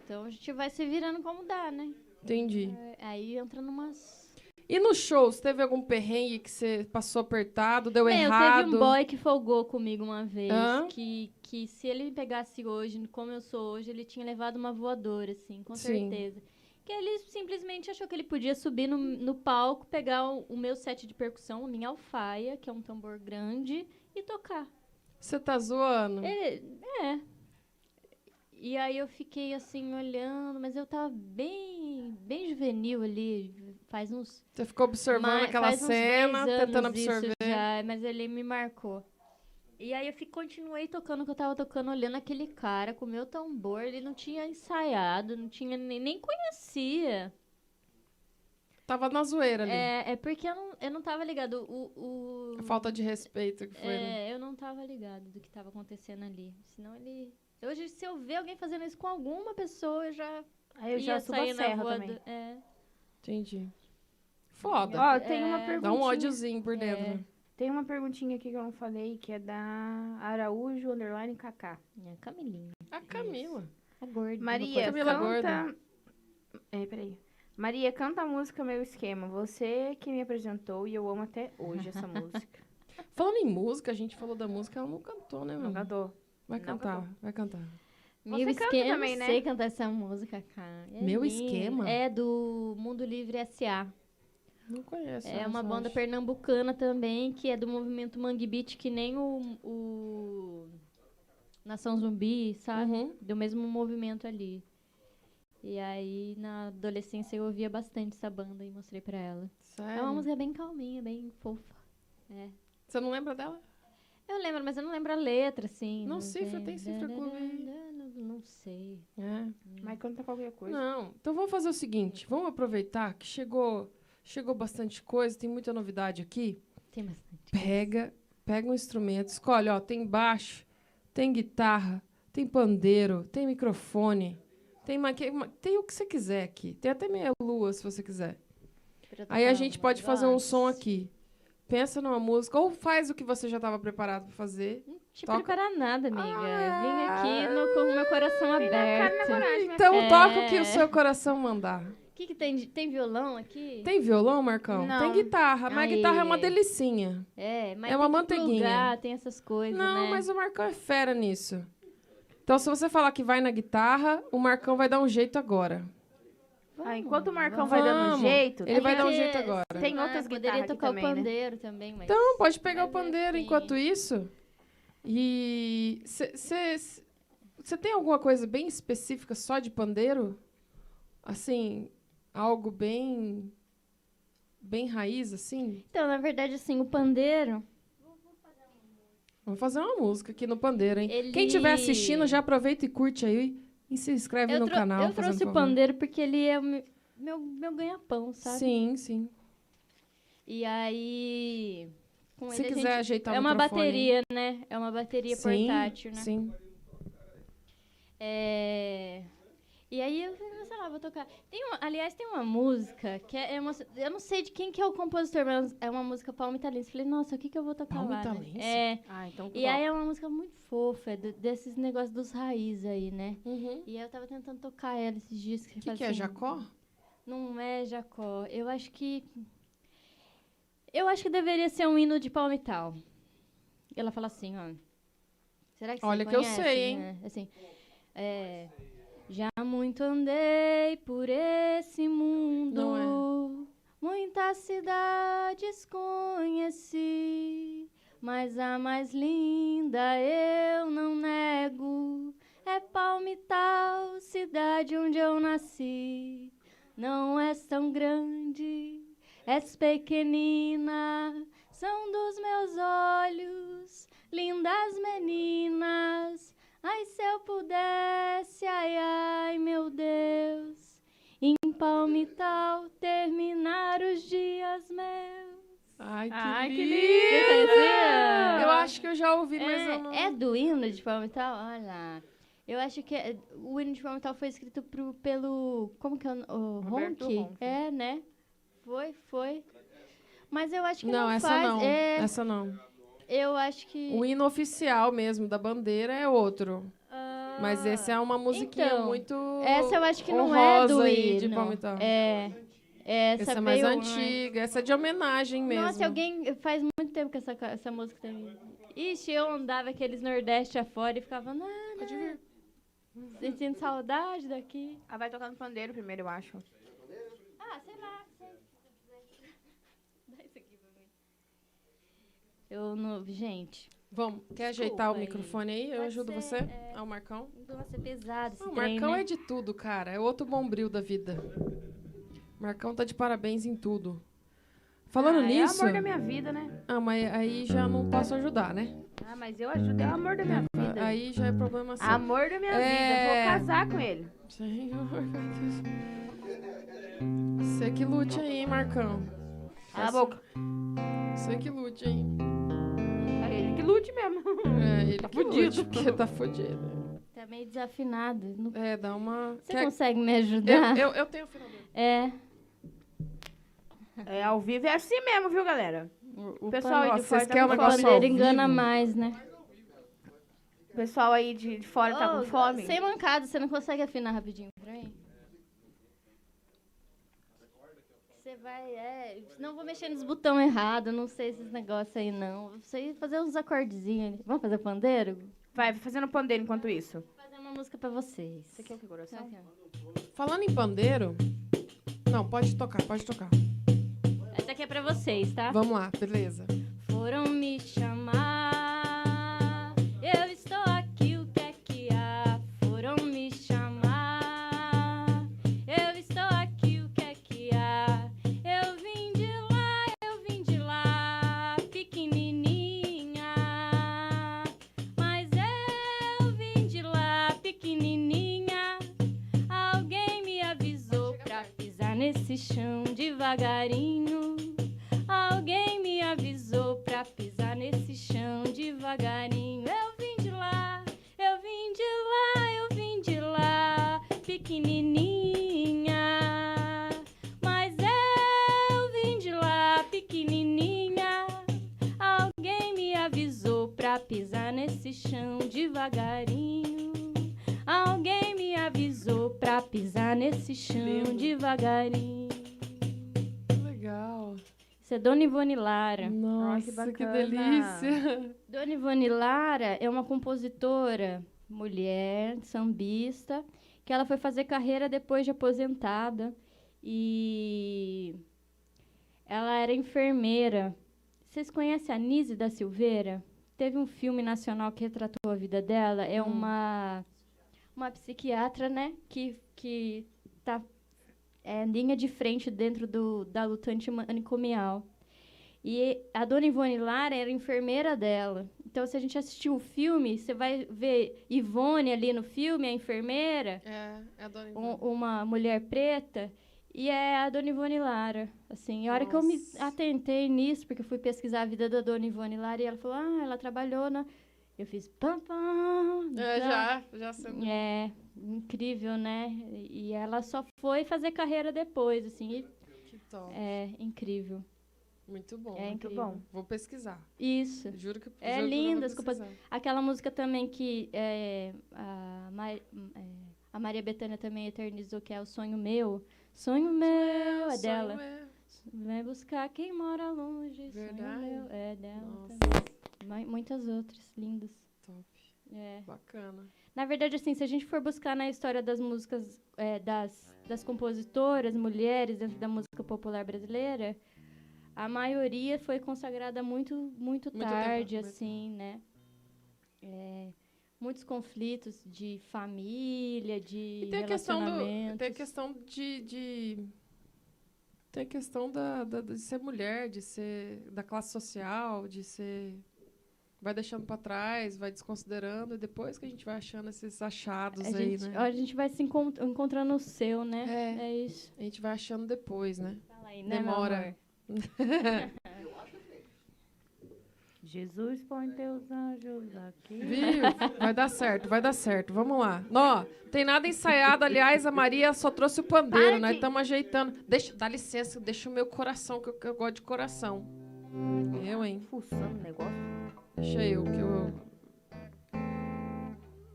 Então a gente vai se virando como dá, né? Entendi. Aí entra numas E nos shows, teve algum perrengue que você passou apertado, deu Meu, errado? teve um boy que folgou comigo uma vez. Hã? Que, que se ele me pegasse hoje, como eu sou hoje, ele tinha levado uma voadora, assim, com Sim. certeza. Que ele simplesmente achou que ele podia subir no, no palco, pegar o, o meu set de percussão, a minha alfaia, que é um tambor grande, e tocar. Você tá zoando? Ele, é. E aí eu fiquei assim, olhando, mas eu tava bem, bem juvenil ali, faz uns Você ficou observando mas aquela faz uns 10 cena, anos tentando isso absorver. já, mas ele me marcou. E aí eu fi- continuei tocando o que eu tava tocando, olhando aquele cara com o meu tambor. Ele não tinha ensaiado, não tinha nem, nem conhecia. Tava na zoeira ali. É, é porque eu não, eu não tava ligado. O, o- A falta de respeito que foi. né? é, eu não tava ligado do que tava acontecendo ali. Senão ele. Hoje, se eu ver alguém fazendo isso com alguma pessoa, eu já. Aí eu ia já subo a sair na serra voa também. do- é. Entendi. Foda. Ó, tem uma É. perguntinha. Dá um ódiozinho por dentro. É. né? Tem uma perguntinha aqui que eu não falei, que é da Araújo Underline Kaká. Minha Camilinha. A Camila. A gorda. Maria, Camila canta. É, peraí. Maria, canta a música Meu Esquema. Você que me apresentou e eu amo até hoje essa música. Falando em música, a gente falou da música, ela não cantou, né, Não mano? cantou? Vai não cantar, vai cantar. Meu Você canta esquema, também, eu né? sei cantar essa música, cara. É Meu linda. Esquema? É do Mundo Livre S.A. Não conheço. É essa, uma eu banda acho. pernambucana também, que é do movimento Mangue Beat, que nem o, o Nação Zumbi, sabe? Uhum. Do mesmo movimento ali. E aí, na adolescência, eu ouvia bastante essa banda e mostrei pra ela. É, Sério? uma música bem calminha, bem fofa. Você não lembra dela? Eu lembro, mas eu não lembro a letra, assim. Não, cifra, sei. tem cifra clube aí. Não, não sei. É. Mas canta qualquer coisa. Não. Então vamos fazer o seguinte, vamos aproveitar que chegou, chegou bastante coisa, tem muita novidade aqui. Tem bastante. pega, pega um instrumento, escolhe, ó, tem baixo, tem guitarra, tem pandeiro, tem microfone, tem maque... ma- tem o que você quiser aqui. Tem até meia lua se você quiser. pra Aí Ah, tocar a gente um pode fazer um som negócio. aqui. Pensa numa música ou faz o que você já estava preparado para fazer. te Toca- preparar nada, amiga. é. Ah. Vim aqui no, com o meu coração aberto. né? Então filha. toca o que É. o seu coração mandar. O que, que tem? de- Tem violão aqui? Tem violão, Marcão? Não. Tem guitarra, mas a Aí. guitarra é uma delicinha. É, mas É uma tem que manteiguinha. plugar, tem essas coisas, Não, né? mas o Marcão é fera nisso. Então, se você falar que vai na guitarra, o Marcão vai dar um jeito agora. Ah, Vamos, enquanto o Marcão vamos. vai dando um Vamos. jeito, Ele vai tem dar um que- é jeito agora. Tem Ah, outras poderia guitarras tocar aqui o também, né? pandeiro também, mas... Então, pode pegar o Mas é pandeiro assim. enquanto isso. E você tem alguma coisa bem específica só de pandeiro? Assim, algo bem bem raiz assim? Então, na verdade, assim, o pandeiro... Vamos fazer uma música aqui no pandeiro, hein? Ele- Quem estiver assistindo, já aproveita e curte aí e se inscreve Tá eu no trou- canal. eu trouxe fazendo o favor. pandeiro porque ele é o meu, meu, meu ganha-pão, sabe? Sim, sim. E aí... Com se ele a quiser gente- ajeitar É o uma microfone. bateria, né? É uma bateria sim, portátil, né? Sim. É... E aí eu falei, sei lá, vou tocar. Tem uma- aliás, tem uma música que é, é uma- eu não sei de quem que é o compositor, mas é uma música palmitalense. Falei, nossa, o que que eu vou tocar lá? né? Palmitalense? É. Ah, então E aí é uma música muito fofa, é do- desses negócios dos raízes aí, né? Uhum. E aí eu tava tentando tocar ela esses dias. O que, que um- é Jacó? assim, Não é Jacó. Eu acho que. Eu acho que deveria ser um hino de palmital. Ela fala assim, ó. Será que Olha você que eu conhece, sei, hein? né? Assim, é, já muito andei por esse Não é. mundo, muitas cidades conheci, mas a mais linda eu não nego, é Palmital, cidade onde eu nasci. Não és tão grande, és pequenina, são dos meus olhos, lindas meninas. Ai, se eu pudesse, ai, ai, meu Deus, em Palmital terminar os dias meus. Ai, que Ai, que lindo! lindo! Eu acho que eu já ouvi, mas eu não... É, é do hino de Palmital? Olha lá. Eu acho que é- o hino de Palmital foi escrito pro- pelo. Como que é o no- o Roberto Ronchi? Ronchi. É, né? Foi, foi. Mas eu acho que não, Não, essa faz. não. é, Essa não. Eu acho que. O hino oficial mesmo da bandeira é outro. Ah, Mas essa é uma musiquinha Então, muito. Essa eu acho que não é do honrosa aí hino. de Palmital. É. Essa, Essa é mais veio- né? antiga, essa é de homenagem mesmo. Nossa, alguém. Faz muito tempo que essa, ca- essa música tem. Ixi, eu andava aqueles Nordeste afora e ficava, "Nana, Pode vir. sentindo saudade daqui. Ah, vai tocar no pandeiro primeiro, eu acho. Ah, sei lá. sei. Dá isso aqui pra mim. Eu não. Gente. Vamos, quer Desculpa ajeitar o aí. microfone aí? Eu Pode ajudo ser, você? é. Ah, o Marcão? Nossa, é pesado esse Ah, o trem, Marcão né? é de tudo, cara. É outro bombril da vida. Marcão tá de parabéns em tudo. Falando Ah, É o nisso. amor da minha vida, né? Ah, mas aí já não posso ajudar, né? Ah, mas eu ajudo, é o amor da minha vida. Aí já é problema seu. Amor da minha É. vida, vou casar com ele. Senhor, meu Deus. Você que lute aí, hein, Marcão. Cala a boca. Você que lute, hein? É Ele que lute mesmo. É, ele Tá que lute, fudido. porque tá fudido. Tá meio desafinado. Não- É, dá uma... Você Quer- consegue me ajudar? eu, eu, eu tenho o final dele. É. É, ao vivo é assim mesmo, viu, galera? O, o Pessoal, pan- aí Nossa, de vocês fora querem tá um com o negócio fome. ao pandeiro engana vivo? mais, né? O pessoal aí de, de fora tá Ô, com fome. Sem mancada, você não consegue afinar rapidinho pra mim? Você vai, é. Não vou mexer nos botões errados, não sei esses negócios aí não. Sei fazer uns acordezinhos. ali. Vamos fazer pandeiro? Vai, fazendo pandeiro enquanto isso. Vou fazer uma música pra vocês. Você quer o que, coração? Aqui, ó. Falando em pandeiro... Não, pode tocar, pode tocar. Tá. Essa aqui é pra vocês, tá? Vamos lá, beleza. Foram me chamar, eu estou aqui, o que é que há? Foram me chamar, eu estou aqui, o que é que há? Eu vim de lá, eu vim de lá, pequenininha. Mas eu vim de lá, pequenininha. Alguém me avisou pra pisar nesse chão devagarinho. Alguém me avisou pra pisar nesse chão devagarinho. Eu vim de lá, eu vim de lá, eu vim de lá, pequenininha. Mas eu vim de lá, pequenininha. Alguém me avisou pra pisar nesse chão devagarinho. Alguém me avisou pra pisar nesse chão Lindo. devagarinho. Que legal. Isso é Dona Ivone Lara. Nossa, bacana. que, delícia. Dona Ivone Lara é uma compositora, mulher, sambista, que ela foi fazer carreira depois de aposentada e ela era enfermeira. Vocês conhecem a Nise da Silveira? Teve um filme nacional que retratou a vida dela. É uma uma psiquiatra, né, que que tá é, linha de frente dentro do, da luta antimanicomial. E a dona Ivone Lara era enfermeira dela. Então, se a gente assistir o filme, você vai ver Ivone ali no filme, a enfermeira, É, é a dona um- Ivone. uma mulher preta, e é a dona Ivone Lara. Assim, a hora que eu me Nossa. atentei nisso, porque eu fui pesquisar a vida da dona Ivone Lara, e ela falou, ah, ela trabalhou na... Eu fiz... Pam, pam, É, pam. já, já um sendo. É, incrível, né? E ela só foi fazer carreira depois, assim, e Que top. é incrível. Muito bom. é Muito incrível. bom. Vou pesquisar. Isso. Juro que É juro que eu linda é vou as roupas. pesquisar. Aquela música também que é, a, Ma- é, a Maria Bethânia também eternizou, que é o sonho meu. Sonho meu é Sonho dela. é- Vem buscar quem mora longe. Verdade. Sonho meu é dela. Nossa. também. Mai- Muitas outras lindas. Top. É. Bacana. Na verdade, assim, se a gente for buscar na história das músicas, é, das, das compositoras, mulheres dentro da música popular brasileira, a maioria foi consagrada muito, muito, Muito tarde, tempo, muito assim, né? É, muitos conflitos de família, de E tem a questão do. relacionamentos. Tem a questão de. de- tem a questão da, da- de ser mulher, de ser. da classe social, de ser. Vai deixando pra trás, vai desconsiderando, e depois que a gente vai achando esses achados a aí, gente, né? ó, a gente vai se encont- encontrando o seu, né? É, É isso. a gente vai achando depois, né? Fala aí, né, meu Demora. amor? Jesus põe teus anjos aqui. Viu? Vai dar certo, vai dar certo. Vamos lá. Nó, tem nada ensaiado. Aliás, a Maria só trouxe o pandeiro, Para nós de- estamos ajeitando. Deixa, dá licença, deixa o meu coração, que eu, que eu gosto de coração. Eu, hein? Fuçando o negócio. Deixa eu, que eu.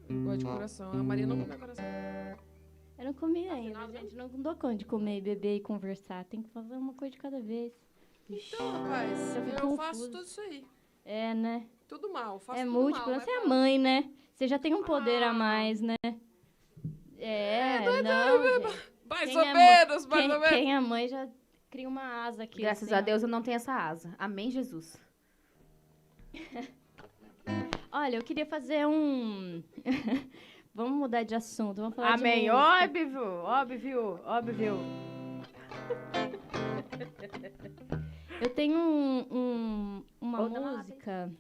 eu Gosto de coração. A Maria não comeu coração. Eu não comi ainda, gente. Não né? dou conta de comer, beber e conversar. Tem que fazer uma coisa de cada vez. Então, rapaz, Eu fico eu, faço confusa. tudo isso aí. É, né? Tudo mal. Faço é tudo múltiplo. mal, Ah. Você né? é mãe, né? Você já tem um poder a mais, né? É, não, gente. Mais Quem ou é mãe- menos, mais ou Quem, menos. quem é mãe já cria uma asa aqui. Graças assim, a ó. Deus eu não tenho essa asa. Amém, Jesus. Olha, eu queria fazer um... vamos mudar de assunto. Vamos falar de um Amém. música. Óbvio, óbvio, óbvio. Eu tenho um, um- uma Outra lá, música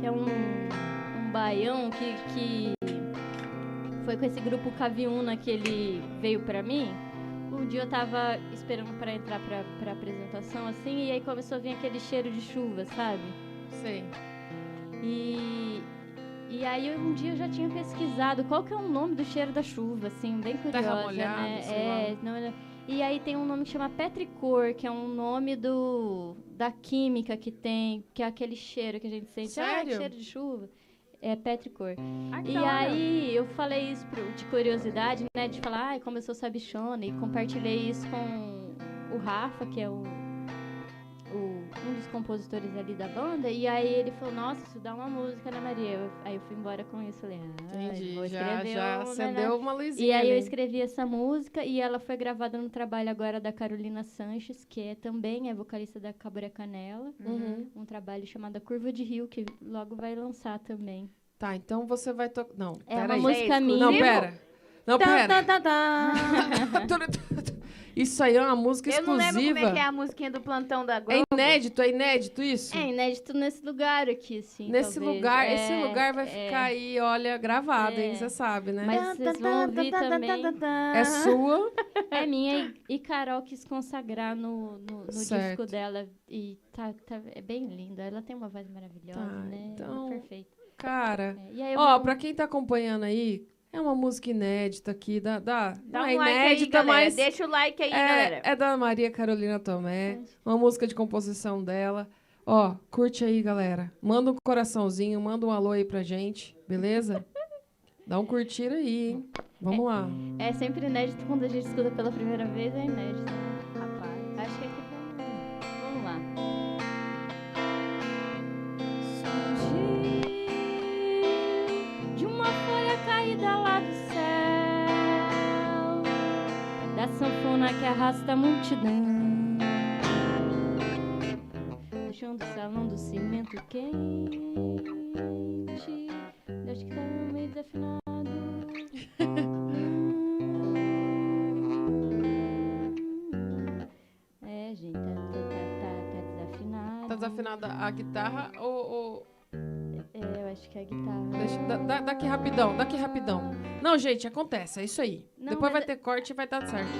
que é um, um baião que, que foi com esse grupo Caviuna que ele veio pra mim. Um dia eu tava esperando pra entrar pra, pra apresentação, assim, e aí começou a vir aquele cheiro de chuva, sabe? Sei. E, e aí eu- um dia eu já tinha pesquisado qual que é o nome do cheiro da chuva, assim, bem curiosa, Terra molhada, né? sei é, não, não. E aí tem um nome que chama petricor, que é um nome do da química que tem, que é aquele cheiro que a gente sente. Ah, Sério? que cheiro de chuva. É petricor. Ah, que E da hora. aí eu falei isso pro- de curiosidade, né? De falar, ai, como eu sou sabichona, e compartilhei isso com o Rafa, que é o, o- um dos compositores ali da banda, e aí ele falou, nossa, isso dá uma música, né, Maria? Eu- aí eu fui embora com isso, falei, ah, Entendi. vou já escrever já uma, né, acendeu uma luzinha. E aí eu ali. escrevi essa música e ela foi gravada no trabalho agora da Carolina Sanches, que é também é vocalista da Caburé Canela. Uhum. Um trabalho chamado A Curva de Rio, que logo vai lançar também. Tá, então você vai tocar. Não, É pera uma aí. música minha. Não, pera. Não, Tan, pera. tan, tan, tá. tan. Isso aí é uma música Eu não lembro como é que é exclusiva. a musiquinha do plantão da É Globo. inédito, é inédito isso? É inédito nesse lugar aqui, então, assim. Nesse talvez. lugar, É, esse lugar vai é. ficar aí, olha, gravado, hein? É. Você sabe, né? Mas vocês vão ouvir também. É sua. É minha e- e Carol quis consagrar no, no, no disco Certo. dela. E tá, tá- é bem linda. Ela tem uma voz maravilhosa, Tá, né? então- Perfeita. Cara. É, E aí eu Ó, vou- pra quem tá acompanhando aí, é uma música inédita aqui. Da, da, Dá não um é like aí, inédita, galera. mas. Deixa o like aí, galera. É, é da Maria Carolina Tomé, uma música de composição dela. Ó, curte aí, galera. Manda um coraçãozinho, manda um alô aí pra gente, beleza? Dá um curtir aí, hein? Vamos lá. É sempre inédito quando a gente escuta pela primeira vez, é inédito. Rapaz. Acho que aqui foi. um- Vamos lá. Surgiu de uma folha caída lá do céu, É da sanfona que arrasta a multidão, deixando o salão do cimento quente. Acho que tá no meio desafinado. É, gente, tá, tá, tá, tá desafinado. Tá desafinada a guitarra ou. ou- É, eu acho que é a Hum. guitarra. Deixa, dá, dá- dá aqui rapidão, daqui rapidão. Não, gente, acontece, é isso aí. Não, Depois vai mas ter corte e vai dar certo.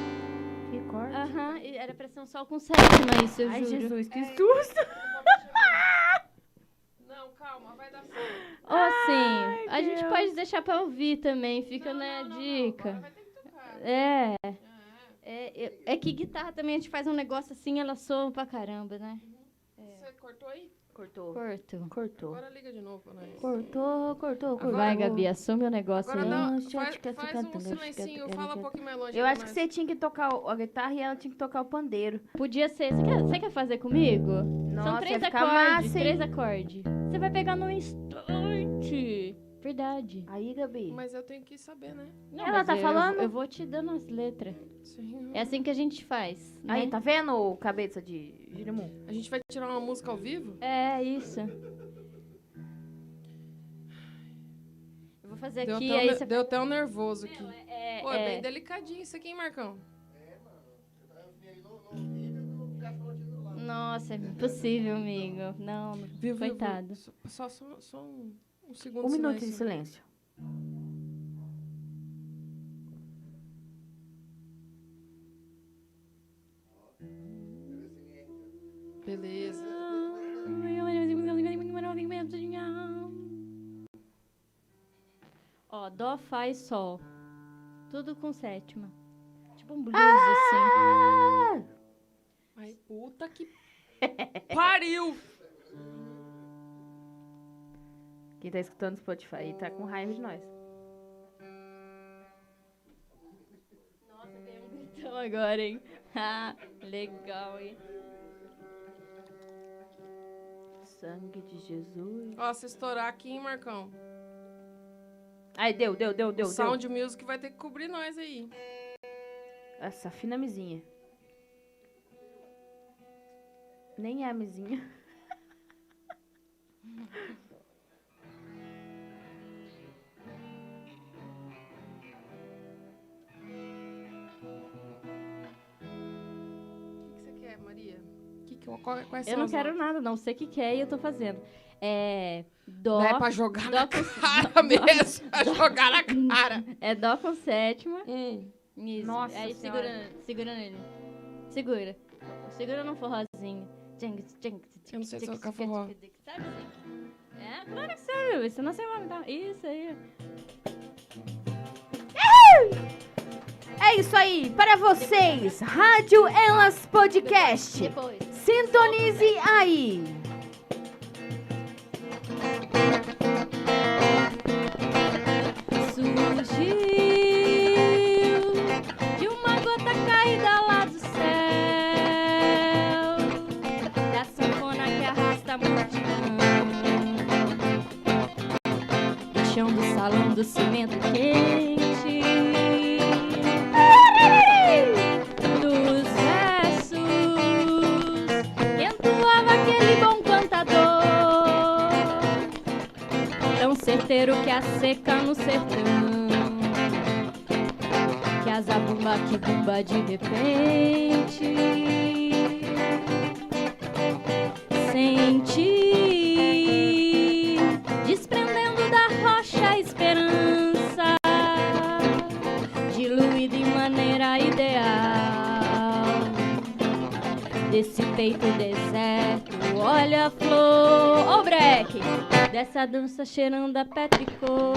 Que corte. Aham, e era pra ser um sol com sétima, isso, eu Ai, juro. Jesus, que susto. Não, calma, vai dar certo. Ou assim, a gente Deus. pode deixar pra ouvir também, fica, né, a dica. É. É, eu- é que guitarra também a gente faz um negócio assim, ela soa pra caramba, né? Você cortou aí? Cortou. Corto. Cortou. Agora liga de novo pra nós. Cortou, cortou, cortou. Vai, Gabi, assume o negócio Agora aí. dá, Não, faz, gente, que essa faz um cantando, acho que silencinho, ela- fala um ela- pouquinho mais longe. Eu pra acho que nós. você tinha que tocar o- a guitarra e ela tinha que tocar o pandeiro. Podia ser. Você quer, você quer fazer comigo? um- Nossa, São três ia ficar acordes. massa, hein? Três acordes. Você vai pegar no instante. Verdade. Aí, Gabi. Mas eu tenho que saber, né? Não, Ela mas tá eu- falando? Eu vou te dando as letras. Sim. É assim que a gente faz. né? Aí, tá vendo, ô cabeça de Jirimu? A gente vai tirar uma música ao vivo? É isso. Eu vou fazer Deu aqui, até, um aí ne- você. deu até um nervoso aqui. É, Pô, é, é, bem delicadinho isso aqui, hein, Marcão? Nossa, é impossível, amigo. Não, não. Vivo, Coitado. Vivo. Só, só, só um, um segundo Um de minuto de silêncio. silêncio. Beleza. Ó, dó, fá e sol. Tudo com sétima. Tipo um blues, Ah! assim. Ai, puta que pariu! Quem tá escutando o Spotify aí tá com raiva de nós. Nossa, tem um gritão agora, hein? Ah, legal, hein? Sangue de Jesus. Ó, se estourar aqui, hein, Marcão? Aí, deu, deu, deu, deu, o deu. Sound Music vai ter que cobrir nós aí. Essa fina mizinha. Nem é a mizinha. O que que você quer, Maria? Que que, qual, é quais Eu são não as quero notas? nada, não. Sei o que quer e eu tô fazendo. É. Dó. Não é pra jogar dó na com- cara mesmo. É jogar na cara. É dó com sétima. Hum. Isso. Nossa Aí Senhora. segurando, segurando ele. Segura. Segura no forrozinho. Jengs, jengs, Eu não sei jengs, tocar jengs, forró. jengs, jengs. Sabe assim? É, claro que sabe. Você não sei lá. Tá? Isso aí. É isso aí, para vocês, Rádio Elas Podcast. Depois. Sintonize aí. Surgiu de uma gota caída lá do céu, da sanfona que arrasta a multidão, do chão do salão do cimento quente, dos versos que entoava aquele bom cantador tão certeiro que a seca no sertão. Que as abumba que bumba de repente. Senti, desprendendo da rocha a esperança, diluída em maneira ideal desse peito deserto. Olha a flor, ô breque, dessa dança cheirando a petricor.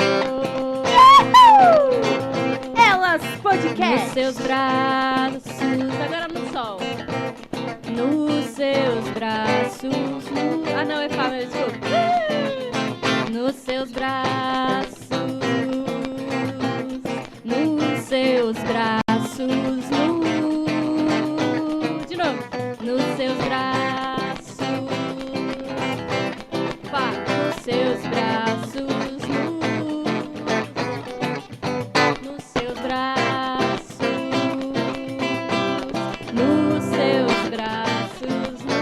Elas Nos Podcast. seus braços, agora no sol. Nos seus braços, no- ah não, é Fá, meu, desculpa. Nos seus braços, nos seus braços, no... de novo, nos seus braços, Fá, nos seus braços, no nos seus braços, nos seus braços, nu.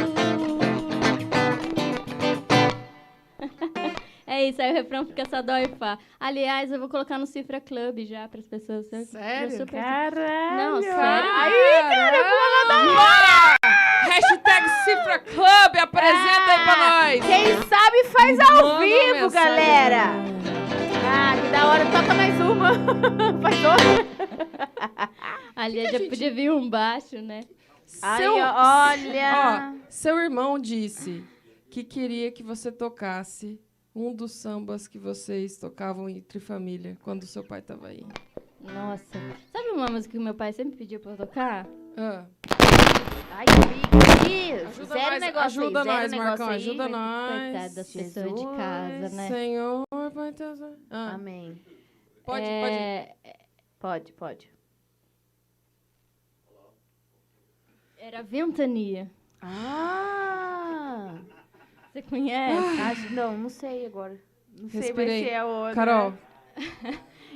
É isso, aí o refrão fica só dó e fá. Aliás, eu vou colocar no Cifra Club já para as pessoas. Eu- eu Sério? super- Caralho. Não, sério. Aí, cara, como Hashtag Cifra Club, apresenta aí pra Ah, nós. Ah, Quem sabe faz ao Manda um vivo, mensagem. galera. Ah, que da hora. Toca mais uma. faz outra. Aliás, já podia vir um baixo, né? Aí, Seu- olha. Ó, seu irmão disse que queria que você tocasse um dos sambas que vocês tocavam entre família quando seu pai tava aí. Nossa. Sabe uma música que meu pai sempre pediu pra eu tocar? Ah, Ai, que bico! ajuda Zero nós, negócio aí, ajuda zero nós, negócio Marcão, aí, ajuda mas nós. Coitada das pessoas de Jesus, casa, né? Senhor, Pai Deus. Ah, Amém. pode, pode. É, Pode, pode. Era Ventania. Ah! Você conhece? Acho- não, não sei agora. Não sei mas Respirei. se é outra. Carol, né?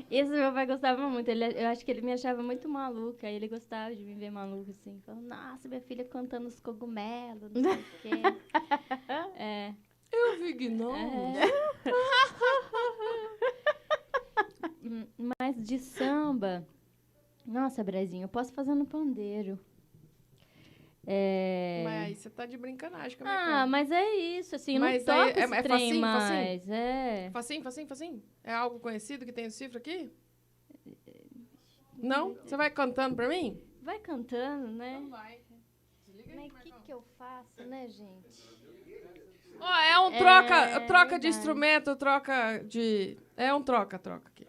Esse meu pai gostava muito. Ele, eu acho que ele me achava muito maluca. Ele gostava de me ver maluca, assim. Falando, nossa, minha filha cantando os cogumelos, não sei o quê. É. eu vi gnomes. Hum, Mas de samba. Nossa, Brezinho, eu posso fazer no pandeiro. É... Mas aí você tá de brincanagem com a minha Ah, cara. mas é isso, assim, eu Mas não aí toco é- esse é trem facinho, facinho? mais. É. Facinho, facinho, facinho. É algo conhecido que tem no cifra aqui? Não? Você vai cantando pra mim? Vai cantando, né? Mas o que, que eu faço, né, gente? Ó, é um É, troca, troca de verdade. instrumento, troca de... É um troca, troca aqui.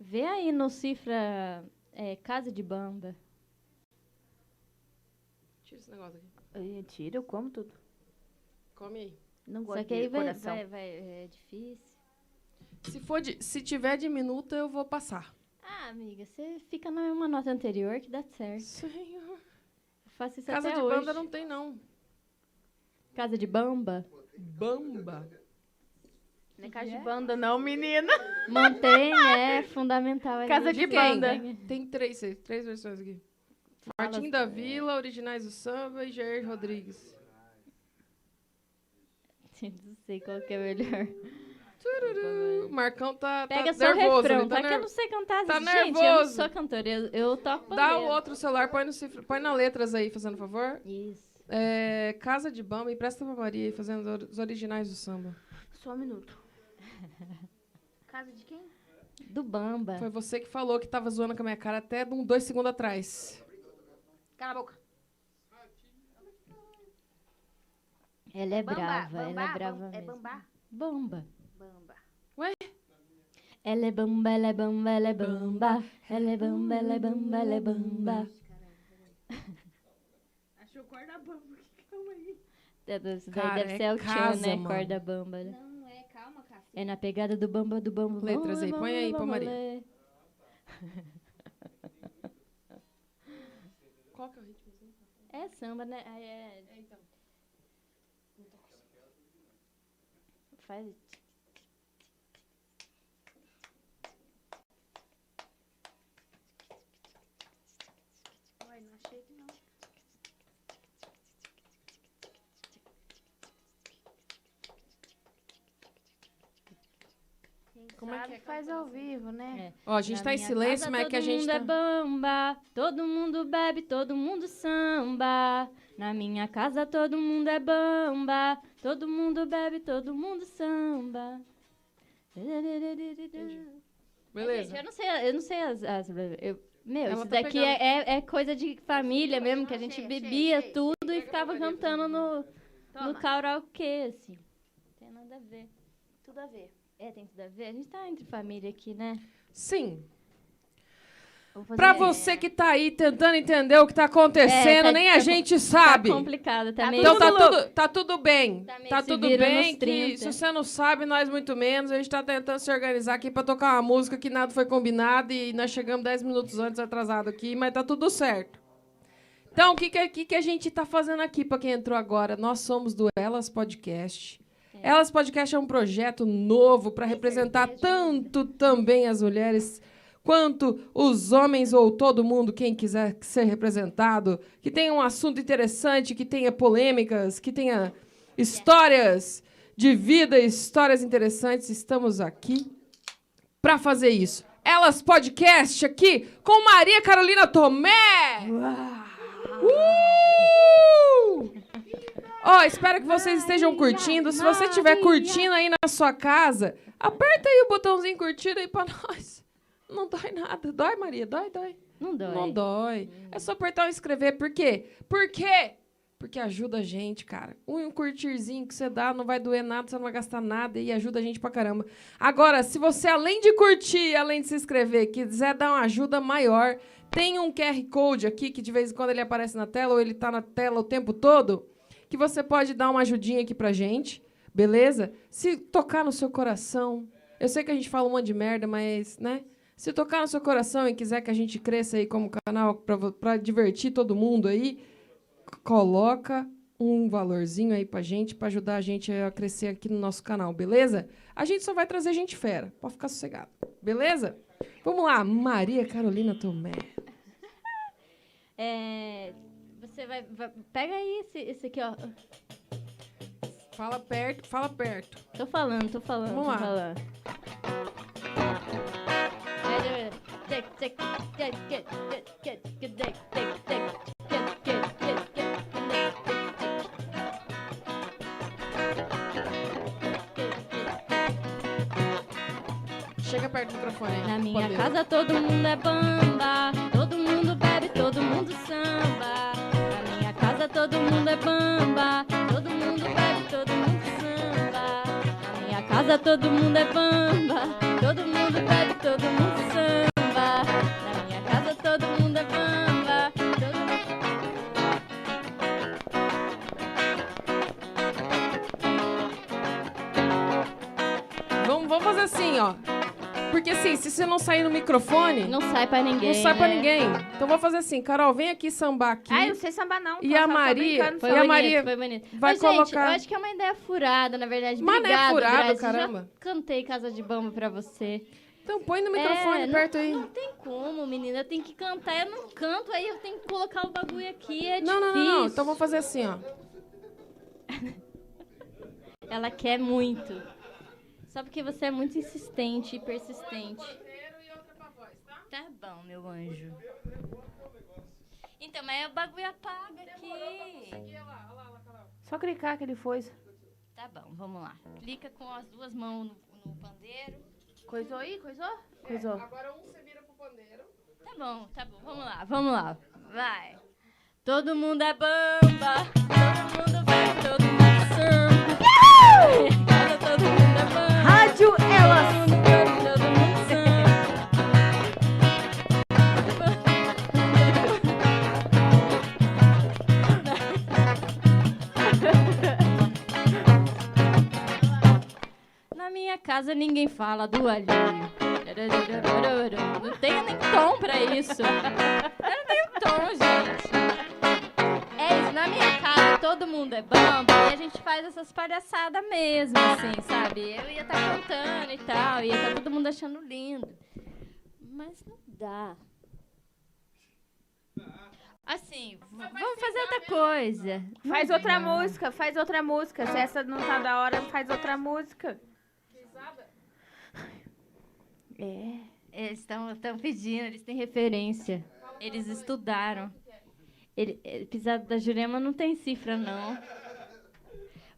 Vê aí no cifra é, Casa de Bamba. Tira esse negócio aqui. Ai, Tira, eu como tudo. Come aí. Não gosto Só que de aí vai, coração. vai, vai, é difícil. Se, for de, se tiver diminuta, eu vou passar. Ah, amiga, você fica na mesma nota anterior que dá É certo. Senhor. Eu faço isso Casa até de hoje. banda não tem, não. Casa de Bamba? Bamba. Não é casa de banda, não, menina. Mantém, é fundamental. ali. Casa de quem? banda. Tem três, três versões aqui. Martim da Vila, Originais do Samba e Jair Rodrigues. Não sei qual que é melhor. Tururu. Marcão tá, tá Pega nervoso. seu ele refrão, tá tá? Que eu nervo- não sei cantar. tá Gente, eu não nervoso. sou cantora, eu, eu toco Dá o pandeiro. outro celular, põe, no cifra, põe na letras aí, fazendo favor. Isso. É, Casa de Bamba, empresta pra Maria aí, fazendo os or- os originais do samba. Só um minuto. Casa de quem? Do Bamba. Foi você que falou que tava zoando com a minha cara até de um dois segundos atrás. Cala a boca. Ela é Bamba, brava, bamba, ela é brava bam- é mesmo. bambá, Bamba. bamba. Ela é bamba, ela é bamba, ela é bamba. Ela é bamba, ela é bamba, ela é bamba. Achou corda bamba. Calma aí. É, Deve, Cara, deve é ser o casa, tio, né? mano. Corda bamba. né? Não é, calma, cacete. É na pegada do bamba, do bamba. Letras aí, bamba, põe aí pra bamba, Maria. lê. Qual que é o ritmo? É samba, né? Aí É, então. Faz. Ué, não achei que não. Quem Como é sabe que é que faz ao vivo, é. né? Ó, a gente Na tá em minha silêncio, casa mas é que a gente tá... Todo mundo é bamba, todo mundo bebe, todo mundo samba. Na minha casa todo mundo é bamba, todo mundo bebe, todo mundo samba. Beleza. Gente, eu não sei, eu não sei as. as- eu- meu, Ela isso tá daqui pegando. é, é- é coisa de família mesmo, que a gente Achei, achei, bebia achei. tudo e ficava cantando no, no Toma. karaokê, assim. Não tem nada a ver. Tudo a ver. É, tem tudo a ver. A gente tá entre família aqui, né? Sim. Eu vou fazer- Pra você que tá aí tentando entender o que tá acontecendo, É, tá- nem a tá- gente Tá sabe. complicado, tá, meio... então tá tudo, tá tudo bem. Tá meio Tá se tudo vira bem nos que 30. se você não sabe, nós muito menos. A gente tá tentando se organizar aqui pra tocar uma música que nada foi combinado e nós chegamos 10 minutos antes atrasado aqui, mas tá tudo certo. Então, o que, que, que que a gente tá fazendo aqui pra quem entrou agora? Nós somos do Elas Podcast. Elas Podcast é um projeto novo pra representar tanto também as mulheres quanto os homens ou todo mundo, quem quiser ser representado, que tenha um assunto interessante, que tenha polêmicas, que tenha histórias de vida, histórias interessantes, estamos aqui para fazer isso. Elas Podcast aqui com Maria Carolina Tomé. Uh! Ó, espero que vocês estejam curtindo. Se você estiver curtindo aí na sua casa, aperta aí o botãozinho curtir aí pra nós. Não dói nada. Dói, Maria? Dói, dói. Não dói. Não dói. É só apertar o inscrever. Por quê? Por quê? porque ajuda a gente, cara. Um curtirzinho que você dá, não vai doer nada, você não vai gastar nada e ajuda a gente pra caramba. Agora, se você, além de curtir, além de se inscrever, quiser dar uma ajuda maior, tem um QR Code aqui que de vez em quando ele aparece na tela ou ele tá na tela o tempo todo, que você pode dar uma ajudinha aqui pra gente, beleza? Se tocar no seu coração, eu sei que a gente fala um monte de merda, mas, né? Se tocar no seu coração e quiser que a gente cresça aí como canal pra vo- pra divertir todo mundo aí, c- coloca um valorzinho aí pra gente, pra ajudar a gente a crescer aqui no nosso canal, beleza? A gente só vai trazer gente fera, pode ficar sossegado, beleza? Vamos lá, Maria Carolina Tomé. É, você vai, vai- Pega aí esse, esse aqui, ó. Fala perto, fala perto. Tô falando, tô falando, Vamos tô lá. falando. É, é, tic, tic, tic, tic, tic, tic, tic, tic, tic, tic, tic, tic, tic, Chega perto do microfone. aí, Na minha poder. casa todo mundo é bamba, todo mundo bebe, todo mundo samba. Na minha casa todo mundo é bamba, todo mundo bebe, todo mundo samba. Na minha casa todo mundo é bamba, todo mundo bebe, todo mundo samba. Na minha casa todo mundo é bamba, todo mundo Vamos, vamos fazer assim, ó. Porque assim, se você não sair no microfone, não, Não sai pra ninguém. sai pra né? ninguém. Então vou fazer assim, Carol, vem aqui sambar aqui. Ah, eu não sei sambar não. E tô- a só tô Maria- brincando, Foi E a só. bonito, Maria foi bonito. vai Mas, gente, colocar- eu acho que é uma ideia furada, na verdade. Mas não é Obrigada, furada, Brasil. caramba. Já cantei Casa de Bamba pra você. Então põe no microfone É, não- perto aí. Não tem como, menina. Eu tenho que cantar. Eu não canto, aí eu tenho que colocar o bagulho aqui. É Não, não, não, difícil. não. Então vou fazer assim, ó. Ela quer muito. Só porque você é muito insistente e persistente. Tá bom, meu anjo. Então, mas o bagulho apaga aqui. Só clicar que ele foi. Tá bom, vamos lá. Clica com as duas mãos no, no pandeiro. Coisou aí? Coisou? É, Coisou. Agora um você vira pro pandeiro. Tá bom, tá bom. Vamos lá, vamos lá. Vai. Todo mundo é bamba. Todo mundo vai, todo mundo samba. Todo mundo é bamba. Rádio Elas. Todo mundo canta, todo mundo samba. Na minha casa ninguém fala do alheio. Não tem nem tom pra isso. Eu não tenho tom, gente. É isso, na minha casa todo mundo é bamba e a gente faz essas palhaçadas mesmo, assim, sabe? Eu ia estar cantando e tal, ia estar todo mundo achando lindo. Mas não dá. Assim, v- vamos fazer outra coisa. Faz outra música, faz outra música. Se essa não tá da hora, faz outra música. É. Eles estão pedindo, eles têm referência. Eles estudaram. Ele, ele- pisado da Jurema não tem cifra, não.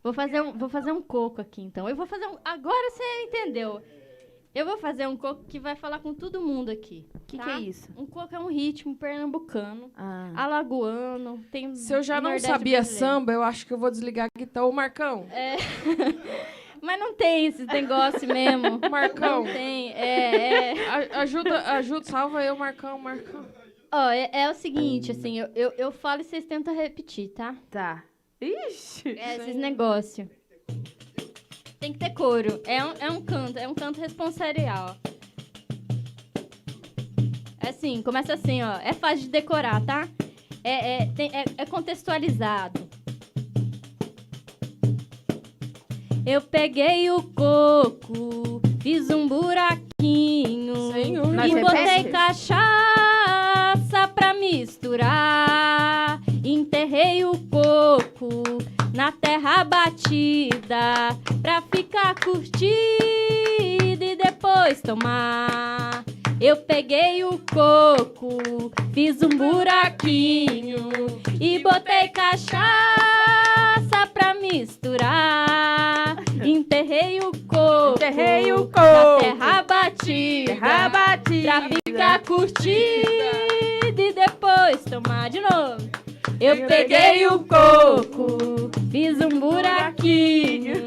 Vou fazer, um, vou fazer um coco aqui, então. Eu vou fazer um. Agora você entendeu. Eu vou fazer um coco que vai falar com todo mundo aqui. O O que, que Tá. é isso? Um coco é um ritmo pernambucano, Ah. alagoano. Tem Se eu já não Nordeste sabia brasileiro. samba, eu acho que eu vou desligar a guitarra. Ô, Marcão, É, Mas não tem esse negócio mesmo. Marcão. Não tem. É, é. a- ajuda, ajuda, salva eu, Marcão, Marcão. Ó, é, é o seguinte, assim, eu, eu, eu falo e vocês tentam repetir, tá? Tá. Ixi. É, esses negócios. Tem que ter couro. É um, é um canto, é um canto responsorial. É assim, começa assim, ó. É fácil de decorar, tá? É, é, tem- é, é contextualizado. Eu peguei o coco, fiz um buraquinho. Senhor. Mas e é botei peste? cachaça pra misturar. Enterrei o coco na terra batida pra ficar curtido e depois tomar. Eu peguei o coco, fiz um buraquinho e botei cachaça pra misturar. Enterrei o coco, Enterrei o na coco. terra É. batida. Terra batida. Pra ficar curtida e depois tomar de novo. Eu peguei um o coco, fiz um buraquinho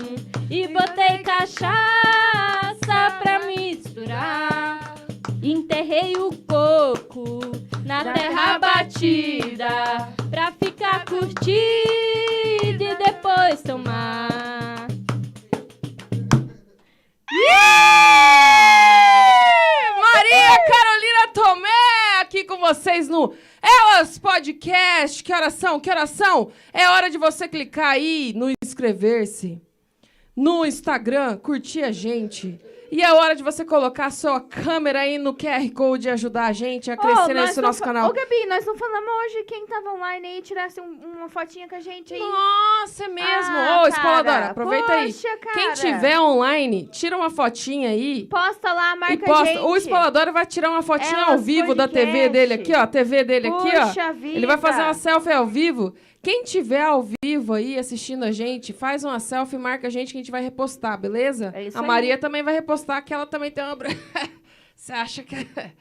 e botei cachaça pra misturar. Enterrei o coco na terra batida pra ficar curtido e depois tomar. Maria É. Carolina Tomé aqui com vocês no Elas Podcast. Que horas são? Que horas são? É hora de você clicar aí no inscrever-se, no Instagram, curtir a gente. E é hora de você colocar a sua câmera aí no QR Code e ajudar a gente a crescer nós nesse não Tá nosso fa- canal. Ô, Gabi, nós não falamos hoje quem tava online aí tirasse um- uma fotinha com a gente aí. Nossa, é mesmo. Ah, Ô, cara, Espaladora, aproveita aí. poxa, cara. Quem tiver online, tira uma fotinha aí Posta lá, marca e posta. a gente. O Espaladora vai tirar uma fotinha ao Elas vivo da Podcast. TV dele aqui, ó. TV dele aqui, ó. Puxa vida. Ele vai fazer uma selfie ao vivo. Quem tiver ao vivo aí assistindo a gente, faz uma selfie, marca a gente que a gente vai repostar, beleza? É isso a aí. Maria também vai repostar, que ela também tem uma. bran- Você acha que. é?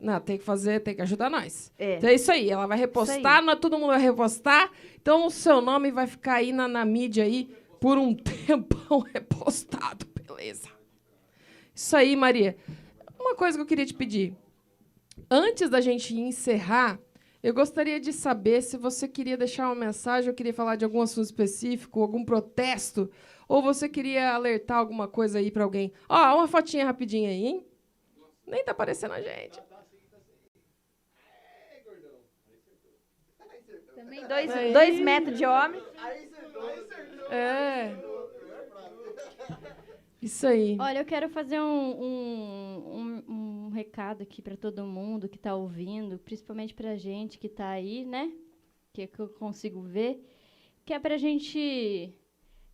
Não, tem que fazer, tem que ajudar nós. É. Então é isso aí, ela vai repostar, nós- todo mundo vai repostar. Então o seu nome vai ficar aí na, na mídia aí por um tempão repostado, beleza? Isso aí, Maria. Uma coisa que eu queria te pedir. Antes da gente encerrar, eu gostaria de saber se você queria deixar uma mensagem, eu queria falar de algum assunto específico, algum protesto, ou você queria alertar alguma coisa aí pra alguém. Ó, uma fotinha rapidinha aí, hein? Nem tá aparecendo a gente. Também dois, Aí. dois metros de homem. É. Isso aí. Olha, eu quero fazer um, um, um- um recado aqui para todo mundo que está ouvindo, principalmente para gente que está aí, né? Que, que eu consigo ver, que é para a gente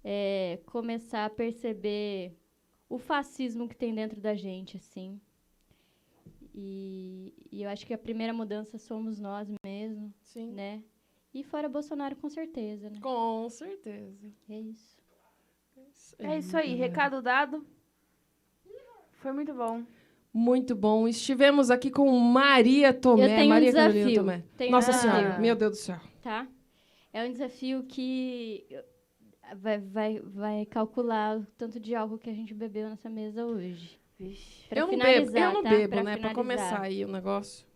é, começar a perceber o fascismo que tem dentro da gente, assim. E, e eu acho que a primeira mudança somos nós mesmos, Sim. né? E fora Bolsonaro, com certeza, né? Com certeza. É isso. É isso aí, recado dado. Foi muito bom. Muito bom. Estivemos aqui com Maria Tomé. Eu tenho um Maria Carolina desafio. Tomé. Tenho Nossa um Senhora, desafio. meu Deus do céu. tá? É um desafio que eu- vai, vai, vai calcular o tanto de álcool que a gente bebeu nessa mesa hoje. Pra eu não bebo, finalizar, eu não tá? bebo, Pra né? Pra finalizar. começar aí o negócio.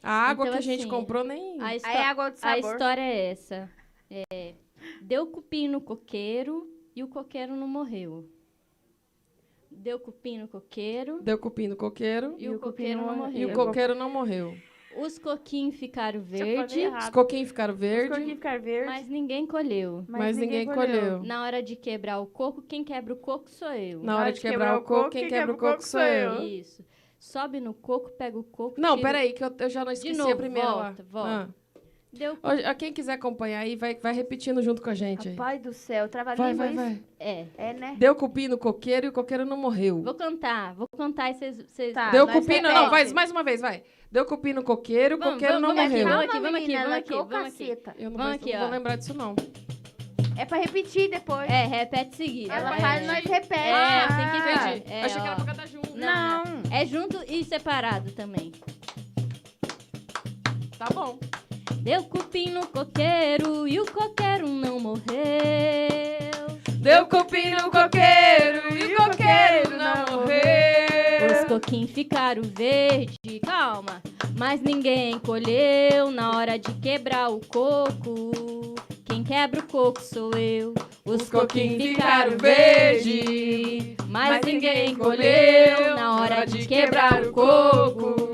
A água Então, que a gente assim, comprou nem. A, histó- Aí é água de a sabor. história é essa. É, deu cupim no coqueiro e o coqueiro não morreu. Deu cupim no coqueiro Deu cupim no coqueiro e, o coqueiro não e morreu. o coqueiro não morreu. Os coquinhos ficaram eu falei verdes, errado. Os coquinhos ficaram Verde. verdes, ficar verde. mas ninguém colheu. mas, ninguém colheu. Na hora de quebrar o coco, quem quebra o coco sou eu. Na hora de quebrar o coco, quem quebra o coco sou eu. Isso. Sobe no coco, pega o coco. Não, tira o- peraí, que eu, eu já não esqueci novo, a primeira volta, lá. volta. Deu Ah. Ó, Quem quiser acompanhar aí, vai, vai repetindo junto com a gente aí. Rapaz do céu, trava Vai, língua vai, isso? vai. É. É, né? Deu cupim no coqueiro e o coqueiro não morreu. Vou cantar, vou cantar e vocês. vocês- Tá, Deu nós cupim no... Não, repete. faz mais uma vez, vai. Deu cupim no coqueiro, o Vamos, coqueiro vamos, não vamos aqui, morreu. vamos aqui, Calma, aqui, é menina, vamos aqui, que o vamos aqui. caceta. Eu não, Vamos vou, aqui, não vou ó. lembrar disso, não. É pra repetir depois. É, repete seguido. Ela é. faz, nós repete. Ah. É, Entendi. tem que Ah, Achei É, assim que era ó. pra cantar junto. né? Não. É junto e separado também. Tá bom. Deu cupim no coqueiro e o coqueiro não morreu. Deu cupim no coqueiro e o coqueiro não Os morreu. coquinhos ficaram verde, calma. Mas ninguém colheu na hora de quebrar o coco. Quem quebra o coco sou eu. Os, Os coquinhos coquinhos ficaram ficaram verde, verde, mas ninguém colheu na hora de quebrar o coco.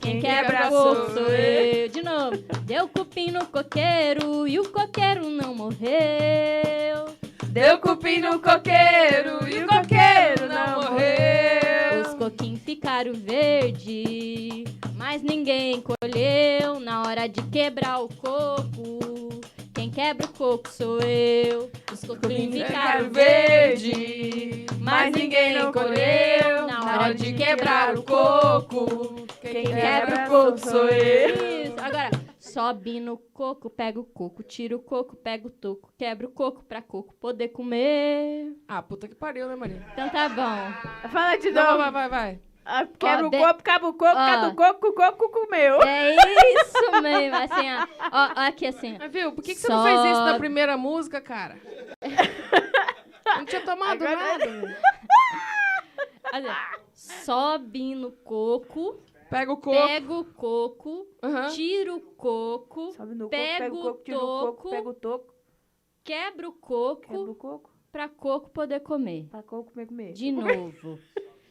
Quem quebra o coco sou eu. De novo. Deu cupim no coqueiro e o coqueiro não morreu. Deu cupim no coqueiro e o coqueiro não Os morreu. coquinhos ficaram verde, mas ninguém colheu na hora de quebrar o coco. Quem quebra o coco sou eu. Os coquinhos ficaram verde, mas ninguém não colheu na hora de quebrar o coco. Quem quebra o coco sou eu. Isso. Agora, sobe no coco, pega o coco, tira o coco, pega o toco, quebra o coco pra coco poder comer. Ah, puta que pariu, né, Maria? Então tá bom. Fala de Não, novo. vai, vai, vai. Ah, Quebra Ó, o de- copo, cabo o coco, cado o coco, coco comeu. É isso mesmo, assim, ó. Ó, ó aqui assim, ó. Mas viu, por que, que você não fez Só- isso na primeira música, cara? Não tinha tomado Agora- nada. é. velho. Olha, sobe no coco, Pega o coco. pega o coco, aham. tira o coco, Sobe no coco, Pega pega o o coco, tira o coco, toco. pega o toco, quebra o quebra o coco coco, pra coco poder comer. pra coco comer comer. De novo.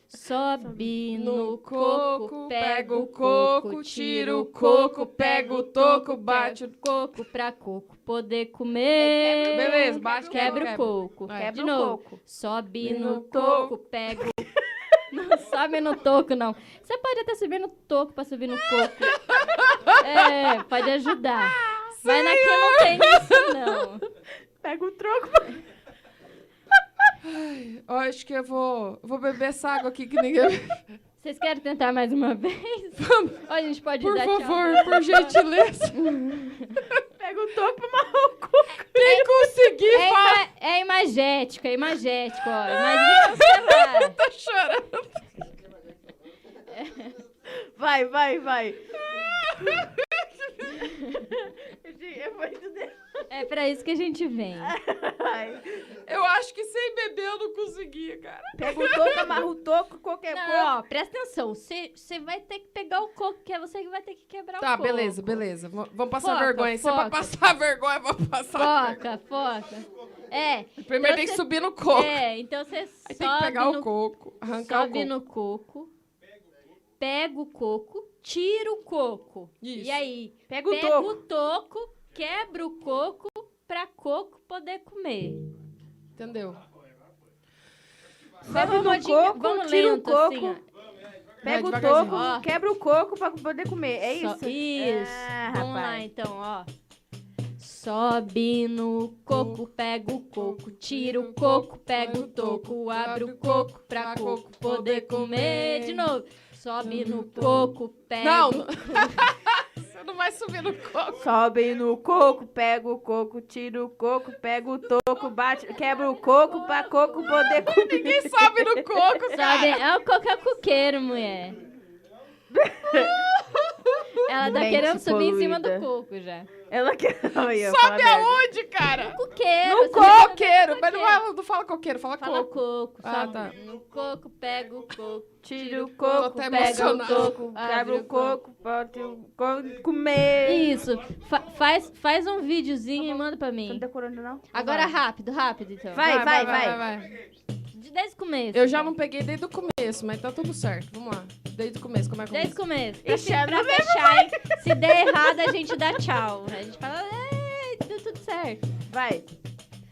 Sobe No no coco, pega o coco, tira o coco, pega o toco, bate o coco pra coco poder comer. Beleza, bate, Quebra o coco. É. De Quebra o novo. coco. Sobe Vem no no toco, pega o... Não sobe no toco, não. Você pode até subir no toco pra subir no coco. É, pode ajudar. Mas naqui não tem isso, não. Pega o troco. Ó, acho que eu vou, vou beber essa água aqui que ninguém. Vocês querem tentar mais uma vez? Ou a gente pode Por dar favor, tchau? por gentileza. Pega o toco pra amarrar o coco. Quem conseguir, É, fala. ima- é imagético, é imagético, ó. Imagina, sei lá. Tá chorando. Vai, vai, vai. Gente, é muito de- É pra isso que a gente vem. Ai. Eu acho que sem beber eu não conseguia, cara. Pega o toco, amarra o toco, qualquer coco. Não, ó, É, presta atenção. Você vai ter que pegar o coco, que é você que vai ter que quebrar o Tá, coco. beleza, beleza. V- Vamos passar Então Foca, vergonha. Se é pra foca. passar vergonha, vamos passar vergonha. Foca, foca. É. Primeiro Então tem que cê- subir no coco. É, então você Aí sobe tem que pegar no o coco, arrancar sobe o coco. no coco, pega o coco, tira o coco. Isso. E aí, Pega o pega toco. o toco, quebra o coco pra coco poder comer. Entendeu? Sobe Vamos no rodinha- coco, vamos tira o lento, coco, assim, ó. Pega É, o devagarzinho. toco, Ó. quebra o coco pra poder comer. É isso? Só- Isso. Ah, Vamos lá rapaz. então, ó. Sobe no coco, pega o coco, tira o coco, pega o toco, abre o coco pra coco poder comer. De novo. Sobe no coco, pega Não! o Você não vai subir no coco. Sobe no coco, pega o coco, tira o coco, pega o toco, bate, quebra o coco pra coco poder comer. Ninguém sobe no coco, Sabe? cara. É o coca coqueiro, mulher. Ela tá Mente querendo subir em cima poluída. do coco já. Ela quer. Olha, Sobe fala merda. aonde, cara? Coqueiro. No você não sabe coqueiro. o Mas não fala, não fala coqueiro, fala Fala coco. coco, Ah, sobe tá. no coco, pega o coco. Tira o Tô coco, até pega o emocionada. toco, Abre quebra o o coco. coco, pode o coco comer. Isso. Fa- faz, faz um videozinho e manda pra Você não Então, mim. Tá decorando, não? Agora rápido, rápido então. Vai. vai. vai. De- Desde o começo. Eu já não peguei desde o começo, mas tá tudo certo. Vamos lá. Desde o começo, como é que Desde eu o começo. Ixi, Pra, é pra fechar, hein? Se der errado, a gente dá tchau. A gente fala, "Ei, deu tudo certo. Vai.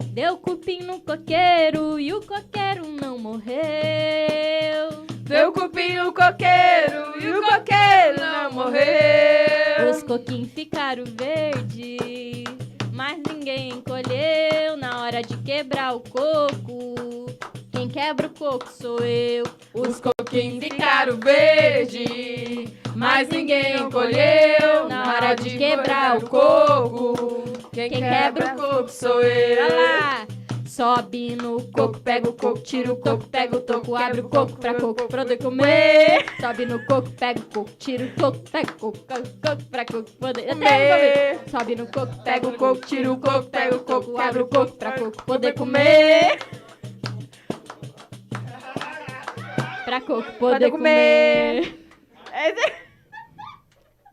Deu cupim no coqueiro e o coqueiro não morreu. Deu cupim o coqueiro e o coqueiro não morreu. Os coquinhos ficaram verdes, mas ninguém colheu na hora de quebrar o coco. Quem quebra o coco sou eu. Os coquinhos ficaram verde, mas ninguém colheu na hora de quebrar o coco. Quem quebra o coco sou eu. Olha lá! Sobe no coco, pega o coco, tira o coco, pega o toco, abre o coco pra coco poder comer. Sobe no coco, pega o coco, tira o coco, pega o coco, pega o coco pra coco poder até comer. Sobe no coco, pega o coco, tira o coco, pega o coco, abre o coco pra coco poder comer. Pra coco Poder poder comer. comer. É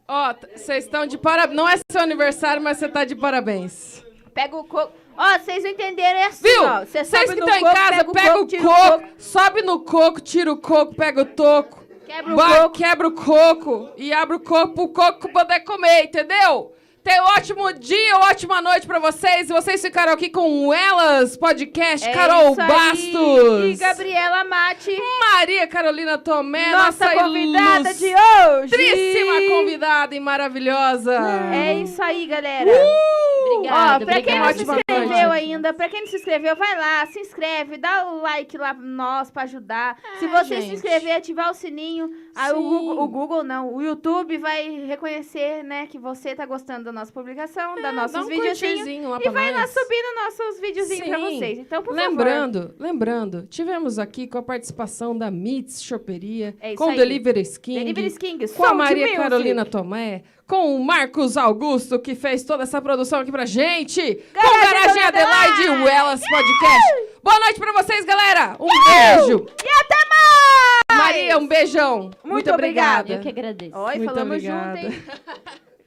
Ó, t- vocês estão de parabéns. Não é seu aniversário, mas você tá de parabéns. Pega o coco. Ó, vocês não entenderam, é assim, Viu? ó. Cê Vocês sobe que no estão em coco, casa, pega, o coco, tira o coco, sobe no coco, tira o coco, pega o toco. Quebra o vai, coco. quebra o coco e abre o coco pro coco poder comer, entendeu? Tenham um ótimo dia, ótima noite pra vocês. E vocês ficaram aqui com elas, podcast É Carol isso aí. Bastos. E Gabriela Mate, Maria Carolina Tomé, nossa, É nossa, convidada ilustríssima de hoje. convidada e maravilhosa. Uh! É isso aí, galera. Ó, Obrigada, pra quem não obrigada. se Ótima inscreveu noite. ainda, pra quem não se inscreveu, vai lá, se inscreve, dá o like lá pra nós pra ajudar. se você se gente. inscrever, ativar o sininho, Aí o Google, o Sim. Google não, o YouTube vai reconhecer, né, que você tá gostando da nossa publicação, da Dá nossos um videozinhos. curtidinho lá E pra vai lá nós. subindo nossos videozinhos pra Sim. vocês. Então, por favor. Lembrando, lembrando, tivemos aqui com a participação da Mits Choperia, É isso com o aí. Delivery Skin, Delivery Kings, com a Sound Maria Music. Carolina Tomé, com o Marcos Augusto, que fez toda essa produção aqui pra gente, com Garagem Garagem Adelaide e o Adelaide! Elas Podcast. Boa noite pra vocês, galera! Um beijo! E até mais! Maria, um beijão! Muito, obrigada. Eu que agradeço. Oi, Muito falamos obrigada. junto, hein?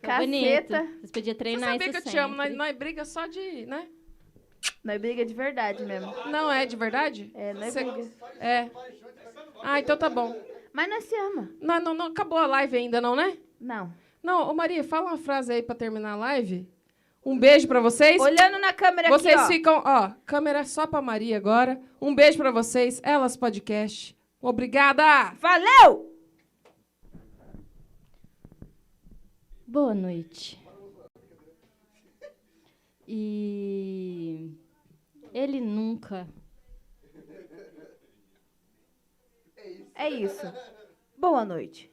Tá bonito. Caceta. Vocês podiam Você treinar sabia que isso eu te amo, sempre. nós, nós briga só de, né? Não é briga de verdade mesmo. Não é de verdade? É, não é Você- briga. É. Ah, então tá bom. Mas nós se ama. Não, não, não, acabou a live ainda, não, né? Não. Não, ô Maria, fala uma frase aí pra terminar a live. Um beijo pra vocês. Olhando na câmera vocês aqui, ó. ficam, ó, câmera só pra Maria agora. Um beijo pra vocês, Elas Podcast. Obrigada! Valeu! Boa noite. E ele nunca. É isso. Boa noite.